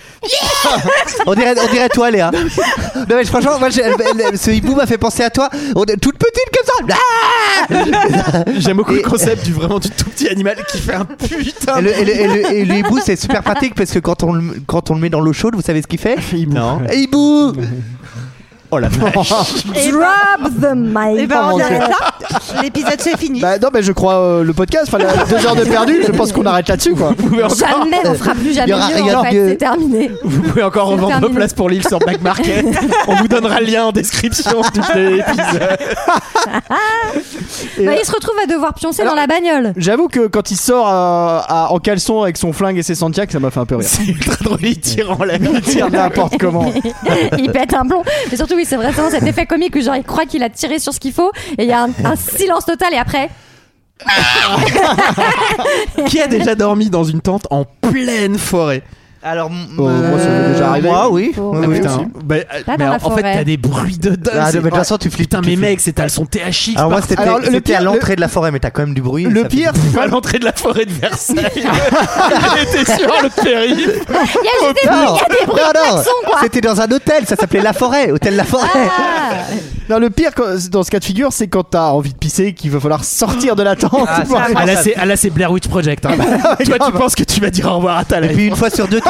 [SPEAKER 2] <laughs> on, dirait, on dirait toi Léa. non mais franchement, moi, j'ai- elle- elle- ce hibou m'a fait penser à toi. On est toute petite comme ça.
[SPEAKER 6] J'aime beaucoup
[SPEAKER 2] Et-
[SPEAKER 6] le concept du vraiment du tout petit animal qui fait un putain.
[SPEAKER 2] Et le, et le- et le- et le hibou, c'est super pratique parce que quand on, le- quand on le met dans l'eau chaude, vous savez ce qu'il fait
[SPEAKER 6] Non.
[SPEAKER 2] Hibou Oh la vache
[SPEAKER 1] Drop the mic.
[SPEAKER 4] Et Eh ben, on
[SPEAKER 7] Oh, mon
[SPEAKER 4] arrête
[SPEAKER 7] Dieu.
[SPEAKER 4] là. L'épisode, c'est fini.
[SPEAKER 7] Bah non, mais je crois euh, le podcast, enfin la- deux heures de perdu, je pense qu'on arrête là-dessus quoi.
[SPEAKER 1] Jamais, on fera plus jamais
[SPEAKER 2] Il y aura
[SPEAKER 1] mieux,
[SPEAKER 2] rien
[SPEAKER 1] en fait,
[SPEAKER 2] de-
[SPEAKER 1] c'est terminé.
[SPEAKER 6] Vous pouvez encore
[SPEAKER 1] C'est
[SPEAKER 6] revendre vos
[SPEAKER 1] terminé.
[SPEAKER 6] places pour l'île sur Black Market. On vous donnera le lien en description de l'épisode.
[SPEAKER 7] Et-
[SPEAKER 1] Bah, il se retrouve à devoir pioncer dans la bagnole.
[SPEAKER 7] J'avoue que quand il sort euh, à- en caleçon avec son flingue et ses Santiago, ça m'a fait un peu rire.
[SPEAKER 6] C'est ultra drôle, il tire en l'air.
[SPEAKER 7] Il tire n'importe comment.
[SPEAKER 1] <laughs> il pète un plomb. Mais surtout, oui, c'est vraiment cet effet comique où genre il croit qu'il a tiré sur ce qu'il faut et il y a un, un silence total et après.
[SPEAKER 6] Qui a déjà dormi dans une tente en pleine forêt
[SPEAKER 2] Alors,
[SPEAKER 7] Oh, moi, ça m'est
[SPEAKER 6] Eh
[SPEAKER 7] déjà
[SPEAKER 6] ben,
[SPEAKER 7] arrivé.
[SPEAKER 2] Moi, oui.
[SPEAKER 7] Oh.
[SPEAKER 2] Oui,
[SPEAKER 7] Ah,
[SPEAKER 2] oui,
[SPEAKER 7] putain.
[SPEAKER 2] aussi.
[SPEAKER 6] Bah, euh,
[SPEAKER 1] Pas
[SPEAKER 6] mais
[SPEAKER 1] dans la
[SPEAKER 6] en fait,
[SPEAKER 1] forêt.
[SPEAKER 6] t'as des bruits de dingue.
[SPEAKER 2] Ah,
[SPEAKER 6] c'est-
[SPEAKER 2] mais de toute façon, tu flippes.
[SPEAKER 6] Putain,
[SPEAKER 2] tu
[SPEAKER 6] mais
[SPEAKER 2] flippes.
[SPEAKER 6] mec, c'est à son THX.
[SPEAKER 2] Alors, moi,
[SPEAKER 6] partout.
[SPEAKER 2] c'était
[SPEAKER 7] Alors, le
[SPEAKER 2] c'était
[SPEAKER 7] pire,
[SPEAKER 2] à
[SPEAKER 7] le-
[SPEAKER 2] l'entrée de la forêt, mais t'as quand même du bruit.
[SPEAKER 7] Le
[SPEAKER 2] ça-
[SPEAKER 7] pire,
[SPEAKER 6] Pas à l'entrée de la forêt
[SPEAKER 1] <laughs>
[SPEAKER 6] de Versailles. Il était sur le périph'.
[SPEAKER 1] Il y a juste des
[SPEAKER 2] Non,
[SPEAKER 1] bruits, il y a des bruits de
[SPEAKER 2] non, non.
[SPEAKER 1] klaxon, quoi.
[SPEAKER 2] C'était dans un hôtel, ça s'appelait La Forêt, hôtel La Forêt.
[SPEAKER 1] Ah.
[SPEAKER 7] Non, le pire quand- dans ce cas de figure, c'est quand t'as envie de pisser qu'il va falloir sortir de la tente.
[SPEAKER 2] Ah,
[SPEAKER 7] pour-
[SPEAKER 2] ça,
[SPEAKER 6] Ah là, c'est, ah, là, c'est Blair Witch Project.
[SPEAKER 2] <laughs>
[SPEAKER 6] hein. Toi, tu penses que tu vas dire au revoir à ta
[SPEAKER 2] Et
[SPEAKER 6] life.
[SPEAKER 2] puis une fois sur deux, tu,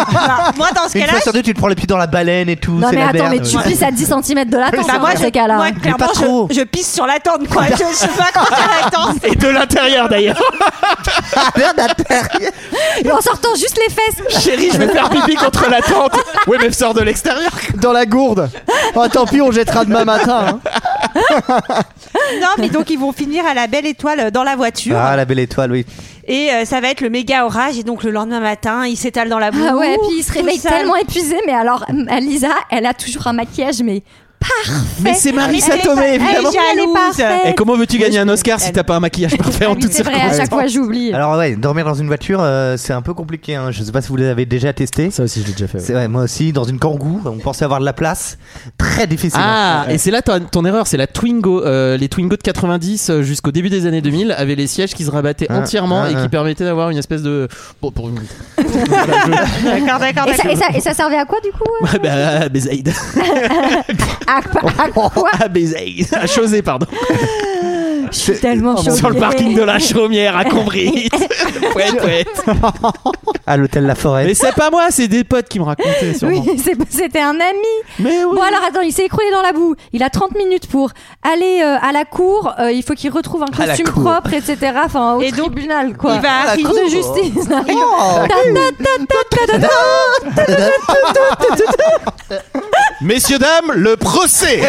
[SPEAKER 4] Moi, dans ce
[SPEAKER 2] une
[SPEAKER 4] cas-là,
[SPEAKER 2] fois sur deux, tu te prends les pieds dans la baleine et tout.
[SPEAKER 1] Non,
[SPEAKER 2] c'est
[SPEAKER 1] mais
[SPEAKER 2] la
[SPEAKER 1] attends, mais
[SPEAKER 2] merde.
[SPEAKER 1] tu pisses à 10 cm de la tente
[SPEAKER 4] Bah, moi,
[SPEAKER 1] dans ces
[SPEAKER 4] je,
[SPEAKER 1] cas-là.
[SPEAKER 4] moi,
[SPEAKER 1] hein.
[SPEAKER 4] clairement,
[SPEAKER 2] pas trop.
[SPEAKER 4] je, je pisse sur la tente, quoi. Je, je suis pas contre la tente.
[SPEAKER 6] Et de l'intérieur
[SPEAKER 2] <laughs>
[SPEAKER 6] d'ailleurs.
[SPEAKER 2] Ah, merde, à terre.
[SPEAKER 1] Et En sortant juste les fesses.
[SPEAKER 6] Chérie, je vais faire pipi contre la tente. Ouais, mais sors de l'extérieur.
[SPEAKER 7] dans la gourde. Oh, tant pis, on jettera demain matin. hein.
[SPEAKER 4] Non, mais donc, ils vont finir à la belle étoile euh, dans la voiture.
[SPEAKER 2] Ah, la belle étoile, oui.
[SPEAKER 4] Et euh, ça va être le méga orage. Et donc, le lendemain matin, il s'étale dans la boue.
[SPEAKER 1] Ah ouais, puis il se
[SPEAKER 4] tout
[SPEAKER 1] réveille
[SPEAKER 4] sale.
[SPEAKER 1] tellement épuisé. Mais alors, m- Lisa, elle a toujours un maquillage, mais parfait.
[SPEAKER 6] Mais c'est Marisa
[SPEAKER 1] Elle est-
[SPEAKER 6] Tomei,
[SPEAKER 1] elle est
[SPEAKER 6] évidemment.
[SPEAKER 4] Jalouse.
[SPEAKER 1] parfaite.
[SPEAKER 6] Et comment veux-tu gagner Ah, un Oscar si
[SPEAKER 4] elle-
[SPEAKER 6] t'as pas un <laughs> maquillage parfait en
[SPEAKER 1] Oui,
[SPEAKER 6] toutes
[SPEAKER 1] C'est vrai, à
[SPEAKER 6] circonstances
[SPEAKER 1] chaque fois j'oublie.
[SPEAKER 2] Alors ouais, dormir dans une voiture, euh, c'est un peu compliqué. Hein. Je sais pas si vous l'avez déjà testé.
[SPEAKER 6] Ça aussi, je l'ai déjà fait.
[SPEAKER 2] C'est ouais, moi aussi, dans une kangou, on pensait avoir de la place. Très difficile.
[SPEAKER 6] Ah, et c'est là ton, ton erreur, c'est la Twingo. Euh, les Twingo de 90 euh, jusqu'au début des années 2000 avaient les sièges qui se rabattaient
[SPEAKER 2] Ah,
[SPEAKER 6] entièrement
[SPEAKER 2] ah,
[SPEAKER 6] et qui
[SPEAKER 2] ah.
[SPEAKER 6] permettaient d'avoir une espèce de. Bon, pour une.
[SPEAKER 4] D'accord, d'accord,
[SPEAKER 1] Et ça,
[SPEAKER 4] d'accord.
[SPEAKER 1] et ça- et ça servait à quoi du coup euh
[SPEAKER 6] <laughs> Ah, Ah, bah, à Bézaïde. <laughs>
[SPEAKER 1] à,
[SPEAKER 6] Oh,
[SPEAKER 1] quoi- à quoi
[SPEAKER 6] À Bézaïde. À Chausée, pardon.
[SPEAKER 1] Je suis tellement choquée.
[SPEAKER 6] Sur le parking de la Chaumière à <laughs> Combry. ouais, ouais. <laughs>
[SPEAKER 2] À l'hôtel La Forêt.
[SPEAKER 6] Mais c'est pas moi, c'est des potes qui me racontaient sûrement.
[SPEAKER 1] Oui, c'est- c'était un ami.
[SPEAKER 6] Mais oui.
[SPEAKER 1] Bon alors attends, il s'est écroulé dans la boue. Il a 30 minutes pour aller euh, à la cour. Euh, il faut qu'il retrouve un
[SPEAKER 2] la
[SPEAKER 1] costume
[SPEAKER 2] cour.
[SPEAKER 1] propre, etc. Enfin, au
[SPEAKER 4] Et donc,
[SPEAKER 1] tribunal, quoi.
[SPEAKER 4] il va à la
[SPEAKER 1] Cour de
[SPEAKER 2] cour.
[SPEAKER 1] justice.
[SPEAKER 2] Oh.
[SPEAKER 1] Ta, ta, ta, ta, ta, ta.
[SPEAKER 6] Messieurs, dames, le <laughs> procès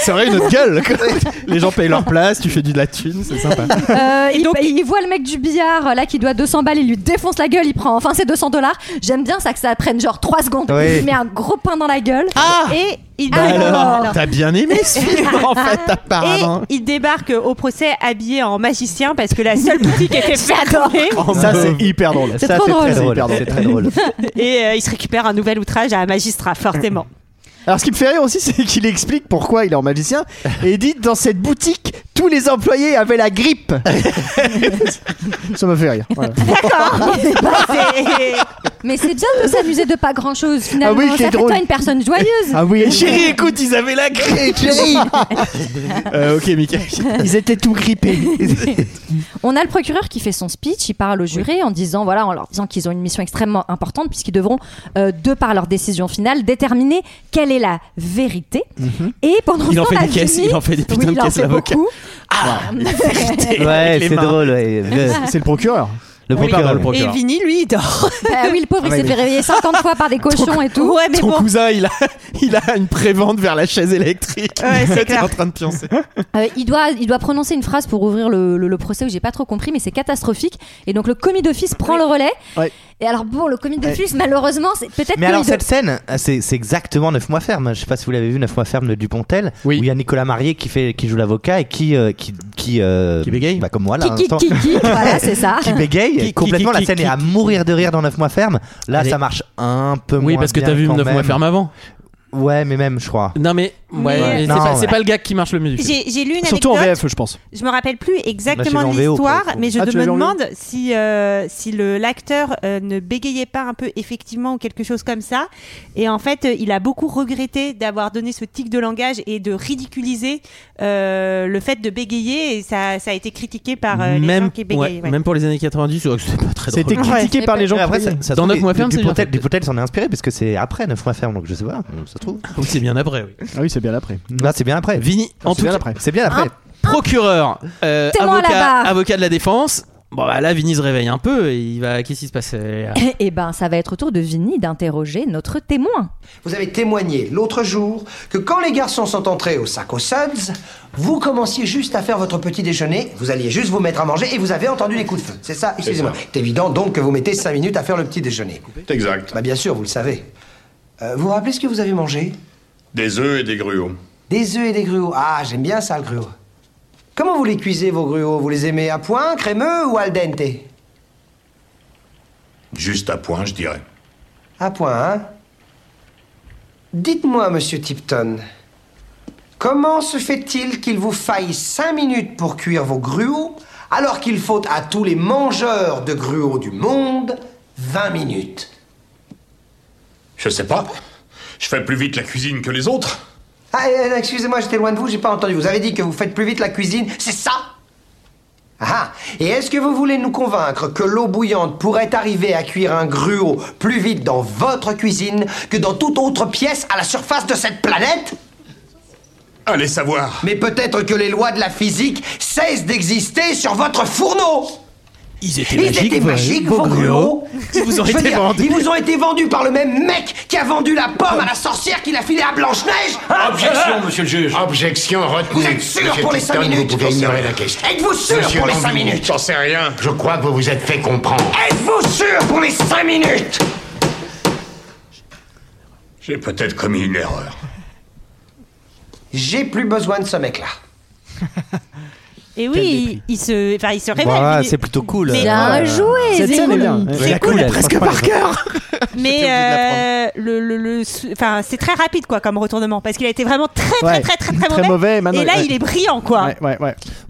[SPEAKER 6] C'est vrai, notre gueule. quoi. <laughs> Ah, Les gens payent leur place, tu fais du de la thune, c'est sympa.
[SPEAKER 1] Euh, il, il voit le mec du billard là qui doit 200 balles, il lui défonce la gueule, il prend enfin ses 200 dollars. J'aime bien ça que ça prenne genre 3 secondes.
[SPEAKER 2] Oui.
[SPEAKER 1] Il lui met un gros pain dans la gueule.
[SPEAKER 6] Ah
[SPEAKER 4] Et il
[SPEAKER 6] Bah
[SPEAKER 4] débarque-
[SPEAKER 6] alors, t'as bien aimé ce film en fait, apparemment.
[SPEAKER 4] Et il débarque au procès habillé en magicien parce que la seule
[SPEAKER 1] <laughs>
[SPEAKER 4] boutique était fermée.
[SPEAKER 7] Ça,
[SPEAKER 6] Oh,
[SPEAKER 7] c'est
[SPEAKER 6] bah.
[SPEAKER 7] hyper drôle.
[SPEAKER 1] C'est
[SPEAKER 2] Ça,
[SPEAKER 1] trop drôle.
[SPEAKER 2] c'est très
[SPEAKER 1] C'est
[SPEAKER 2] drôle. C'est très drôle.
[SPEAKER 4] Et euh, il se récupère un nouvel outrage à un magistrat, fortement.
[SPEAKER 7] Alors, ce qui me fait rire aussi, c'est qu'il explique pourquoi il est en magicien. Et il dit dans cette boutique, tous les employés avaient
[SPEAKER 6] <laughs>
[SPEAKER 7] la grippe. ça m'a fait rire. voilà.
[SPEAKER 4] C'est-
[SPEAKER 1] Mais c'est bien de s'amuser de pas grand chose finalement.
[SPEAKER 7] Ah oui, c'est
[SPEAKER 1] ça fait
[SPEAKER 7] drôle.
[SPEAKER 1] toi une personne joyeuse.
[SPEAKER 7] Ah oui,
[SPEAKER 6] Chérie, écoute, ils avaient la grippe. <laughs> Euh, ok, Michael.
[SPEAKER 7] ils étaient tout grippés.
[SPEAKER 1] On a le procureur qui fait son speech, il parle aux jurés en disant voilà, en leur disant qu'ils ont une mission extrêmement importante puisqu'ils devront euh, de par leur décision finale déterminer quelle est la vérité. Et pendant
[SPEAKER 6] Il
[SPEAKER 1] ce
[SPEAKER 6] en
[SPEAKER 1] temps,
[SPEAKER 6] fait
[SPEAKER 1] la
[SPEAKER 6] des caisses,
[SPEAKER 1] Jimmy-
[SPEAKER 6] il en fait des putains
[SPEAKER 1] Oui,
[SPEAKER 6] de
[SPEAKER 1] il en
[SPEAKER 6] caisses,
[SPEAKER 1] fait
[SPEAKER 6] l'avocat.
[SPEAKER 1] beaucoup.
[SPEAKER 2] Ouais,
[SPEAKER 6] les
[SPEAKER 2] c'est
[SPEAKER 6] mains.
[SPEAKER 2] drôle. ouais.
[SPEAKER 6] <laughs>
[SPEAKER 2] Le,
[SPEAKER 7] C'est le procureur.
[SPEAKER 2] le
[SPEAKER 6] Oui, pardon,
[SPEAKER 2] procureur.
[SPEAKER 6] le
[SPEAKER 4] Et
[SPEAKER 6] procureur.
[SPEAKER 4] Vinny, lui, il dort.
[SPEAKER 1] Bah oui, le pauvre, il s'est fait réveiller 50 fois par des cochons et tout.
[SPEAKER 4] Ouais, mais
[SPEAKER 6] Ton
[SPEAKER 4] bon.
[SPEAKER 6] cousin, il a, <laughs> il a une prévente vers la chaise électrique.
[SPEAKER 4] Ouais,
[SPEAKER 6] <laughs>
[SPEAKER 4] c'est
[SPEAKER 6] Il est
[SPEAKER 4] clair.
[SPEAKER 6] en train de pioncer.
[SPEAKER 1] Euh, il, doit, il doit prononcer une phrase pour ouvrir le, le- le procès où j'ai pas trop compris, mais c'est catastrophique. Et donc le commis d'office prend le relais.
[SPEAKER 7] Ouais.
[SPEAKER 1] Et alors bon, le commis d'office, malheureusement, c'est peut-être
[SPEAKER 2] Mais
[SPEAKER 1] que
[SPEAKER 2] alors
[SPEAKER 1] il doit-
[SPEAKER 2] cette scène, euh, c'est c'est exactement 9 mois ferme. Je sais pas si vous l'avez vu, 9 mois ferme de Dupontel,
[SPEAKER 6] Oui.
[SPEAKER 2] où il y a Nicolas Marié qui fait, qui joue l'avocat et qui euh, qui qui, euh,
[SPEAKER 6] Qui bégaye.
[SPEAKER 2] bah, comme moi là. à
[SPEAKER 1] Qui, qui,
[SPEAKER 2] l'instant.
[SPEAKER 1] qui, qui, voilà, c'est ça.
[SPEAKER 2] Qui bégaye
[SPEAKER 6] Qui- qui-
[SPEAKER 2] complètement.
[SPEAKER 6] qui-
[SPEAKER 2] la
[SPEAKER 6] qui-
[SPEAKER 2] scène
[SPEAKER 6] qui-
[SPEAKER 2] est à mourir de rire dans 9 mois ferme. Là,
[SPEAKER 6] Allez.
[SPEAKER 2] ça marche un peu moins.
[SPEAKER 6] Oui, parce que
[SPEAKER 2] bien
[SPEAKER 6] t'as vu
[SPEAKER 2] quand
[SPEAKER 6] 9 mois
[SPEAKER 2] même.
[SPEAKER 6] ferme avant.
[SPEAKER 2] Ouais, mais même, je crois.
[SPEAKER 6] Non, mais, ouais,
[SPEAKER 4] Mais- euh,
[SPEAKER 6] c'est
[SPEAKER 2] Non,
[SPEAKER 6] pas, c'est
[SPEAKER 2] ouais.
[SPEAKER 6] pas le gag qui marche le mieux. du film.
[SPEAKER 4] Mm. J'ai j'ai lu une
[SPEAKER 7] Surtout en
[SPEAKER 4] anecdote.
[SPEAKER 7] VF, je pense.
[SPEAKER 4] Je me rappelle plus exactement
[SPEAKER 2] Bah,
[SPEAKER 4] de
[SPEAKER 2] je l'ai en VO, pour le
[SPEAKER 4] l'histoire,
[SPEAKER 2] coup.
[SPEAKER 4] mais je
[SPEAKER 7] Ah, tu
[SPEAKER 4] me
[SPEAKER 7] l'as vu en
[SPEAKER 4] demande si euh, si le l'acteur euh, ne bégayait pas un peu effectivement ou quelque chose comme ça. Et en fait, euh, il a beaucoup regretté d'avoir donné ce tic de langage et de ridiculiser euh, le fait de bégayer. Et ça, ça a été critiqué par euh, les gens qui
[SPEAKER 6] ouais,
[SPEAKER 4] bégayaient. ouais.
[SPEAKER 6] même pour les années 90, je crois que c'était pas très
[SPEAKER 7] C'était
[SPEAKER 6] drôle.
[SPEAKER 7] critiqué
[SPEAKER 1] Ouais.
[SPEAKER 7] par les gens.
[SPEAKER 2] Mais après,
[SPEAKER 7] qui-
[SPEAKER 2] ça, ça se
[SPEAKER 6] Dans
[SPEAKER 2] trouve,
[SPEAKER 6] neuf mois ferme, c'est bien
[SPEAKER 2] Dupontel,
[SPEAKER 6] fait.
[SPEAKER 2] Dupontel s'en est inspiré parce que c'est après 9 mois ferme, donc je sais pas. Ça se trouve.
[SPEAKER 6] Oui, c'est bien après. Oui.
[SPEAKER 7] Ah oui, c'est bien après. Ah,
[SPEAKER 2] Là, c'est bien après.
[SPEAKER 6] Vini, en
[SPEAKER 7] c'est
[SPEAKER 6] tout
[SPEAKER 7] bien
[SPEAKER 6] cas,
[SPEAKER 7] après.
[SPEAKER 2] C'est bien après.
[SPEAKER 6] procureur, euh,
[SPEAKER 1] Témoin à la
[SPEAKER 6] avocat,
[SPEAKER 1] barre.
[SPEAKER 6] avocat de la défense. Bon, bah là, Vini se réveille un peu et il va. Qu'est-ce qui se passe euh,
[SPEAKER 1] Eh ben, ça va être au tour de Vinny d'interroger notre témoin.
[SPEAKER 11] Vous avez témoigné l'autre jour que quand les garçons sont entrés au sac aux Suds, vous commenciez juste à faire votre petit déjeuner, vous alliez juste vous mettre à manger et vous avez entendu les coups de feu. C'est ça Excusez-moi. C'est évident donc que vous mettez 5 minutes à faire le petit déjeuner.
[SPEAKER 8] Exact.
[SPEAKER 11] Bah bien sûr, vous le savez. Euh, vous vous rappelez ce que vous avez mangé
[SPEAKER 8] Des œufs et des gruaux.
[SPEAKER 11] Des œufs et des gruaux. Ah, j'aime bien ça, le gruau. Comment vous les cuisez, vos gruaux Vous les aimez à point, crémeux ou al dente
[SPEAKER 8] Juste à point, je dirais.
[SPEAKER 11] À point, hein Dites-moi, monsieur Tipton, comment se fait-il qu'il vous faille 5 minutes pour cuire vos gruaux, alors qu'il faut à tous les mangeurs de gruaux du monde 20 minutes
[SPEAKER 8] Je sais pas. Je fais plus vite la cuisine que les autres.
[SPEAKER 11] Ah, euh, excusez-moi, j'étais loin de vous, j'ai pas entendu. Vous avez dit que vous faites plus vite la cuisine, c'est ça Ah Et est-ce que vous voulez nous convaincre que l'eau bouillante pourrait arriver à cuire un gruau plus vite dans votre cuisine que dans toute autre pièce à la surface de cette planète
[SPEAKER 8] Allez savoir
[SPEAKER 11] Mais peut-être que les lois de la physique cessent d'exister sur votre fourneau
[SPEAKER 6] Ils étaient
[SPEAKER 11] ils
[SPEAKER 6] magiques,
[SPEAKER 11] étaient
[SPEAKER 6] vos-
[SPEAKER 11] magiques,
[SPEAKER 6] vos
[SPEAKER 11] vos gruaux.
[SPEAKER 6] gruaux. Ils vous ont
[SPEAKER 11] Je veux
[SPEAKER 6] été
[SPEAKER 11] dire,
[SPEAKER 6] vendus.
[SPEAKER 11] Ils vous ont été vendus par le même mec qui a vendu la pomme à la sorcière qui l'a filée à Blanche-Neige hein, voilà.
[SPEAKER 14] monsieur le juge. Objection retenue.
[SPEAKER 11] Vous êtes sûr
[SPEAKER 14] Monsieur
[SPEAKER 11] pour les cinq
[SPEAKER 14] Tipton,
[SPEAKER 11] minutes
[SPEAKER 14] Vous pouvez
[SPEAKER 11] J'en sais
[SPEAKER 14] ignorer
[SPEAKER 11] rien.
[SPEAKER 14] la question.
[SPEAKER 11] Êtes-vous sûr
[SPEAKER 14] Monsieur
[SPEAKER 11] pour les
[SPEAKER 14] Langevin,
[SPEAKER 11] cinq minutes
[SPEAKER 8] J'en sais rien.
[SPEAKER 14] Je crois que vous vous êtes fait comprendre.
[SPEAKER 11] Êtes-vous sûr pour les cinq minutes
[SPEAKER 8] J'ai peut-être commis une erreur.
[SPEAKER 11] J'ai plus besoin de ce mec-là.
[SPEAKER 4] Et oui, il, il se, enfin, il se révèle. mais-
[SPEAKER 2] plutôt cool.
[SPEAKER 4] Mais-
[SPEAKER 1] Ah,
[SPEAKER 4] Bien joué, Cette scène est bien.
[SPEAKER 2] C'est la cool, presque par cœur.
[SPEAKER 4] Mais euh, le, le, le sou- enfin, c'est très rapide quoi comme retournement parce qu'il a été vraiment très très
[SPEAKER 2] Ouais.
[SPEAKER 4] très très très,
[SPEAKER 2] Très mauvais, maintenant-
[SPEAKER 4] et là
[SPEAKER 2] ouais.
[SPEAKER 4] il est brillant quoi.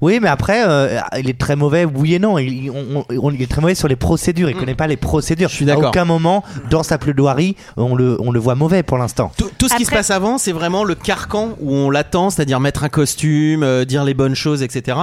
[SPEAKER 2] Oui, mais après, euh, il est très mauvais. Oui et non, il, on- on- il est très mauvais sur les procédures. Il connaît pas les procédures. Je suis
[SPEAKER 6] d'accord.
[SPEAKER 2] À aucun moment dans sa plaidoirie, on le, on le voit mauvais pour l'instant.
[SPEAKER 6] Tout, tout ce qui se passe avant, c'est vraiment le carcan où on l'attend, c'est-à-dire mettre un costume, euh, dire les bonnes choses, etc.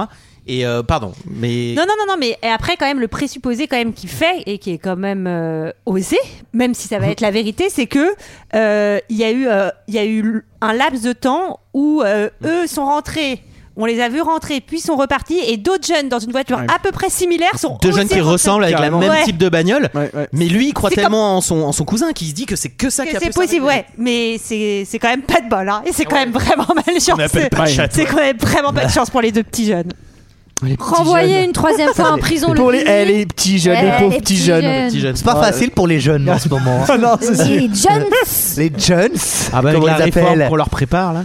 [SPEAKER 6] Et euh, pardon, mais
[SPEAKER 4] Non non non non mais après quand même le présupposé quand même qu'il fait et qui est quand même euh, osé même si ça va être la vérité c'est que euh, il y a eu euh, il y a eu l- un laps de temps où euh, eux sont rentrés on les a vus rentrer puis sont repartis et d'autres jeunes dans une voiture à peu près similaire sont
[SPEAKER 6] deux jeunes
[SPEAKER 4] aussi
[SPEAKER 6] qui
[SPEAKER 4] rentrés.
[SPEAKER 6] ressemblent avec la
[SPEAKER 4] Carrément.
[SPEAKER 6] même
[SPEAKER 4] Ouais.
[SPEAKER 6] type de bagnole. Mais lui, il croit
[SPEAKER 4] C'est
[SPEAKER 6] tellement en, son, en son cousin qu'il se dit que c'est que ça qui
[SPEAKER 4] Que
[SPEAKER 6] a
[SPEAKER 4] c'est
[SPEAKER 6] fait ça.
[SPEAKER 4] possible, ouais, mais c'est c'est quand même pas de bol, hein. Et c'est quand même vraiment mal
[SPEAKER 6] On appelle pas de
[SPEAKER 4] C'est
[SPEAKER 6] chat,
[SPEAKER 4] c'est
[SPEAKER 6] ouais.
[SPEAKER 4] quand même vraiment pas de chance pour les deux petits jeunes.
[SPEAKER 1] Renvoyer une troisième fois en prison
[SPEAKER 7] Pour
[SPEAKER 1] le
[SPEAKER 7] les, eh, les petits jeunes,
[SPEAKER 1] Eh,
[SPEAKER 7] les pauvres
[SPEAKER 1] les
[SPEAKER 7] petits
[SPEAKER 1] petits
[SPEAKER 7] jeunes.
[SPEAKER 1] jeunes. Petits jeunes.
[SPEAKER 2] C'est pas facile pour les jeunes en ce
[SPEAKER 6] <laughs>
[SPEAKER 2] moment.
[SPEAKER 7] Ah non, c'est sûr.
[SPEAKER 1] Les jeunes.
[SPEAKER 2] Les jeunes.
[SPEAKER 6] Ah bah, avec
[SPEAKER 2] comment
[SPEAKER 6] la
[SPEAKER 2] ils
[SPEAKER 6] réforme
[SPEAKER 2] appellent
[SPEAKER 6] qu'on leur prépare là.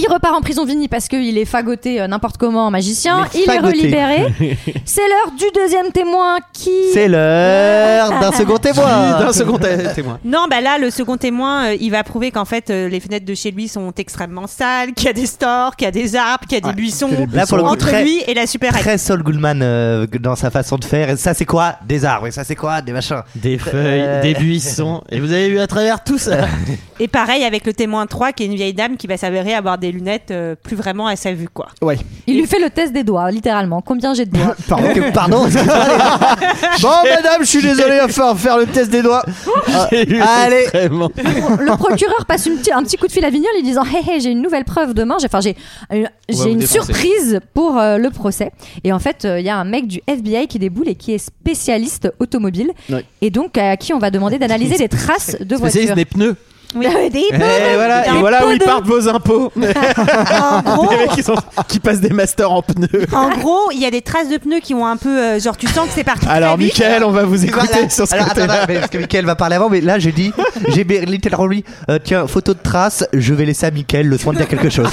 [SPEAKER 1] Il repart en prison Vini parce qu'il est fagoté euh, n'importe comment en magicien.
[SPEAKER 2] Les
[SPEAKER 1] Il est
[SPEAKER 2] fagotés.
[SPEAKER 1] relibéré. C'est l'heure du deuxième témoin qui.
[SPEAKER 2] C'est l'heure d'un second témoin.
[SPEAKER 6] D'un second té- témoin.
[SPEAKER 4] Non, bah là, le second témoin, euh, il va prouver qu'en fait, euh, les fenêtres de chez lui sont extrêmement sales, qu'il y a des stores, qu'il y a des arbres, qu'il y a des buissons,
[SPEAKER 2] qu'il y a des Là, pour le coup,
[SPEAKER 4] entre
[SPEAKER 2] très-
[SPEAKER 4] lui et la super
[SPEAKER 2] Très Saul Goodman euh, dans sa façon de faire. Et ça, c'est quoi Des arbres. Et ça, c'est quoi Des machins.
[SPEAKER 6] Des Euh, feuilles, des <laughs> buissons. Et vous avez vu à travers tout ça. <laughs>
[SPEAKER 4] Et pareil avec le témoin 3, qui est une vieille dame qui va s'avérer avoir des lunettes euh, plus vraiment à sa vue, quoi.
[SPEAKER 7] Ouais.
[SPEAKER 1] <laughs> Il lui fait le test des doigts, littéralement. Combien j'ai de doigts
[SPEAKER 6] <laughs>
[SPEAKER 2] Pardon, que- pardon. excuse-moi, les-
[SPEAKER 7] Bon, madame, je suis désolé, il va falloir faire le test des
[SPEAKER 6] <laughs>
[SPEAKER 7] doigts. Ah, allez.
[SPEAKER 1] <laughs> Le procureur passe une petit- un petit coup de fil à Vignol, lui disant Hé hé, j'ai une nouvelle preuve demain. J'ai- Enfin, j'ai une,
[SPEAKER 15] va
[SPEAKER 1] j'ai
[SPEAKER 15] vous
[SPEAKER 1] une
[SPEAKER 15] défoncer.
[SPEAKER 1] surprise pour euh, le procès. Et en fait, euh, il y a un mec du FBI qui déboule et qui est spécialiste automobile.
[SPEAKER 6] Ouais.
[SPEAKER 1] Et donc, à qui on va
[SPEAKER 15] <laughs>
[SPEAKER 1] demander d'analyser des traces de
[SPEAKER 6] Spécialiste
[SPEAKER 1] voiture.
[SPEAKER 6] des pneus.
[SPEAKER 1] Des
[SPEAKER 2] Eh.
[SPEAKER 6] Et
[SPEAKER 1] pneus.
[SPEAKER 6] Eh, voilà,
[SPEAKER 1] Des
[SPEAKER 6] et voilà où
[SPEAKER 1] pneus
[SPEAKER 6] ils
[SPEAKER 1] de-
[SPEAKER 6] partent
[SPEAKER 2] <laughs>
[SPEAKER 6] vos impôts. <laughs>
[SPEAKER 4] gros.
[SPEAKER 6] Des mecs qui, sont-
[SPEAKER 2] Oh.
[SPEAKER 6] qui passent des masters en pneus.
[SPEAKER 4] En gros, il y a des traces de pneus qui ont un peu, euh, genre, tu sens que c'est parti.
[SPEAKER 6] Alors,
[SPEAKER 4] très vite.
[SPEAKER 6] Michael, on va vous écouter
[SPEAKER 2] Voilà.
[SPEAKER 6] sur ce
[SPEAKER 7] <laughs>
[SPEAKER 2] Alors,
[SPEAKER 6] côté-là.
[SPEAKER 2] attends, mais parce que Mickaël va parler avant, mais là j'ai dit, j'ai bien- littéralement dit, euh, tiens, photo de trace, je vais laisser à Mickaël le soin de dire quelque
[SPEAKER 7] <laughs>
[SPEAKER 2] chose.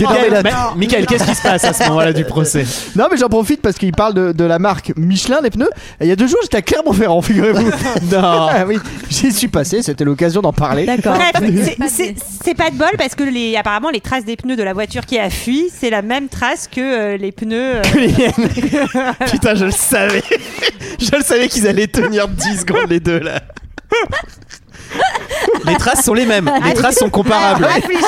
[SPEAKER 6] Michael, Ma- Michael, qu'est-ce qui se passe à ce moment-là du procès
[SPEAKER 7] Non, mais j'en profite parce qu'il parle de, de la marque Michelin des pneus. Et il y a deux jours, j'étais à Clermont-Ferrand, figurez-vous.
[SPEAKER 6] <laughs>
[SPEAKER 7] Ah
[SPEAKER 6] non.
[SPEAKER 7] oui, j'y suis passé, c'était l'occasion d'en parler.
[SPEAKER 4] Bref, c'est- c'est- c'est pas de bol parce que les, apparemment les traces des pneus de la voiture qui a fui, c'est la même trace que euh, les pneus. euh,
[SPEAKER 2] <laughs>
[SPEAKER 6] Putain, je le savais. Je le savais qu'ils allaient tenir 10 secondes les deux là. Les traces sont les mêmes, les traces sont comparables.
[SPEAKER 4] Affligeant.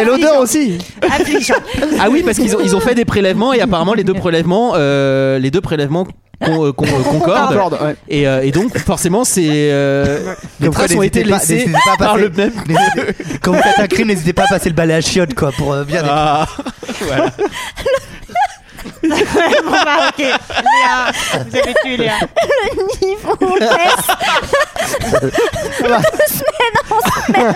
[SPEAKER 7] Et l'odeur aussi.
[SPEAKER 4] Affligeant.
[SPEAKER 6] Ah oui, parce qu'ils ont, ils ont fait des prélèvements et apparemment les deux prélèvements, euh, les deux prélèvements con- euh, con- euh, concordent.
[SPEAKER 7] Concordent, ouais.
[SPEAKER 6] Et, euh, et donc forcément, c'est euh, les
[SPEAKER 2] Comme quoi,
[SPEAKER 6] traces ont
[SPEAKER 2] n'hésitez
[SPEAKER 6] été
[SPEAKER 2] pas-
[SPEAKER 6] laissées
[SPEAKER 2] n'hésitez pas à
[SPEAKER 6] par
[SPEAKER 2] passer-
[SPEAKER 6] le même. <laughs>
[SPEAKER 2] n'hésitez- Quand vous faites un crime, n'hésitez pas à passer le balai à chiottes, quoi, pour euh, bien.
[SPEAKER 6] Ah, voilà.
[SPEAKER 4] Bon, bah, ok. Léa, vous avez tué Léa.
[SPEAKER 1] Le niveau baisse. De semaine en semaine.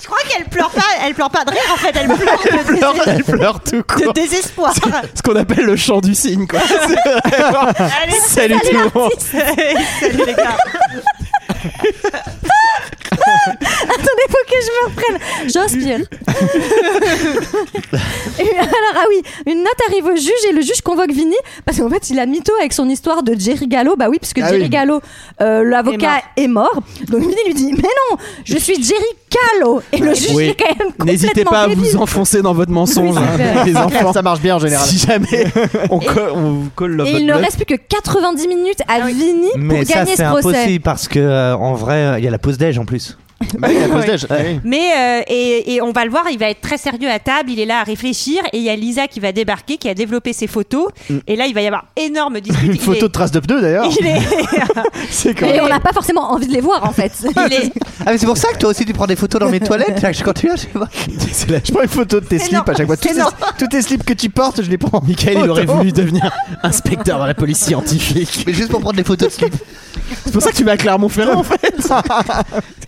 [SPEAKER 4] Je crois qu'elle pleure pas, elle pleure pas de rire en fait, elle pleure de,
[SPEAKER 6] Elle pleure,
[SPEAKER 4] désespoir.
[SPEAKER 6] elle pleure tout
[SPEAKER 4] de
[SPEAKER 6] court.
[SPEAKER 4] désespoir.
[SPEAKER 6] Ce qu'on appelle le chant du
[SPEAKER 1] <laughs>
[SPEAKER 6] cygne, quoi. C'est vraiment-
[SPEAKER 4] Allez,
[SPEAKER 6] Salut tout le monde.
[SPEAKER 4] Salut les gars.
[SPEAKER 1] Attendez, faut que je me reprenne. J'inspire.
[SPEAKER 4] <laughs>
[SPEAKER 1] Et alors, ah oui, une note arrive au juge et le juge convoque Vinny parce qu'en fait, il a mytho avec son histoire de Jerry Gallo. Bah oui, parce que
[SPEAKER 15] Ah
[SPEAKER 1] Jerry
[SPEAKER 15] oui.
[SPEAKER 1] Gallo, euh, l'avocat, est mort. Donc Vinny lui dit Mais non, je suis Jerry Gallo. Et le juge
[SPEAKER 6] Oui.
[SPEAKER 1] est quand même complètement
[SPEAKER 6] N'hésitez pas à vous
[SPEAKER 1] débile.
[SPEAKER 6] enfoncer dans votre mensonge,
[SPEAKER 1] Oui, c'est
[SPEAKER 6] hein,
[SPEAKER 1] clair.
[SPEAKER 6] les enfants.
[SPEAKER 7] Ça marche bien en général.
[SPEAKER 6] Si jamais on, colle, on vous colle le
[SPEAKER 1] Et il ne reste plus que 90 minutes
[SPEAKER 4] Ah
[SPEAKER 1] à Vinny
[SPEAKER 2] Mais
[SPEAKER 1] pour
[SPEAKER 2] ça,
[SPEAKER 1] gagner
[SPEAKER 2] c'est
[SPEAKER 1] ce procès.
[SPEAKER 2] impossible parce que, euh, en vrai, euh, il y a la pause déj en plus.
[SPEAKER 7] il y a la pause déj.
[SPEAKER 4] Mais euh, et, et on va le voir, il va être très sérieux à table, il est là à réfléchir et il y a Lisa qui va débarquer, qui a développé ses photos
[SPEAKER 7] Mm.
[SPEAKER 4] et là il va y avoir énorme dispute.
[SPEAKER 7] Une photo de traces de pneus d'ailleurs.
[SPEAKER 4] Il est...
[SPEAKER 1] <laughs>
[SPEAKER 7] C'est
[SPEAKER 1] Et on n'a pas forcément envie de les voir en fait.
[SPEAKER 4] <laughs> Il est-
[SPEAKER 2] Ah, mais c'est pour ça que toi aussi tu prends des photos dans
[SPEAKER 7] <laughs>
[SPEAKER 2] mes toilettes là, que quand tu viens, je
[SPEAKER 6] <laughs>
[SPEAKER 2] vois.
[SPEAKER 7] C'est là, je prends une photo de tes
[SPEAKER 2] C'est
[SPEAKER 7] slips à chaque fois.
[SPEAKER 2] énorme.
[SPEAKER 7] Tous
[SPEAKER 2] C'est
[SPEAKER 7] tes, tous tes slips que tu portes, je les prends.
[SPEAKER 6] Michael, il aurait voulu devenir inspecteur à la police scientifique.
[SPEAKER 2] Mais juste pour prendre des photos de slips.
[SPEAKER 6] C'est pour ça que tu vas à Clermont-Ferrand
[SPEAKER 2] <laughs>
[SPEAKER 6] en fait.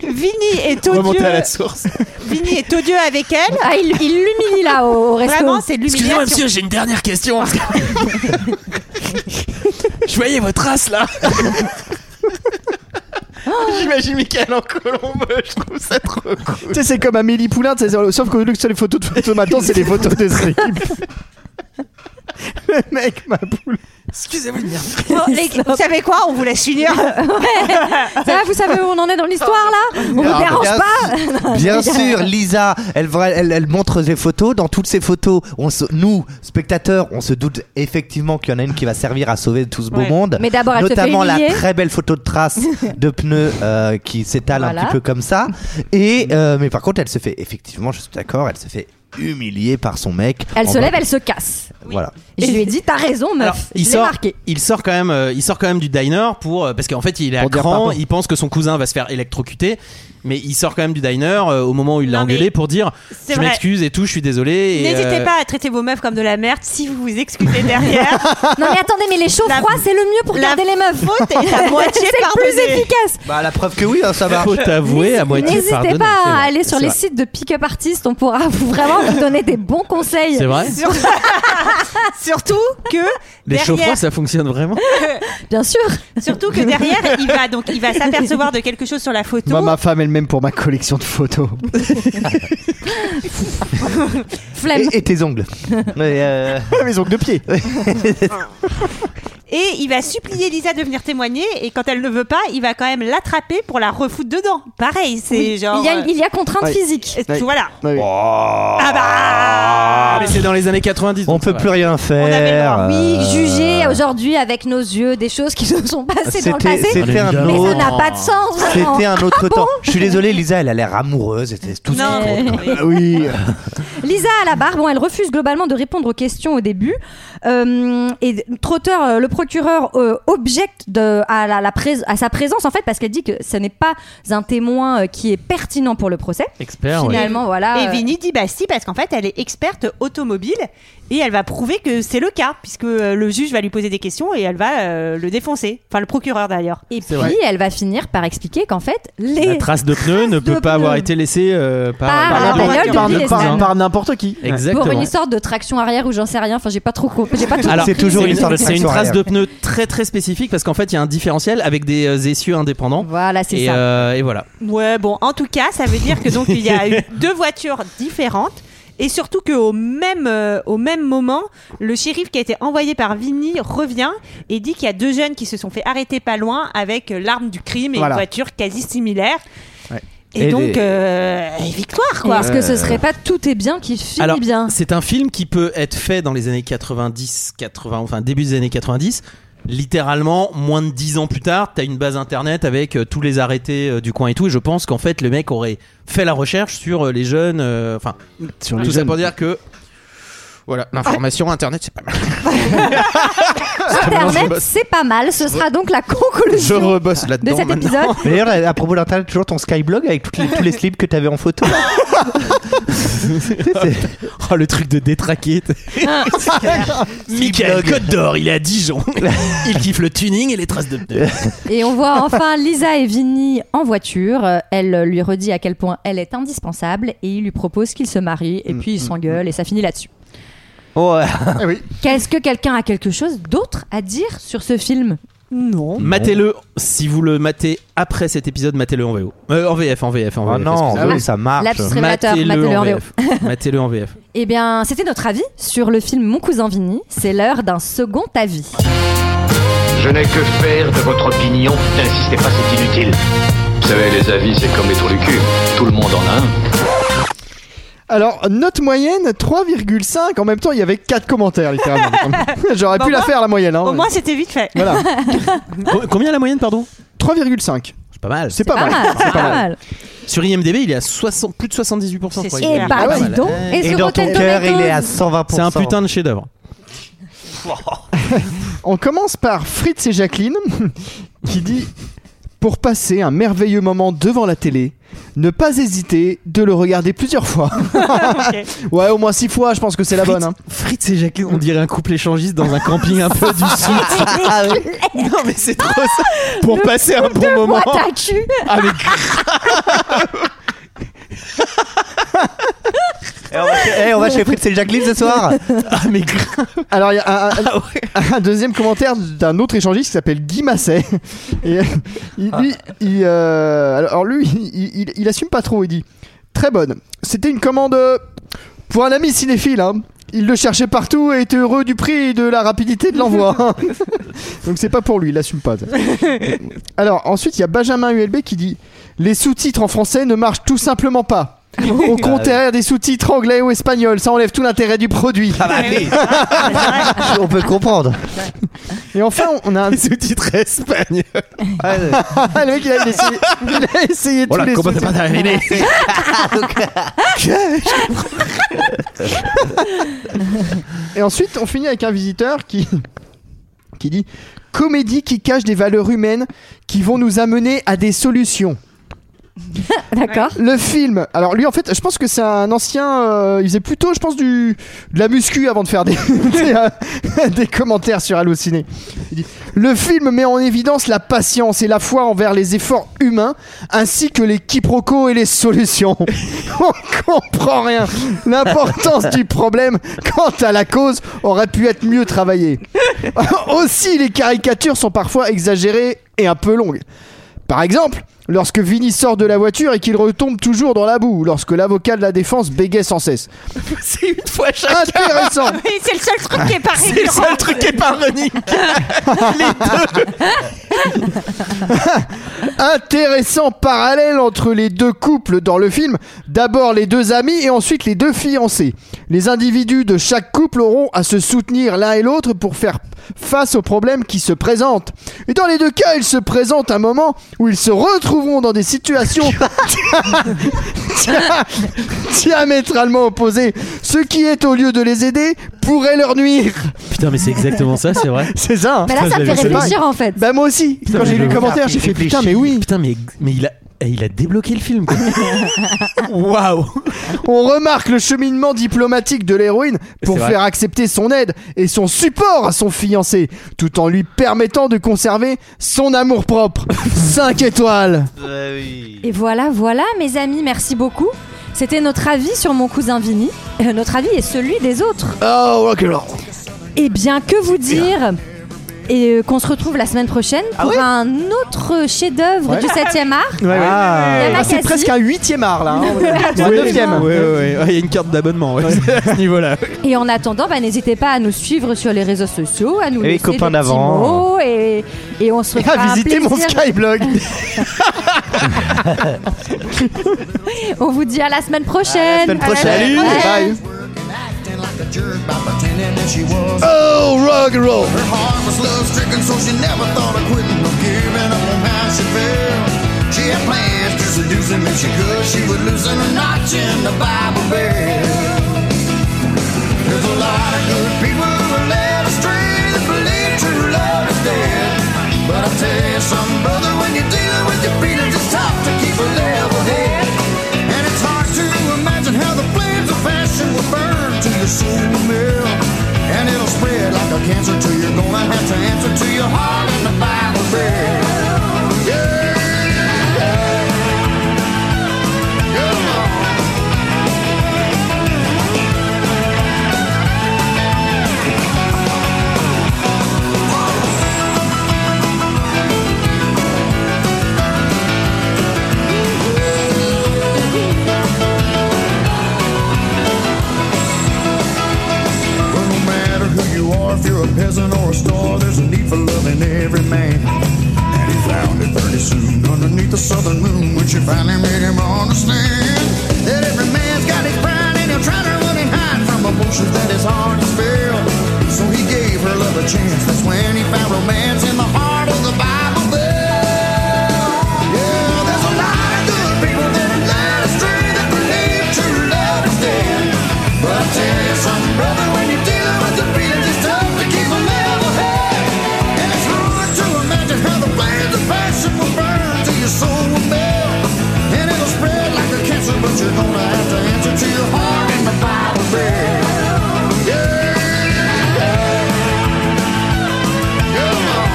[SPEAKER 4] Vinny est
[SPEAKER 6] Remonter
[SPEAKER 4] odieux.
[SPEAKER 6] à la source.
[SPEAKER 4] Vinny est odieux avec elle.
[SPEAKER 1] Ah, il il l'humilie là au, au resto.
[SPEAKER 4] Vraiment, c'est de l'humiliation.
[SPEAKER 16] Excusez-moi, monsieur, j'ai une dernière question. Je voyais vos traces
[SPEAKER 7] <laughs>
[SPEAKER 16] là.
[SPEAKER 7] Ah.
[SPEAKER 6] J'imagine Michael en colombe, je trouve ça trop cool.
[SPEAKER 7] Tu sais, c'est comme Amélie Poulain, tu sais, sauf que au lieu que ce soit les photos de photos maintenant, c'est les photos de slips.
[SPEAKER 6] <laughs>
[SPEAKER 7] Le mec, ma poule.
[SPEAKER 16] Excusez-moi de
[SPEAKER 4] Bon, Oh, les- vous savez quoi On vous laisse finir.
[SPEAKER 1] Ça va, vous savez où on en est dans l'histoire là On vous
[SPEAKER 2] Ah,
[SPEAKER 1] dérange
[SPEAKER 2] bien
[SPEAKER 1] pas
[SPEAKER 7] <laughs>
[SPEAKER 2] Bien sûr, Lisa, elle, vra- elle, elle montre des photos. Dans toutes ces photos, on se- nous,
[SPEAKER 7] <laughs>
[SPEAKER 2] spectateurs, on se doute effectivement qu'il y en a une qui va servir à sauver tout ce beau
[SPEAKER 1] Ouais.
[SPEAKER 2] monde.
[SPEAKER 1] Mais d'abord, elle se fait
[SPEAKER 2] Notamment la
[SPEAKER 1] humilier.
[SPEAKER 2] très belle photo de traces de pneus euh, qui s'étale un
[SPEAKER 1] Voilà.
[SPEAKER 2] petit peu comme ça. Et, euh, mais par contre, elle se fait effectivement, je suis d'accord, elle se fait humilier par son mec.
[SPEAKER 1] Elle
[SPEAKER 2] En
[SPEAKER 1] se
[SPEAKER 2] vrai-
[SPEAKER 1] lève, elle se casse.
[SPEAKER 2] Voilà.
[SPEAKER 1] Je lui ai dit, t'as raison,
[SPEAKER 6] Alors,
[SPEAKER 1] meuf.
[SPEAKER 6] il
[SPEAKER 1] je l'ai
[SPEAKER 6] sort,
[SPEAKER 1] marqué.
[SPEAKER 6] il sort quand même, euh, il sort quand même du diner pour euh, parce qu'en fait il est à
[SPEAKER 7] Pour dire
[SPEAKER 6] cran,
[SPEAKER 7] pardon.
[SPEAKER 6] il pense que son cousin va se faire électrocuter, mais il sort quand même du diner euh, au moment où il l'a
[SPEAKER 4] Non, mais
[SPEAKER 6] engueulé pour dire
[SPEAKER 4] c'est
[SPEAKER 6] je
[SPEAKER 4] vrai.
[SPEAKER 6] m'excuse et tout, je suis désolé. et,
[SPEAKER 4] N'hésitez
[SPEAKER 6] euh,
[SPEAKER 4] pas à traiter vos meufs comme de la merde si vous vous excusez derrière.
[SPEAKER 1] Non mais attendez, mais les chauds
[SPEAKER 4] La-
[SPEAKER 1] froids, c'est le mieux pour
[SPEAKER 4] la
[SPEAKER 1] garder les meufs.
[SPEAKER 4] faute est
[SPEAKER 1] <laughs>
[SPEAKER 4] à moitié
[SPEAKER 1] c'est le plus
[SPEAKER 4] pardonnée.
[SPEAKER 1] efficace.
[SPEAKER 2] Bah, la preuve que oui, hein, ça marche.
[SPEAKER 6] euh, Faut t'avouer à moitié
[SPEAKER 1] N'hésitez
[SPEAKER 6] pardonner,
[SPEAKER 1] pas
[SPEAKER 6] c'est
[SPEAKER 1] à
[SPEAKER 6] vrai,
[SPEAKER 1] aller sur
[SPEAKER 6] c'est
[SPEAKER 1] les
[SPEAKER 6] vrai.
[SPEAKER 1] sites de pick-up artistes, on pourra vous- vraiment vous donner des bons conseils.
[SPEAKER 6] C'est vrai
[SPEAKER 4] Sur- <laughs> Surtout que
[SPEAKER 6] Les chauds
[SPEAKER 4] derrière,
[SPEAKER 6] froids, ça fonctionne vraiment.
[SPEAKER 1] Bien sûr.
[SPEAKER 4] surtout que derrière, il va donc il va s'apercevoir de quelque chose sur la photo.
[SPEAKER 7] Moi, ma femme elle-même pour ma collection de photos.
[SPEAKER 1] <laughs> Flemme.
[SPEAKER 2] Et, et tes ongles. Mais, euh,
[SPEAKER 7] Mes ongles de pied.
[SPEAKER 4] Et il va supplier Lisa de venir témoigner. Et quand elle ne veut pas, il va quand même l'attraper pour la refoutre dedans. Pareil, c'est
[SPEAKER 1] Oui,
[SPEAKER 4] genre.
[SPEAKER 1] il, y a, il y a contrainte
[SPEAKER 7] Ouais.
[SPEAKER 1] physique.
[SPEAKER 4] euh, Voilà.
[SPEAKER 7] Ouais, ouais.
[SPEAKER 4] Ah bah.
[SPEAKER 6] mais c'est dans les années 90.
[SPEAKER 2] on
[SPEAKER 6] donc ça
[SPEAKER 2] peut
[SPEAKER 6] va.
[SPEAKER 2] plus rien faire.
[SPEAKER 1] Oui,
[SPEAKER 2] euh,
[SPEAKER 1] juger aujourd'hui avec nos yeux des choses qui <laughs> nous sont passées dans le
[SPEAKER 2] C'était
[SPEAKER 1] passé.
[SPEAKER 2] c'était un
[SPEAKER 1] Mais
[SPEAKER 6] Oh.
[SPEAKER 1] ça
[SPEAKER 2] autre
[SPEAKER 1] n'a pas de sens. vraiment.
[SPEAKER 2] C'était un autre temps. Je suis désolé, Lisa, elle a l'air amoureuse. C'était tout ce qui
[SPEAKER 4] Non.
[SPEAKER 2] compte.
[SPEAKER 7] Ah oui.
[SPEAKER 1] <laughs> Lisa à la barre, bon, elle refuse globalement de répondre aux questions au début. Euh, et Trotteur, euh, le procureur, euh, objecte de, à, la, la prés- à sa présence en fait parce qu'elle dit que ce n'est pas un témoin euh, qui est pertinent pour le procès.
[SPEAKER 6] Expert, ouais.
[SPEAKER 1] Finalement, voilà.
[SPEAKER 4] Et
[SPEAKER 1] euh,
[SPEAKER 4] Vinny dit bah si parce qu'en fait elle est experte automobile et elle va prouver que c'est le cas puisque euh, le juge va lui poser des questions et elle va euh, le défoncer. Enfin le procureur d'ailleurs.
[SPEAKER 1] euh, et puis
[SPEAKER 6] vrai.
[SPEAKER 1] elle va finir par expliquer qu'en fait
[SPEAKER 6] La
[SPEAKER 1] les
[SPEAKER 6] trace de pneu
[SPEAKER 1] de
[SPEAKER 6] ne peut pas avoir
[SPEAKER 1] pneu.
[SPEAKER 6] été laissée euh, par,
[SPEAKER 1] Par
[SPEAKER 6] par
[SPEAKER 1] la
[SPEAKER 6] deux-
[SPEAKER 1] bagnole de
[SPEAKER 6] par
[SPEAKER 1] Bill
[SPEAKER 6] deux
[SPEAKER 1] Esman.
[SPEAKER 6] cousins.
[SPEAKER 7] Par n'importe qui.
[SPEAKER 1] pour une
[SPEAKER 6] Exactement.
[SPEAKER 1] histoire de traction arrière ou j'en sais rien. Enfin, j'ai pas trop compris. J'ai pas tout
[SPEAKER 6] Alors,
[SPEAKER 2] C'est toujours une histoire de
[SPEAKER 6] C'est une
[SPEAKER 2] traction
[SPEAKER 6] trace de
[SPEAKER 2] arrière.
[SPEAKER 6] pneu très très spécifique parce qu'en fait il y a un différentiel avec des euh, essieux indépendants.
[SPEAKER 1] Voilà, c'est
[SPEAKER 6] Et,
[SPEAKER 1] ça.
[SPEAKER 6] euh, et voilà.
[SPEAKER 4] Ouais bon en tout cas ça veut dire que donc il y <laughs> a eu deux voitures différentes. Et surtout qu'au même, euh, au même moment, le shérif qui a été envoyé par Vinny revient et dit qu'il y a deux jeunes qui se sont fait arrêter pas loin avec euh, l'arme du crime et
[SPEAKER 7] Voilà.
[SPEAKER 4] une voiture quasi similaire.
[SPEAKER 2] Et
[SPEAKER 4] Et, donc,
[SPEAKER 2] des-
[SPEAKER 4] euh, victoire quoi.
[SPEAKER 1] Est-ce que ce serait pas tout est bien qui finit
[SPEAKER 6] Alors,
[SPEAKER 1] bien
[SPEAKER 6] c'est un film qui peut être fait dans les années 90, 80, enfin début des années 90. Littéralement, moins de 10 ans plus tard, t'as une base internet avec euh, tous les arrêtés euh, du coin et tout. Et je pense qu'en fait, le mec aurait fait la recherche sur euh, les jeunes. euh, Enfin,
[SPEAKER 7] Sur les
[SPEAKER 6] tout ça
[SPEAKER 7] jeunes.
[SPEAKER 6] pour dire que. Voilà, l'information internet, c'est pas mal.
[SPEAKER 1] Internet, c'est pas mal. Ce sera donc la
[SPEAKER 6] Je
[SPEAKER 1] conclusion
[SPEAKER 6] rebosse
[SPEAKER 1] de
[SPEAKER 6] là-dedans
[SPEAKER 1] cet
[SPEAKER 6] maintenant.
[SPEAKER 1] épisode.
[SPEAKER 2] D'ailleurs, à à propos d'Internet, toujours ton Skyblog avec toutes les- tous les slips que t'avais en photo.
[SPEAKER 6] Oh, le truc de détraqué.
[SPEAKER 1] Ah.
[SPEAKER 6] <laughs> Michael Côte d'Or, il est à <laughs> Dijon. il kiffe le tuning et les traces de pneus.
[SPEAKER 1] Et on voit enfin Lisa et Vinny en voiture. Euh, Elle lui redit à quel point elle est indispensable et il lui propose qu'ils se marient et puis ils s'engueulent et ça finit là-dessus.
[SPEAKER 2] Ouais.
[SPEAKER 7] Ah oui.
[SPEAKER 1] Qu'est-ce que quelqu'un a quelque chose d'autre à dire sur ce film
[SPEAKER 4] Non.
[SPEAKER 6] Matez-le, si vous le matez après cet épisode, matez-le en VO. Euh, en VF, en VF, en VF.
[SPEAKER 2] non, en
[SPEAKER 6] excusez-moi.
[SPEAKER 2] VO, ça marche.
[SPEAKER 1] Laps révélateur, matez-le en VF.
[SPEAKER 6] VF. matez-le en
[SPEAKER 1] <laughs>
[SPEAKER 6] VF.
[SPEAKER 1] Eh bien, c'était notre avis sur le film Mon cousin Vinny. C'est l'heure d'un second avis.
[SPEAKER 15] Je n'ai que faire de votre opinion. N'insistez pas, c'est inutile. Vous savez, les avis, c'est comme les trous du cul. Tout le monde en a un.
[SPEAKER 7] Alors, note moyenne 3,5. En même temps, il y avait 4
[SPEAKER 4] <laughs>
[SPEAKER 7] commentaires, littéralement. J'aurais
[SPEAKER 4] Bah,
[SPEAKER 7] pu
[SPEAKER 4] au
[SPEAKER 7] la
[SPEAKER 4] moins-
[SPEAKER 7] faire, la moyenne. hein.
[SPEAKER 4] Au moins, c'était vite fait.
[SPEAKER 7] Voilà.
[SPEAKER 6] Combien la moyenne, pardon
[SPEAKER 7] 3,5.
[SPEAKER 6] C'est pas mal.
[SPEAKER 7] C'est pas pas mal, mal, c'est pas mal.
[SPEAKER 6] Sur IMDB, il est à 60, plus de 78%. je crois.
[SPEAKER 1] super. Eh bah,
[SPEAKER 6] Ah ouais.
[SPEAKER 1] dis donc. Et Et sur dans ton Rotten cœur, Tomatoes il est à 120%.
[SPEAKER 6] C'est un putain de chef-d'œuvre.
[SPEAKER 7] On commence par Fritz et Jacqueline qui dit pour passer un merveilleux moment devant la télé, ne pas hésiter de le regarder plusieurs fois. Ouais, au moins six fois, je pense que c'est la bonne. hein.
[SPEAKER 6] Fritz et Jacqueline, on dirait un couple échangiste dans un camping un peu du
[SPEAKER 7] <laughs>
[SPEAKER 6] sud.
[SPEAKER 7] Ah ouais.
[SPEAKER 6] non mais c'est trop ça. Pour
[SPEAKER 7] Le
[SPEAKER 6] passer un
[SPEAKER 7] coup
[SPEAKER 6] bon
[SPEAKER 7] de
[SPEAKER 6] moment.
[SPEAKER 7] boîte à
[SPEAKER 1] cul.
[SPEAKER 6] Ah, mais
[SPEAKER 2] Eh, on va chez- eh, on va chez Fritz et Jacqueline ce
[SPEAKER 6] <laughs>
[SPEAKER 2] soir
[SPEAKER 6] Ah,
[SPEAKER 7] Alors, il y a un, un- un deuxième commentaire d'un autre échangiste qui s'appelle Guy Masset. Et, euh, il- lui, il, euh, alors, alors lui, il, il- il assume pas trop. Il dit Très bonne. C'était une commande euh, pour un ami cinéphile. hein. Il le cherchait partout et était heureux du prix et de la rapidité de l'envoi. Donc, c'est pas pour lui, il assume pas. ça. Alors, ensuite, il y a Benjamin ULB qui dit Les sous-titres en français ne marchent tout simplement pas.
[SPEAKER 2] <laughs>
[SPEAKER 7] Au
[SPEAKER 2] Ah,
[SPEAKER 7] contraire des sous-titres anglais ou espagnols, ça enlève tout l'intérêt du produit.
[SPEAKER 2] On peut comprendre.
[SPEAKER 7] Et enfin, on a
[SPEAKER 2] <laughs>
[SPEAKER 7] un
[SPEAKER 6] sous-titre espagnol.
[SPEAKER 7] le mec, il a essayé, <laughs> il a essayé
[SPEAKER 6] Voilà,
[SPEAKER 7] tous les
[SPEAKER 6] comment t'as
[SPEAKER 7] sous-titres.
[SPEAKER 6] pas deviné
[SPEAKER 7] Et ensuite, on finit avec un visiteur qui qui dit comédie qui cache des valeurs humaines qui vont nous amener à des solutions.
[SPEAKER 1] D'accord.
[SPEAKER 7] Le film. Alors lui en fait, je pense que c'est un ancien. euh, il faisait plutôt, je pense, du de la muscu avant de faire des <laughs> des, euh, des commentaires sur Allociné. Il dit, le film met en évidence la patience et la foi envers les efforts humains, ainsi que les quiproquos et les solutions. <laughs> On comprend rien. L'importance du problème quant à la cause aurait pu être mieux travaillée. <laughs> Aussi, les caricatures sont parfois exagérées et un peu longues. Par exemple, lorsque Vinny sort de la voiture et qu'il retombe toujours dans la boue, lorsque l'avocat de la défense bégaye sans cesse.
[SPEAKER 6] <laughs> C'est une fois
[SPEAKER 7] chacun. Intéressant.
[SPEAKER 4] <laughs> Mais c'est le seul truc qui est pas
[SPEAKER 6] C'est le seul truc qui est pas ironique.
[SPEAKER 7] Intéressant parallèle entre les deux couples dans le film, d'abord les deux amis et ensuite les deux fiancés. Les individus de chaque couple auront à se soutenir l'un et l'autre pour faire face aux problèmes qui se présentent. Et dans les deux cas, il se présente un moment où ils se retrouveront dans des <laughs> situations dia- diamétralement opposées, ce qui est au lieu de les aider pourrait leur nuire.
[SPEAKER 6] Putain, mais c'est exactement ça, c'est vrai.
[SPEAKER 7] C'est ça. hein.
[SPEAKER 1] Mais là, ça me fait réfléchir en fait.
[SPEAKER 7] Bah moi aussi.
[SPEAKER 6] Putain,
[SPEAKER 7] Quand
[SPEAKER 6] mais
[SPEAKER 7] j'ai
[SPEAKER 6] je
[SPEAKER 7] lu le
[SPEAKER 6] vois.
[SPEAKER 7] commentaire, j'ai fait putain mais oui.
[SPEAKER 6] Putain, mais, mais il, a, eh, il a débloqué le film.
[SPEAKER 7] <laughs>
[SPEAKER 6] quoi. Waouh.
[SPEAKER 7] On remarque le cheminement diplomatique de l'héroïne pour
[SPEAKER 6] C'est vrai.
[SPEAKER 7] faire accepter son aide et son support à son fiancé, tout en lui permettant de conserver son amour
[SPEAKER 6] <laughs>
[SPEAKER 7] propre. 5 étoiles.
[SPEAKER 6] Eh
[SPEAKER 1] Et voilà, voilà, mes amis, merci beaucoup. C'était notre avis sur mon cousin Vinny. Euh, notre avis est celui des autres.
[SPEAKER 7] Oh, rock'n'roll.
[SPEAKER 1] Eh bien, que vous dire Et euh, qu'on se retrouve la semaine prochaine pour un autre chef-d'œuvre
[SPEAKER 7] Ah Ouais.
[SPEAKER 1] du 7e art.
[SPEAKER 7] Ouais, ouais.
[SPEAKER 1] Yamakasi.
[SPEAKER 7] Ah, c'est presque un
[SPEAKER 1] <laughs>
[SPEAKER 7] huitième <laughs> art là. hein.
[SPEAKER 1] Ouais,
[SPEAKER 7] Ou un
[SPEAKER 1] ouais,
[SPEAKER 7] neuvième.
[SPEAKER 6] Ouais, ouais, ouais. Ah, Il y a une carte d'abonnement ouais, <laughs> à ce niveau-là.
[SPEAKER 1] Et en attendant, bah, n'hésitez pas à nous suivre sur les réseaux sociaux, à nous
[SPEAKER 6] Et les
[SPEAKER 1] laisser
[SPEAKER 6] copains
[SPEAKER 1] des
[SPEAKER 6] d'avant.
[SPEAKER 1] petits mots et, et on se
[SPEAKER 7] Et <laughs> à
[SPEAKER 1] fera
[SPEAKER 7] visiter mon
[SPEAKER 1] Ah, plaisir.
[SPEAKER 7] Skyblog.
[SPEAKER 1] On vous dit à la semaine prochaine.
[SPEAKER 7] semaine prochaine. Salut. Bye.
[SPEAKER 3] Oh, rock and roll. Her heart was love stricken, so she never thought of quitting or giving up on how she felt. She had plans to seduce him if she could. She would loosen a notch in the Bible belt. There's a lot of good people who are led astray that believe true love is dead. But I tell you, some brother, when you're dealing with your feelings, it's tough to keep a level head. And it's hard to imagine how the flames of passion will burn to your soul mill. And it'll spread like a cancer till you're gonna have to answer to your heart in the Bible bed. Yeah.
[SPEAKER 8] peasant or a star, there's a need for love in every man. And he found it pretty soon underneath the southern moon when she finally made him understand that every man's got his pride and he'll try to run and hide from emotions that is hard to spell. So he gave her love a chance. That's when he found romance in the heart of the Bible Belt. Yeah, there's a lot of good people that are led astray that believe true love is dead. But I tell you something, brother, when you're dealing with the feelings, it's tough to keep a level head. And it's hard to imagine how the flames of passion will burn till your soul will melt. And it'll spread like a cancer, but you're gonna have to answer to your heart and the Bible bed. Yeah, yeah. Come on.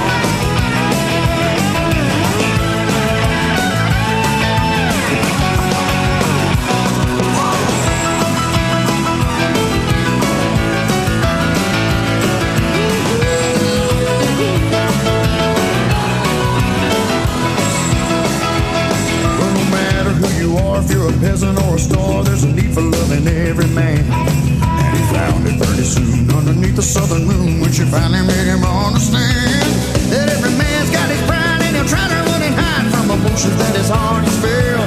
[SPEAKER 8] Well, no matter who you are, if you're a peasant or a star, there's a need for love in every man. And he found it pretty soon underneath the southern moon when she finally made him understand that every man's got his pride and he'll try to run and hide from emotions that is hard to spell.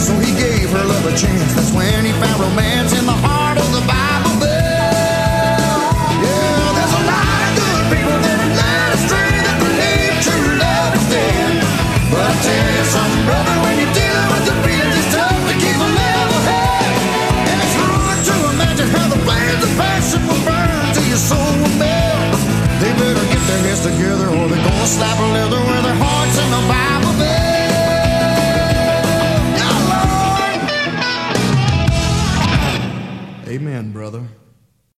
[SPEAKER 8] So he gave her love a chance. That's when he found romance in the heart of the Bible Belt. Yeah, there's a lot of good people that are led astray that believe true love is dead. But I tell you something, brother, when you're dealing with the feelings, it's tough to keep a level head. And it's hard to imagine how the flames of passion will burn till your soul will melt. They better get their heads together or they're gonna slap a leather with their hearts in the Bible belt. Yeah, Lord. Amen, brother.